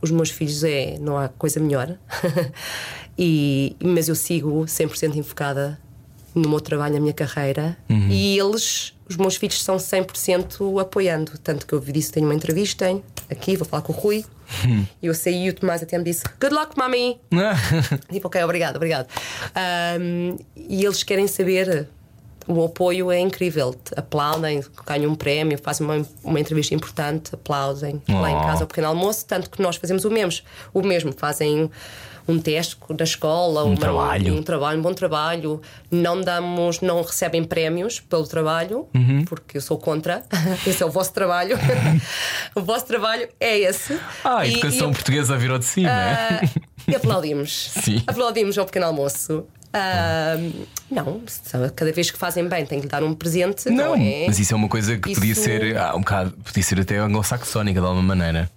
os meus filhos é, não há coisa melhor. (laughs) e, mas eu sigo 100% enfocada no meu trabalho, na minha carreira, e eles, os meus filhos, são 100% apoiando. Tanto que eu disse, tenho uma entrevista, tenho, aqui, vou falar com o Rui, e eu saí e o Tomás até me disse: Good luck, mami! Tipo, ok, obrigado, obrigado. Ahm, e eles querem saber. O apoio é incrível. Aplaudem, ganham um prémio, fazem uma, uma entrevista importante, aplaudem lá em Oh. casa ao pequeno almoço. Tanto que nós fazemos o mesmo. O mesmo, fazem um teste na escola, um trabalho. um trabalho, um bom trabalho. Não damos, não recebem prémios pelo trabalho, Uhum. porque eu sou (laughs) contra. Esse é o vosso trabalho. o vosso trabalho é esse. Ah, a E- e educação eu- portuguesa virou de cima. ah, e aplaudimos. é? (laughs) Sim. Aplaudimos ao pequeno almoço. Ah, não, se- cada vez que fazem bem tem que lhe dar um presente. Não, é? mas isso é uma coisa que podia Isso- ser ah, um bocado, podia ser até anglo-saxónica de alguma maneira.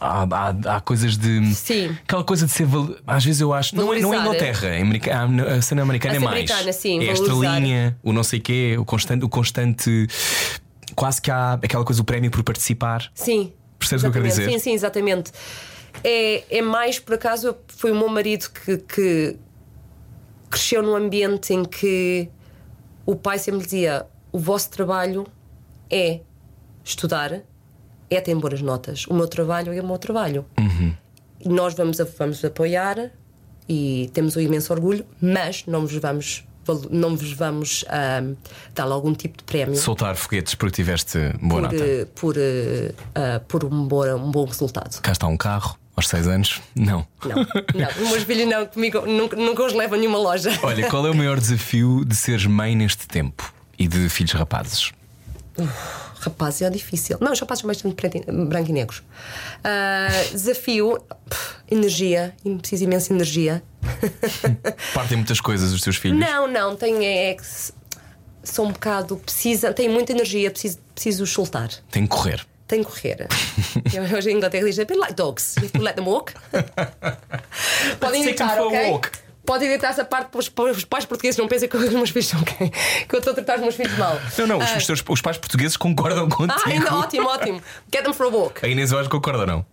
Há, há- há coisas de. Sim. Aquela coisa de ser. val- Às vezes eu acho. Não é, não é Valorizar, Inglaterra. é america- a a cena americana A é cena mais. americana, sim, é a valorizar. estrelinha, o não sei quê, o constante. O constante quase que há aquela coisa, o prémio por participar. Sim. Percebes o que eu quero Exatamente. dizer? Sim, sim, exatamente. É, é mais, por acaso, eu- foi o meu marido que, que cresceu num ambiente em que o pai sempre lhe dizia: o vosso trabalho é estudar, é ter boas notas. O meu trabalho é o meu trabalho. Uhum. E Nós vamos, a- vamos apoiar e temos um imenso orgulho, mas não vos vamos, valo- não vos vamos ahm, dar algum tipo de prémio Soltar foguetes porque tiveste boa por, nota. eh, por, eh, ah, por um, bom, um bom resultado. Cá está um carro, aos 6 anos. Não. (laughs) Não, não, os meus filhos não, comigo nunca, nunca os levo a nenhuma loja. Olha, qual é o maior desafio de seres mãe neste tempo e de filhos rapazes? Rapaz, é difícil. Não, os rapazes são bastante preto e- branco e negros. Ah, desafio, pff, energia, e preciso imensa energia. Partem muitas coisas os teus filhos. Não, não, tenho é, é que se- sou um bocado, precisa, tenho muita energia, preciso, preciso os soltar. Tem que correr. Tenho (laughs) que correr. Eu- Hoje em Inglaterra diz: "A bit like dogs, you have to let them (laughs) walk. Podem Let's take them deitar, for a ok? walk. Podem deitar essa parte para os, para os pais portugueses não pensem que os meus filhos são quem? Que eu estou a tratar os meus filhos mal. Não, não, os, os teus- os pais portugueses concordam contigo. Ah, ainda ótimo, ótimo. Get them for a walk. A Inês eu acho que concorda ou não?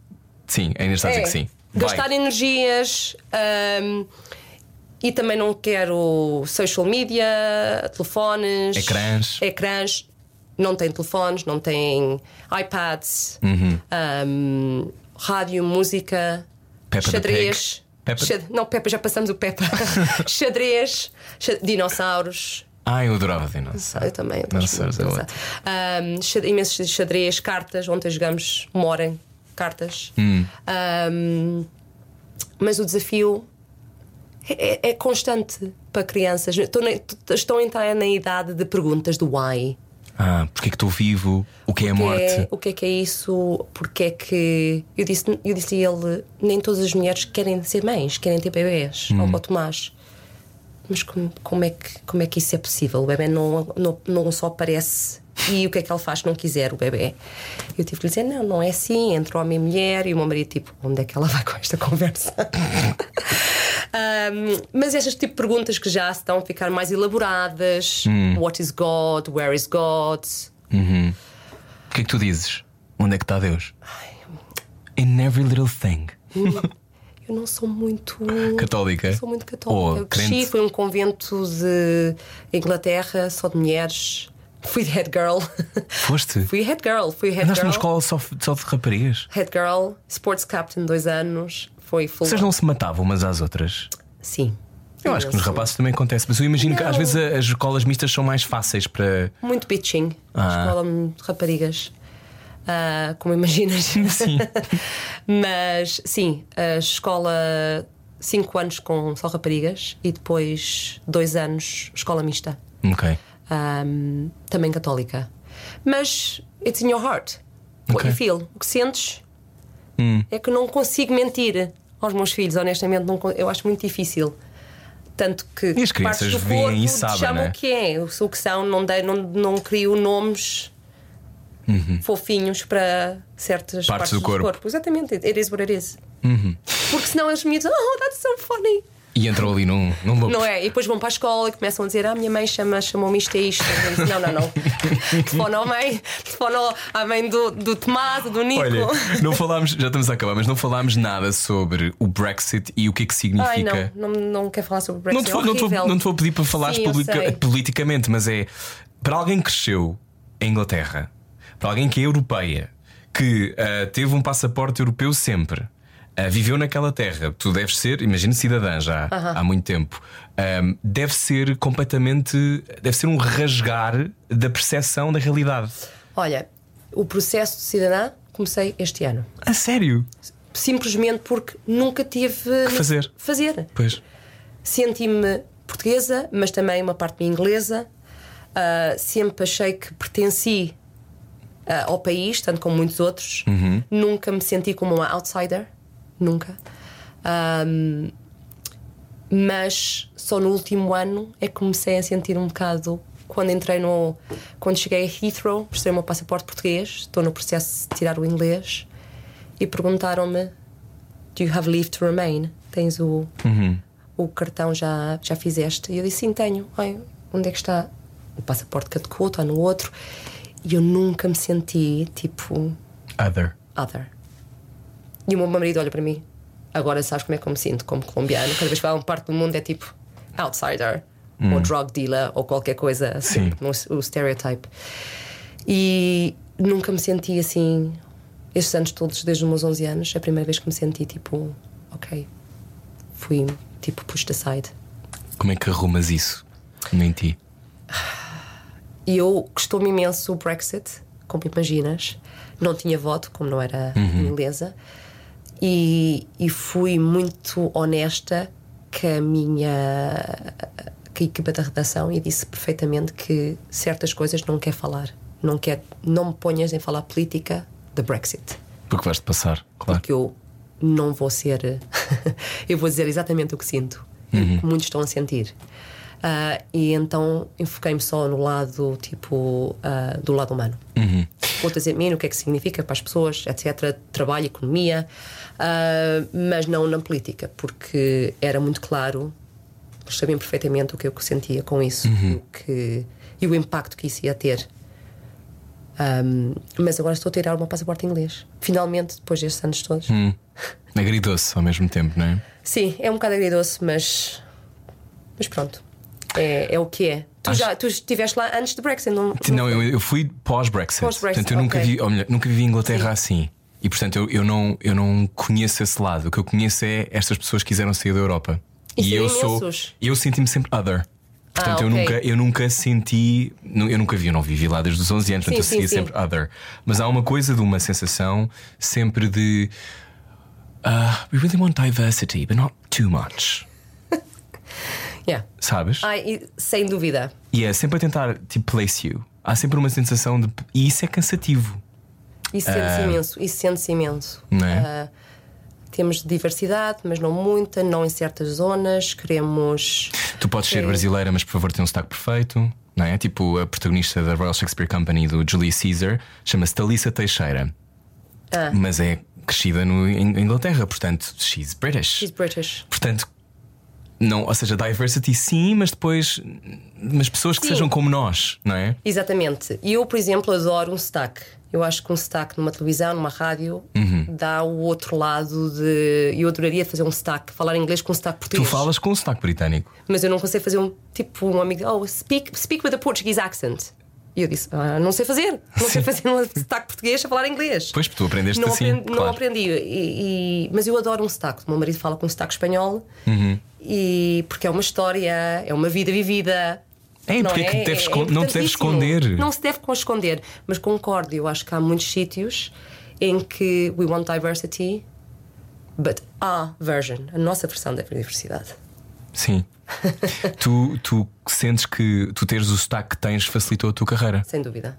Sim, a Inês está a dizer É, que sim. Vai. Gastar energias. ahm, e também não quero social media, telefones. Ecrãs. Ecrãs. Não tem telefones, não tem iPads, Uhum. ahm, rádio, música, Peppa the xadrez. Pig. Peppa- Xad- Não, Peppa, já passamos (laughs) o Peppa. xadrez, xa- dinossauros. Ah, eu adorava dinossauro. Eu também. eu gosto Dinossauros muito é de dançar. ótimo. Ahm, xa- imensos xadrez, cartas. Ontem jogamos Morem, cartas. Hum. Ahm, mas o desafio é, é- é constante para crianças. Estou na- t- Estão a entrar na idade de perguntas do why. Ah, porque é que estou vivo? O que é a Que é- morte? o que é que é isso? Porque é que. Eu disse, eu disse a ele: nem todas as mulheres querem ser mães, querem ter bebês, ao ao Tomás. Mas como, como é que, como é que isso é possível? O bebê não, não, não só aparece. E o que é que ele faz se não quiser o bebê? Eu tive que lhe dizer: não, não é assim, entre homem e mulher. E o meu marido, tipo, onde é que ela vai com esta conversa? (laughs) Um, mas estas tipo de perguntas que já estão a ficar mais elaboradas: What is God? Where is God? O que é que tu dizes? Onde é que está Deus? In every little thing. Eu não sou muito. um- Católica? Sou muito católica. Ou eu cresci, crente? foi um convento de Inglaterra, só de mulheres. Fui head girl. Foste? fui head girl, fui head Andaste girl. numa escola só, só de raparigas? Head girl, sports captain, dois anos. Foi full. Vocês não se matavam umas às outras? Sim. Eu acho que nos Imenso. rapazes também acontece, mas eu imagino que às Não. vezes a- as escolas mistas são mais fáceis para. Muito bitching. Ah. Escola de raparigas. Ah, como (laughs) imaginas. Sim. Mas sim, a escola. cinco anos com só raparigas e depois dois anos escola mista. ok. Ahm, também católica. Mas it's in your heart. What Ok. Hum. you feel. O que sentes é que não consigo mentir aos meus filhos, honestamente. Não, con- eu acho muito difícil. Tanto que E as crianças partes do veem corpo e sabem, chamam né? o que é, o que são, não, dei, não, não crio nomes fofinhos para certas partes, Uhum. do corpo. Uhum. Exatamente, it is what it is. Porque senão eles me dizem, oh, that's so funny. E entram ali num, num loop. Não é? E depois vão para a escola e começam a dizer: Ah, minha mãe chama, chamou-me isto e isto. Eu disse, não, não, não. (laughs) Telefona à mãe, telefona à mãe do, do Tomás, do Nico. Olha, não falámos, já estamos a acabar, mas não falámos nada sobre o Brexit e o que é que significa. Ai, não, não, não quero falar sobre o Não Brexit. te, é vou, não, te vou, horrível. não te vou pedir para falares Sim, eu publica- sei. politicamente, mas é para alguém que cresceu em Inglaterra, para alguém que é europeia, que ah, teve um passaporte europeu sempre. ah, viveu naquela terra, tu deves ser, imagina cidadã já há muito tempo, ahm, deve ser completamente, deve ser um rasgar da percepção da realidade. Olha, o processo de cidadã comecei este ano. A sério? Simplesmente porque nunca tive. Que fazer? Fazer. Pois. Senti-me portuguesa, mas também uma parte de mim inglesa. Ah, sempre achei que pertenci ah, ao país, tanto como muitos outros. Nunca me senti como uma outsider. Nunca. Ahm, mas só no último ano é que comecei a sentir um bocado. Quando entrei no. Quando cheguei a Heathrow, mostrei o meu passaporte português, estou no processo de tirar o inglês e perguntaram-me: Do you have leave to remain? Tens o, o cartão já, já fizeste? E eu disse: Sim, tenho. Ai, onde é que está? O passaporte caducou, está no outro. E eu nunca me senti tipo Other. other. E o meu marido olha para mim. Agora sabes como é que eu me sinto como colombiano. Cada vez que vai a uma parte do mundo é tipo outsider ou drug dealer ou qualquer coisa assim, Sim. no- o stereotype. E nunca me senti assim. Estes anos todos, desde os meus 11 anos, é a primeira vez que me senti tipo, ok, fui tipo pushed aside. Como é que arrumas isso? Nem ti. E eu costumo imenso o Brexit, como imaginas. Não tinha voto, como não era inglesa. E, e fui muito honesta com a minha com a equipa da redação e disse perfeitamente que certas coisas não quer falar. Não, quer, não me ponhas em falar política de Brexit Porque vais-te passar, claro. que eu não vou ser. (laughs) eu vou dizer exatamente o que sinto, e o que muitos estão a sentir. Ah, e então enfoquei-me só no lado, tipo, ah, do lado humano. Vou trazer mim, o que é que significa para as pessoas, etc. Trabalho, economia, ah, mas não na política, porque era muito claro, eles sabiam perfeitamente o que eu sentia com isso e, o que, e o impacto que isso ia ter um, mas agora estou a tirar o meu passaporte inglês. Finalmente, depois destes anos todos. Agridou-se hum, é ao mesmo tempo, não é? Sim, é um bocado agridoce, mas. Mas pronto. É, é o que é. Tu Acho- já tu estiveste lá antes do Brexit, não? Não, eu, eu fui pós-Brexit. Pós-Brexit, portanto, eu nunca ok. vi, ou melhor, nunca vivi em Inglaterra assim. E portanto, eu, eu, não, eu não conheço esse lado. O que eu conheço é estas pessoas que quiseram sair da Europa. E eu serem sou. imensos. Eu senti-me sempre other. Portanto, eu, ok. nunca, eu nunca senti. nu- Eu nunca vi, eu não vivi lá desde os 11 anos, portanto, eu Sim, seria sim, sempre other. Mas há uma coisa de uma sensação sempre de. ah, we really want diversity, but not too much. Yeah. Sabes? Ai, e sem dúvida. E é sempre a tentar tipo, place you. Há sempre uma sensação de. E isso é cansativo. Isso sente-se imenso. Isso sente-se imenso. Ah. Não é? Ah, temos diversidade, mas não muita, não em certas zonas. Queremos. Tu podes ser Sim. brasileira, mas por favor tem um sotaque perfeito, não é? Tipo a protagonista da Royal Shakespeare Company do Julius Caesar chama-se Talissa Teixeira, Ah. mas é crescida no, em Inglaterra, portanto, she's British. She's British. Portanto, não, ou seja, diversity sim, mas depois, mas pessoas que Sim. sejam como nós, não é? Exatamente. E eu, por exemplo, adoro um sotaque. Eu acho que um sotaque numa televisão, numa rádio, Uhum. dá o outro lado de. Eu adoraria fazer um sotaque, falar inglês com um Tu sotaque português. falas com um sotaque britânico. Mas eu não consigo fazer um tipo um amigo. Oh, speak, speak with a Portuguese accent. E eu disse, ah, não sei fazer. Não sei fazer um sotaque português a falar inglês. Pois, tu aprendeste não assim, aprendi, claro. Não aprendi. E- e- mas eu adoro um sotaque. O meu marido fala com um sotaque espanhol. Uhum. E porque é uma história, é uma vida vivida. É, Não porque é que te deves escon- não te deves importantíssimo. esconder. Não se deve com esconder. Mas concordo, eu acho que há muitos sítios em que we want diversity, but our version, a nossa versão da diversidade. (laughs) Sim. tu, tu sentes que tu teres o sotaque que tens facilitou a tua carreira. Sem dúvida.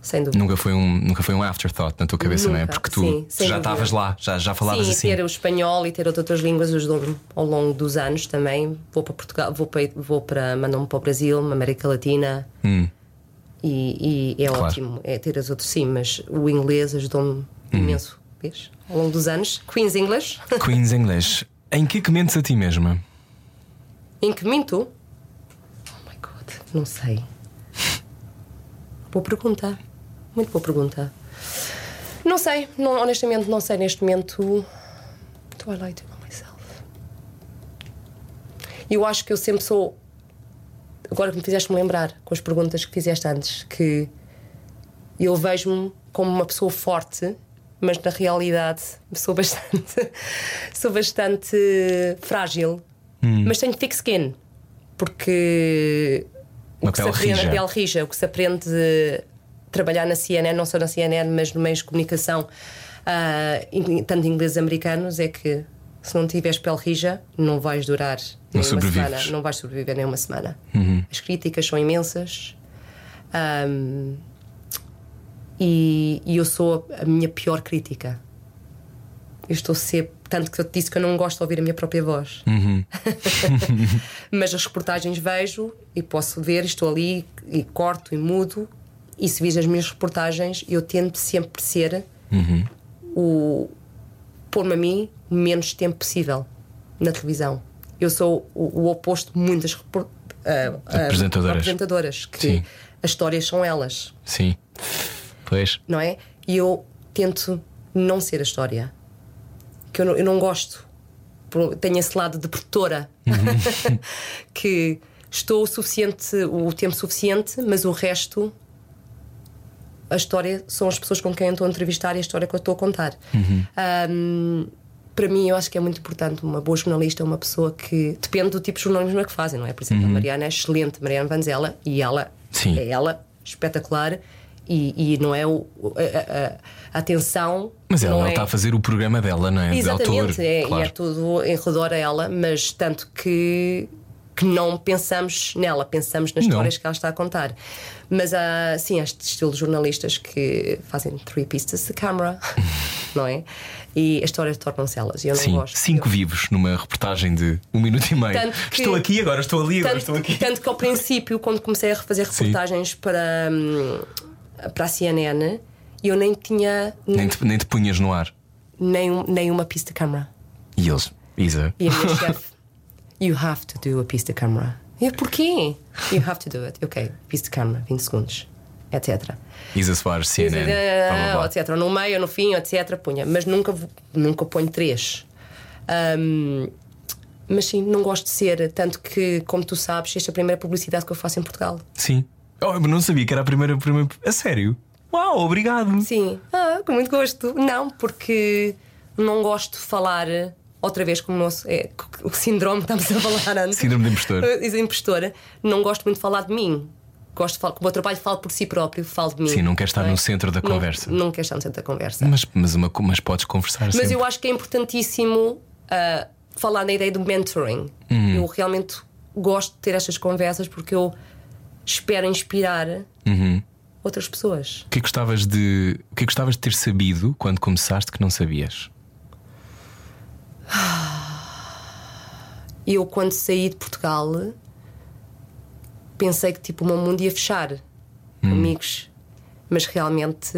sem dúvida. Nunca foi um, nunca foi um afterthought na tua cabeça, não é? Nunca, Porque tu sim, sem já dúvida. estavas lá, já, já falavas Sim, assim. ter o espanhol e ter outras línguas ajudou-me ao longo dos anos também. Vou para Portugal, vou para, vou para mandam-me para o Brasil, uma América Latina. E, e é Hum. Claro. ótimo é ter as outras, sim, mas o inglês ajudou-me Hum. imenso, vês? Ao longo dos anos. Queen's English, Queen's English. Em que é que mentes a ti mesma? em que minto? Oh my god, não sei. Boa pergunta. Muito boa pergunta. Não sei, não- honestamente não sei neste momento. Do I lie to myself? Eu acho que eu sempre sou. Agora que me fizeste me lembrar com as perguntas que fizeste antes, que eu vejo-me como uma pessoa forte, mas na realidade (laughs) sou bastante. (laughs) sou bastante frágil, Hum. mas tenho thick skin, porque. Uma o que pele se aprende, rija. a pele rija, o que se aprende de trabalhar na CNN, não só na CNN, mas no meio de comunicação, ah, in- tanto ingleses americanos, é que se não tiveres pele rija, não vais durar Não nem uma sobrevives. Uhum. semana, não vais sobreviver nem uma semana. As críticas são imensas. Ahm, e, e eu sou a minha pior crítica. Eu estou sempre. Tanto que eu te disse que eu não gosto de ouvir a minha própria voz. Mas as reportagens vejo e posso ver, estou ali e corto e mudo. E se vis as minhas reportagens, eu tento sempre ser Uhum. o. pôr-me a mim o menos tempo possível na televisão. Eu sou o, o oposto de muitas repor- ah, ah, Apresentadoras. apresentadoras, que Sim. as histórias são elas Sim. Pois. não é? E eu tento não ser a história. Que eu não, eu não gosto. Por- Tenho esse lado de produtora. Uhum. (laughs) (laughs) que estou o suficiente, o tempo suficiente, mas o resto. A história são as pessoas com quem eu estou a entrevistar e a história que eu estou a contar. Uhum. Ahm, para mim, eu acho que é muito importante. Uma boa jornalista é uma pessoa que. Depende do tipo de jornalismo que fazem, não é? Por exemplo, a Mariana é excelente, Mariana Vanzella, e ela Uhum. Sim. é ela espetacular e, e não é o, a, a- a atenção. Mas ela tá não ela é- está a fazer o programa dela, não é? De Exatamente, autor. é, claro. e é tudo em redor a ela, mas tanto que, que não pensamos nela, pensamos nas Não. histórias que ela está a contar. Mas há, sim, há este estilo de jornalistas que fazem three pieces (laughs) de camera, não é? E as histórias tornam-se elas, e eu não Sim, gosto. cinco vivos numa reportagem de um minuto e meio. Tanto que- Estou aqui, agora estou ali, agora estou tanto, aqui. tanto que ao princípio, quando comecei a refazer reportagens para, hum, para a CNN, eu nem tinha Nem te, nem te punhas no ar. nem, um- nem uma pista de câmara. E eles, Isa. E a minha chefe, you have to do a pista de câmara. Eu, porquê? You have to do it. Ok, pista de câmara, 20 segundos, etc. Isa Soares, CNN. blá, blá, blá. etc. No meio, no fim, etc. Punha. Mas nunca, vo- nunca ponho três. Ahm, mas sim, não gosto de ser. Tanto que, como tu sabes, esta é a primeira publicidade que eu faço em Portugal. Sim. Oh, eu não sabia que era a primeira, primeira. A sério? Uau, obrigado. Sim, ah, com muito gosto. Não, porque não gosto de falar eh, outra vez como o nosso é, o síndrome que estamos a falar antes. Síndrome de impostor. Eh, de impostora. Não gosto muito de falar de mim. Gosto de falar, como o meu trabalho falo por si próprio, falo de mim. Sim, não quero estar é? no centro da Não- conversa. Não, quero estar no centro da conversa. Mas, mas, uma, co- mas podes conversar Mas sempre. eu acho que é importantíssimo ah, falar na ideia do mentoring. Uhum. Eu realmente gosto de ter estas conversas porque eu espero inspirar Uhum. outras pessoas. O que é que gostavas de. O que é que gostavas de ter sabido quando começaste que não sabias? E eu, quando saí de Portugal, pensei que tipo, o meu mundo ia fechar. Hum. Amigos. Mas realmente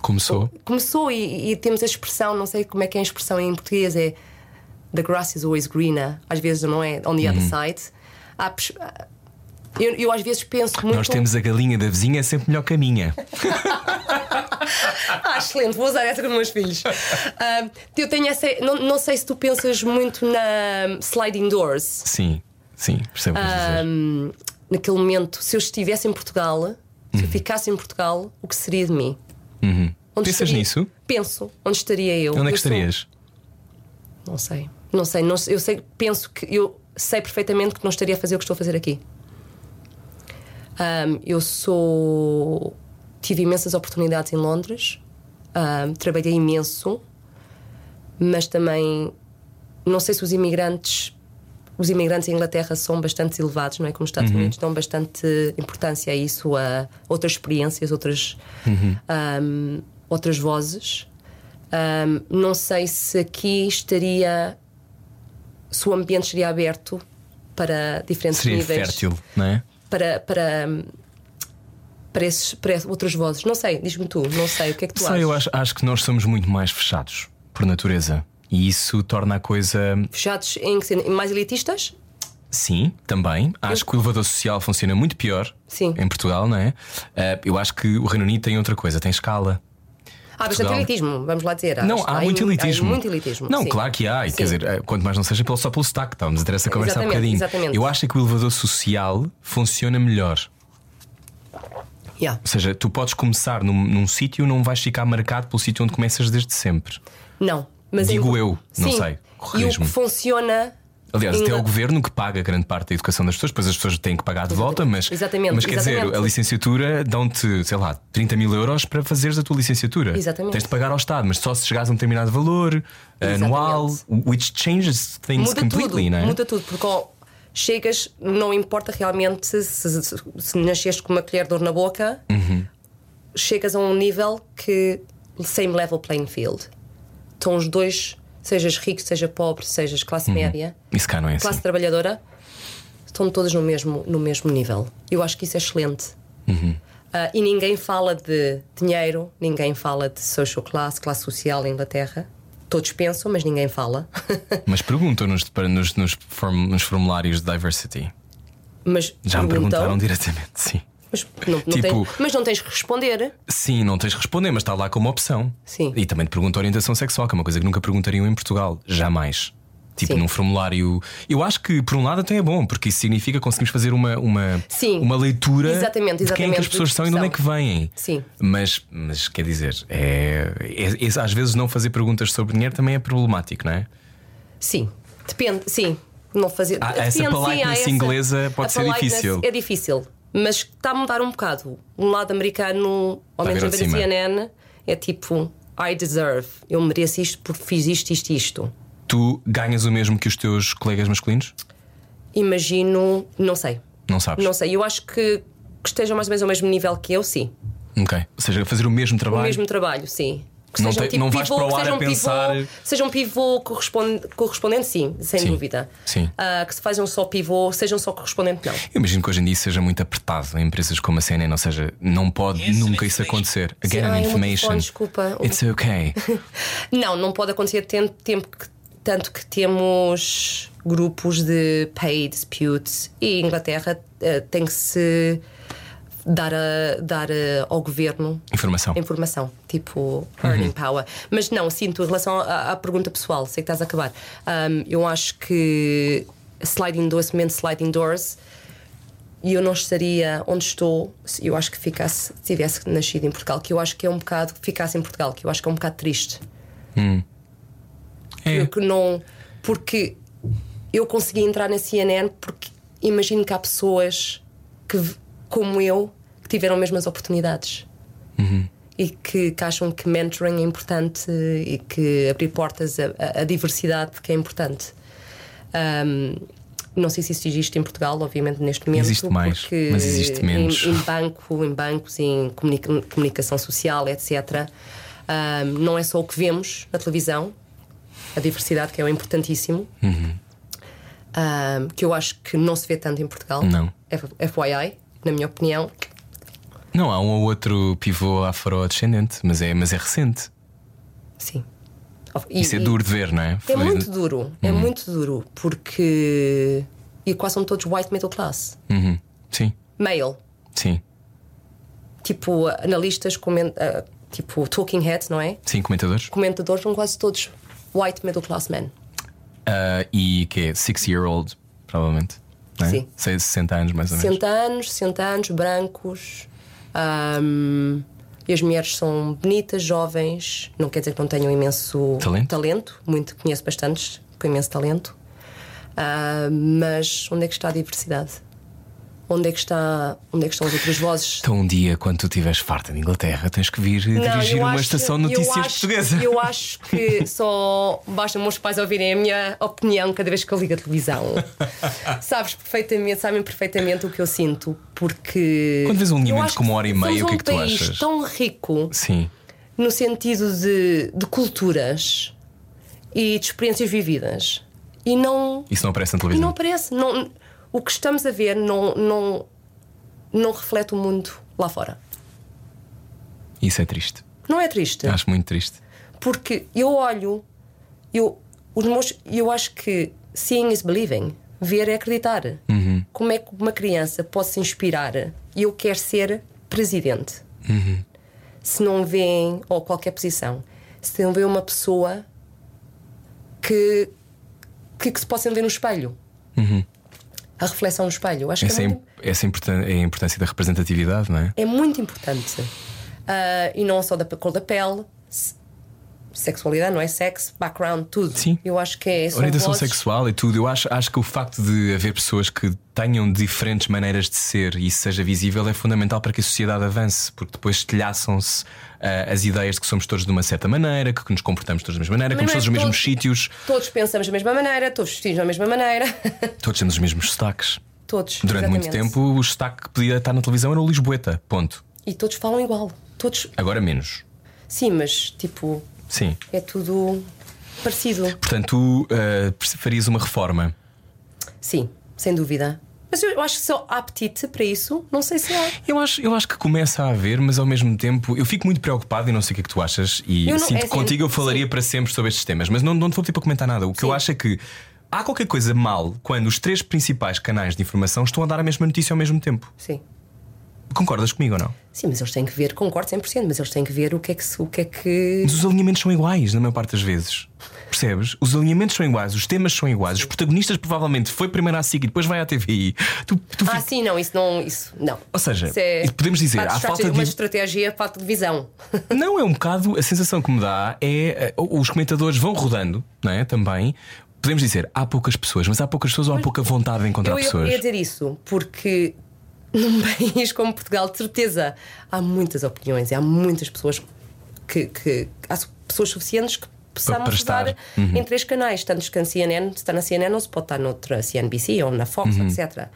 Começou? começou e, e temos a expressão, não sei como é que é a expressão em português, é The grass is always greener, às vezes não é on the other Hum. side. Há pers- eu, eu às vezes penso muito. Nós temos a galinha da vizinha, é sempre melhor que a minha. (laughs) Ah, excelente, vou usar essa com os (laughs) meus filhos. Ah, eu tenho essa. Não, não sei se tu pensas muito na um, sliding doors, Sim, sim, percebo o que queres dizer. Ahm, Hum, naquele momento. Se eu estivesse em Portugal, Uhum. se eu ficasse em Portugal, o que seria de mim? Onde Pensas nisso? Penso. Onde estaria eu? Onde é Eu que sou- estarias? Não sei. Não sei. Não, sei- eu sei, penso que eu sei perfeitamente que não estaria a fazer o que estou a fazer aqui. Ahm, eu sou. Tive imensas oportunidades em Londres, ahm, trabalhei imenso, mas também não sei se os imigrantes os imigrantes em Inglaterra são bastante elevados, não é? Como os Uhum. Estados Unidos dão bastante importância a isso, a outras experiências, outras, Uhum. ahm, outras vozes. Ahm, não sei se aqui estaria. Se o ambiente estaria aberto para diferentes Seria níveis fértil, não é? para, para, para, esses, para outras vozes. Não sei, diz-me tu, não sei, o que é que tu Sei, achas? eu acho, acho que nós somos muito mais fechados, por natureza. E isso torna a coisa. Fechados em que sentido? mais elitistas? Sim, também. Acho que o elevador social funciona muito pior Sim. em Portugal, não é? Ah, eu acho que o Reino Unido tem outra coisa, tem escala. Há Ah, bastante Portugal. elitismo, vamos lá dizer. Não, acho. há muito elitismo. Tá, Há muito elitismo. Não, sim. claro que há. e Quer Sim. dizer, eh, quanto mais não seja pelo, só pelo sotaque, estávamos a ter essa conversa há Exatamente, um bocadinho. exatamente. Eu acho é que o elevador social funciona melhor. Yeah. Ou seja, tu podes começar num, num sítio, não vais ficar marcado pelo sítio onde começas desde sempre. Não, mas Digo em- eu, não Sim. sei, E o corrijo-me. que funciona. Aliás, em até é o Ingla- governo que paga grande parte da educação das pessoas, depois as pessoas têm que pagar de volta, mas, Exatamente, mas quer dizer, exatamente. a licenciatura dão-te, sei lá, 30 mil euros para fazeres a tua licenciatura. Exatamente. Tens de pagar ao Estado, mas só se chegares a um determinado valor eh, anual, which changes things muda completely, tudo, não é? muda tudo, porque ó, chegas, não importa realmente se, se, se nasceste com uma colher de dor na boca, Uhum. chegas a um nível que same level playing field. Estão os dois, sejas rico, seja pobre, sejas classe média, Isso cá não Uhum. é assim. classe trabalhadora, estão todas no mesmo, no mesmo nível. Eu acho que isso é excelente. Uhum. Ah, e ninguém fala de dinheiro, ninguém fala de social class, classe social em Inglaterra. Todos pensam, mas ninguém fala. (laughs) Mas perguntam-nos para- nos, nos form- nos formulários de diversity. Mas Já me perguntaram perguntam, diretamente, sim. Mas não, não Tipo- tens, mas não tens que responder. Sim, não tens de responder, mas está lá como opção. Sim. E também te pergunto a orientação sexual, que é uma coisa que nunca perguntariam em Portugal. Jamais. Tipo, Sim. num formulário. Eu acho que, por um lado, até é bom, porque isso significa que conseguimos fazer uma, uma, Sim. uma leitura Exatamente, de quem é que as exatamente, pessoas de são e de onde é são. que vêm. Sim. Mas, mas quer dizer, é, é- é- às vezes não fazer perguntas sobre dinheiro também é problemático, não é? Sim, depende, sim. Não fazer. Há- Ah, essa depende, sim, há politeness essa- inglesa pode a ser politeness difícil. É difícil, mas está a mudar um bocado. Um lado americano, Está ao a vir menos na ao de cima. CNN, é tipo: I deserve, eu mereço isto porque fiz isto, isto, isto. Tu ganhas o mesmo que os teus colegas masculinos? Imagino, não sei. Não sabes? Não sei, eu acho que, que estejam mais ou menos ao mesmo nível que eu, sim. Ok. Ou seja, fazer o mesmo O trabalho. mesmo trabalho, sim. Que Não seja um tem- tipo não vais pivô, para o que ar seja a um pensar- pivô, seja um pivô correspondente, correspondente sim, sem Sim, dúvida. sim. Ah, que se fazem só pivô, sejam só correspondente, não. Eu imagino que hoje em dia isso seja muito apertado em empresas como a CNN, ou seja, não pode nunca isso acontecer. Again, an Sim, ai, o meu information. telefone, desculpa. It's okay. (laughs) Não, não pode acontecer ten- tempo que- tanto que temos grupos de paid disputes e Inglaterra eh, tem que se dar, a- dar eh, ao governo É Informação. É. informação, tipo earning power. Mas não, sinto, em relação à, à pergunta pessoal, sei que estás a acabar. hum, eu acho que slide endorsement, slide doors, e eu não estaria onde estou se eu acho que ficasse, se tivesse nascido em Portugal, que eu acho que é um bocado, ficasse em Portugal, que eu acho que é um bocado triste. É. Eu que não. Porque eu consegui entrar na CNN porque imagino que há pessoas que, v- como eu, que tiveram as mesmas oportunidades. Uhum. E que, que acham que mentoring é importante e que abrir portas a, a- a diversidade que é importante. Ahm, não sei se isso existe em Portugal, obviamente, neste momento. Existe mais, porque mas existe em- menos. em banco, em bancos, em comunica- comunicação social, etc. Ahm, não é só o que vemos na televisão, a diversidade que é o importantíssimo, Ahm, que eu acho que não se vê tanto em Portugal. É Não. F- FYI, na minha opinião. Não, há um ou outro pivô afrodescendente, mas é, mas é recente. Sim. E- Isso é e- duro Uhum. de ver, não é? É muito duro, é muito duro, porque. E quase são todos white middle class. Uhum. Sim, Male. sim. Tipo, analistas, coment... ah, tipo, talking heads, não é? Sim, comentadores. Comentadores são quase todos white middle class men. Ah, e que é? Six year old, provavelmente. Não é? Sim. Sei, 60 anos, mais ou menos. 60 anos, 60 anos, brancos. ahm, e as mulheres são bonitas, jovens. Não quer dizer que não tenham imenso Talento? muito, conheço bastantes com imenso talento. Ah, mas onde é que está a diversidade? onde é que, está, onde é que estão as outras vozes. Então, um dia, quando tu estiveres farta de Inglaterra, tens que vir dirigir eu uma acho- estação de eu notícias acho- portuguesa. Eu acho (laughs) que só basta meus pais ouvirem a minha opinião cada vez que eu ligo (laughs) a televisão. Sabes perfeitamente, sabem perfeitamente o que eu sinto, porque. Quando vês um eu alimento acho com uma hora e meia, somos o que é um que tu país achas? tão rico Sim. no sentido de, de culturas e de experiências vividas. E não. Isso não aparece na E televisão. não aparece. Não, o que estamos a ver não, não, não reflete o mundo lá fora. Isso é triste. Não é triste? Acho muito triste. Porque eu olho, eu, os meus, eu acho que seeing is believing, ver é acreditar. Como é que uma criança pode se inspirar? E eu quero ser presidente. Se não vêem, ou qualquer posição, se não vê uma pessoa que, que, que se possam ver no espelho. A reflexão no espelho. Acho que Essa, é é, muito im- essa é importan- é a importância da representatividade, não é? é muito importante. Ah, e não só da cor da pele, se- sexualidade, não é? Sexo, background, tudo. Sim. Eu acho que é. são Orientação vozes- sexual e tudo. Eu acho, acho que o facto de haver pessoas que tenham diferentes maneiras de ser e isso seja visível é fundamental para que a sociedade avance, porque depois estilhaçam-se ah, as ideias de que somos todos de uma certa maneira, que nos comportamos todos da mesma maneira, que Mas vamos não é todos nos mesmos todo- sítios, Todos pensamos da mesma maneira, todos vestimos da mesma maneira. (laughs) todos temos os mesmos sotaques. todos. Durante muito exatamente. tempo, o sotaque que podia estar na televisão era o Lisboeta. Ponto. E todos falam igual. Todos. Agora menos. Sim, mas tipo, Sim. é tudo parecido. Portanto, tu ah, farias uma reforma. Sim, sem dúvida. Mas eu eu acho que só há apetite para isso, não sei se há. Eu acho, eu acho que começa a haver, mas ao mesmo tempo eu fico muito preocupado e não sei o que é que tu achas. E Eu não- sinto é que assim, contigo eu falaria para sempre sobre estes temas, mas não, não te vou pedir para comentar nada. O que eu Sim. acho é que há qualquer coisa mal quando os três principais canais de informação estão a dar a mesma notícia ao mesmo tempo. Sim. Concordas comigo ou não? Sim, mas eles têm que ver, concordo 100%, mas eles têm que ver o que é que. se- O que, é que... Mas os alinhamentos são iguais, na maior parte das vezes. Percebes? Os alinhamentos são iguais, os temas são iguais, os protagonistas provavelmente foi primeiro à SIC e depois vai à TVI. Tu, tu Ah, fica- sim, não, isso não. Isso, não. Ou seja, Isso é- e podemos dizer, parte há estrate- falta de- uma estratégia para a televisão. Não, é um bocado. A sensação que me dá é. eh, Os comentadores vão rodando, não é? Também. Podemos dizer, há poucas pessoas, mas há poucas pessoas ou há pouca vontade de encontrar Eu, eu pessoas. queria dizer isso porque num (laughs) país como Portugal, de certeza, há muitas opiniões e há muitas pessoas que. que há su- pessoas suficientes que para Uhum. possamos estar. estar em três canais, tanto que na CNN, se está na CNN, não se pode estar noutra CNBC ou na Fox, Uhum. etc.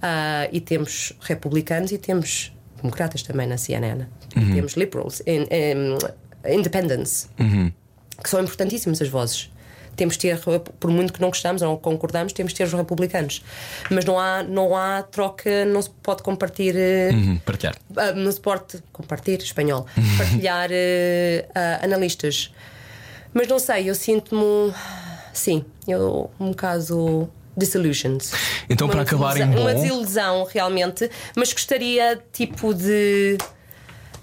Ah, e temos republicanos e temos democratas também na CNN. Uhum. E temos liberals, em- em- independents. Uhum. que são importantíssimas as vozes. Temos de ter, por muito que não gostamos ou não concordamos, temos de ter os republicanos. Mas não há, não há troca, não se pode compartilhar. eh, Hum, Partilhar. ah, no suporte, compartilhar espanhol, partilhar eh, ah, analistas. Mas não sei, eu sinto-me. Sim, eu um bocado disillusioned. Então, para acabar em desilusão- Uma bom- desilusão, realmente, mas gostaria, tipo, de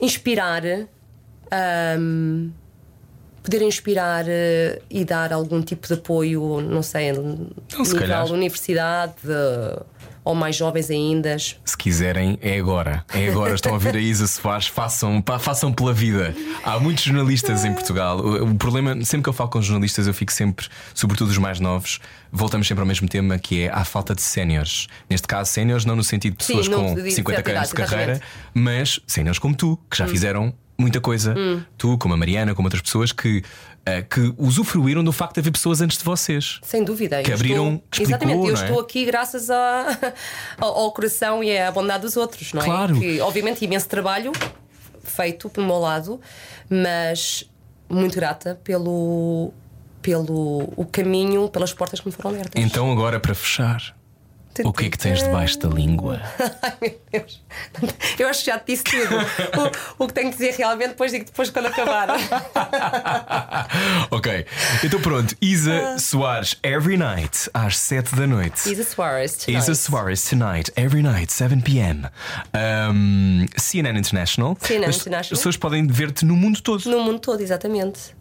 inspirar. ahm, poder inspirar eh, e dar algum tipo de apoio, não sei, Então, se nível calhar. universidade eh, ou mais jovens ainda, Se quiserem, é agora. É agora. Estão a ver a Isa Soares, façam, pá, façam pela vida. Há muitos jornalistas em Portugal. O, o problema, sempre que eu falo com jornalistas, eu fico sempre, sobretudo os mais novos, voltamos sempre ao mesmo tema que é a falta de séniores. Neste caso, séniores não no sentido de Sim, pessoas não com de- de 50 certa anos de idade, Hum. carreira, mas séniores como tu, que já fizeram muita coisa. Tu, como a Mariana, como outras pessoas que, eh, que usufruíram do facto de haver pessoas antes de vocês. Sem dúvida. Que eu abriram, estou- que explicou, Exatamente, eu não é? estou aqui graças a- (laughs) ao, ao coração e à bondade dos outros, não Claro. é? Que, obviamente, imenso trabalho feito pelo meu lado, mas muito grata pelo, pelo o caminho, pelas portas que me foram abertas. Então, agora para fechar, o que é que tens debaixo da língua? (laughs) Ai meu Deus, eu acho que já te disse tudo. O, o que tenho que dizer realmente, depois digo depois quando acabar. (laughs) ok, então pronto, Isa Ah. Soares, every night, às 7 da noite. Isa Soares. tonight. Isa Soares, tonight, every night, 7 pm. Um, CNN International. CNN As- International. As pessoas podem ver-te no mundo todo. No mundo todo, exatamente.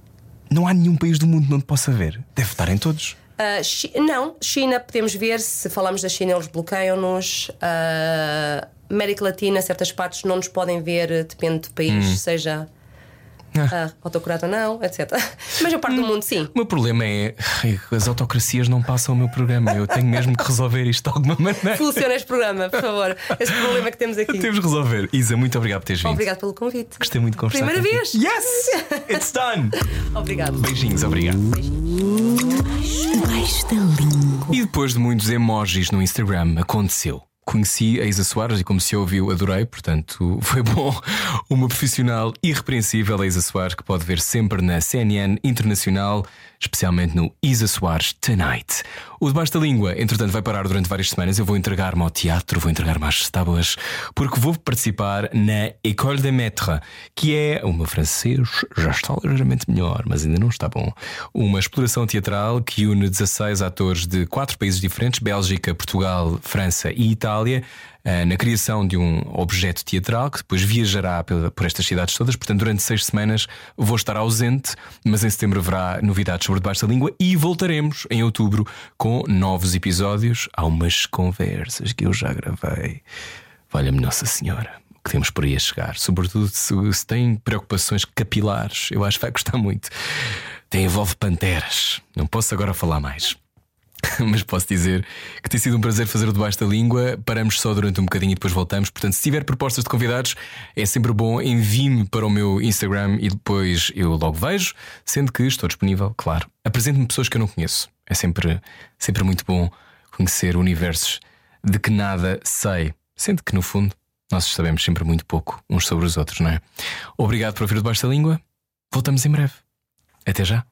Não há nenhum país do mundo onde possa ver. Deve estar em todos. Ah, Chi- não, China, podemos ver se falamos da China, eles bloqueiam-nos. Hum. Ah, América Latina, certas partes não nos podem ver, depende do país, seja ah, autocurado ou não, etc. Mas eu parto do mundo, sim. O meu problema é ai, as autocracias não passam o meu programa. Eu tenho mesmo que resolver isto de alguma maneira. Soluciona este programa, por favor. Este problema que temos aqui. Temos de resolver. Isa, muito obrigado por teres vindo. Obrigado pelo convite. Gostei muito de conversar. Primeira contigo. vez. Yes! It's done! Obrigado. Beijinhos, obrigado. Debaixo da língua. E depois de muitos emojis no Instagram, aconteceu. Conheci a Isa Soares e, como se ouviu, adorei, portanto, (laughs) foi bom. Uma profissional irrepreensível, a Isa Soares, que pode ver sempre na CNN Internacional, especialmente no Isa Soares Tonight. O Debaixo da Língua, entretanto, vai parar durante várias semanas. Eu vou entregar-me ao teatro, vou entregar-me às tábuas, porque vou participar na École des Maîtres, que é o meu francês já está ligeiramente melhor, mas ainda não está bom. Uma exploração teatral que une 16 atores de quatro países diferentes Bélgica, Portugal, França e Itália eh, na criação de um objeto teatral que depois viajará pela- por estas cidades todas. Portanto, durante seis semanas vou estar ausente, mas em setembro haverá novidades sobre Debaixo da Língua e voltaremos em outubro com novos episódios. Há umas conversas que eu já gravei. Valha-me Nossa Senhora o que temos por aí a chegar. Sobretudo se, se têm preocupações capilares, eu acho que vai gostar muito. Tem envolve panteras. Não posso agora falar mais. (laughs) Mas posso dizer que tem sido um prazer fazer o debaixo da língua. Paramos só durante um bocadinho e depois voltamos. Portanto, se tiver propostas de convidados, é sempre bom. Envie-me para o meu Instagram e depois eu logo vejo. Sendo que estou disponível, claro. Apresente-me pessoas que eu não conheço. É sempre, sempre muito bom conhecer universos de que nada sei. Sendo que, no fundo, nós sabemos sempre muito pouco uns sobre os outros, não é? Obrigado por ouvir o debaixo da língua. Voltamos em breve. Até já.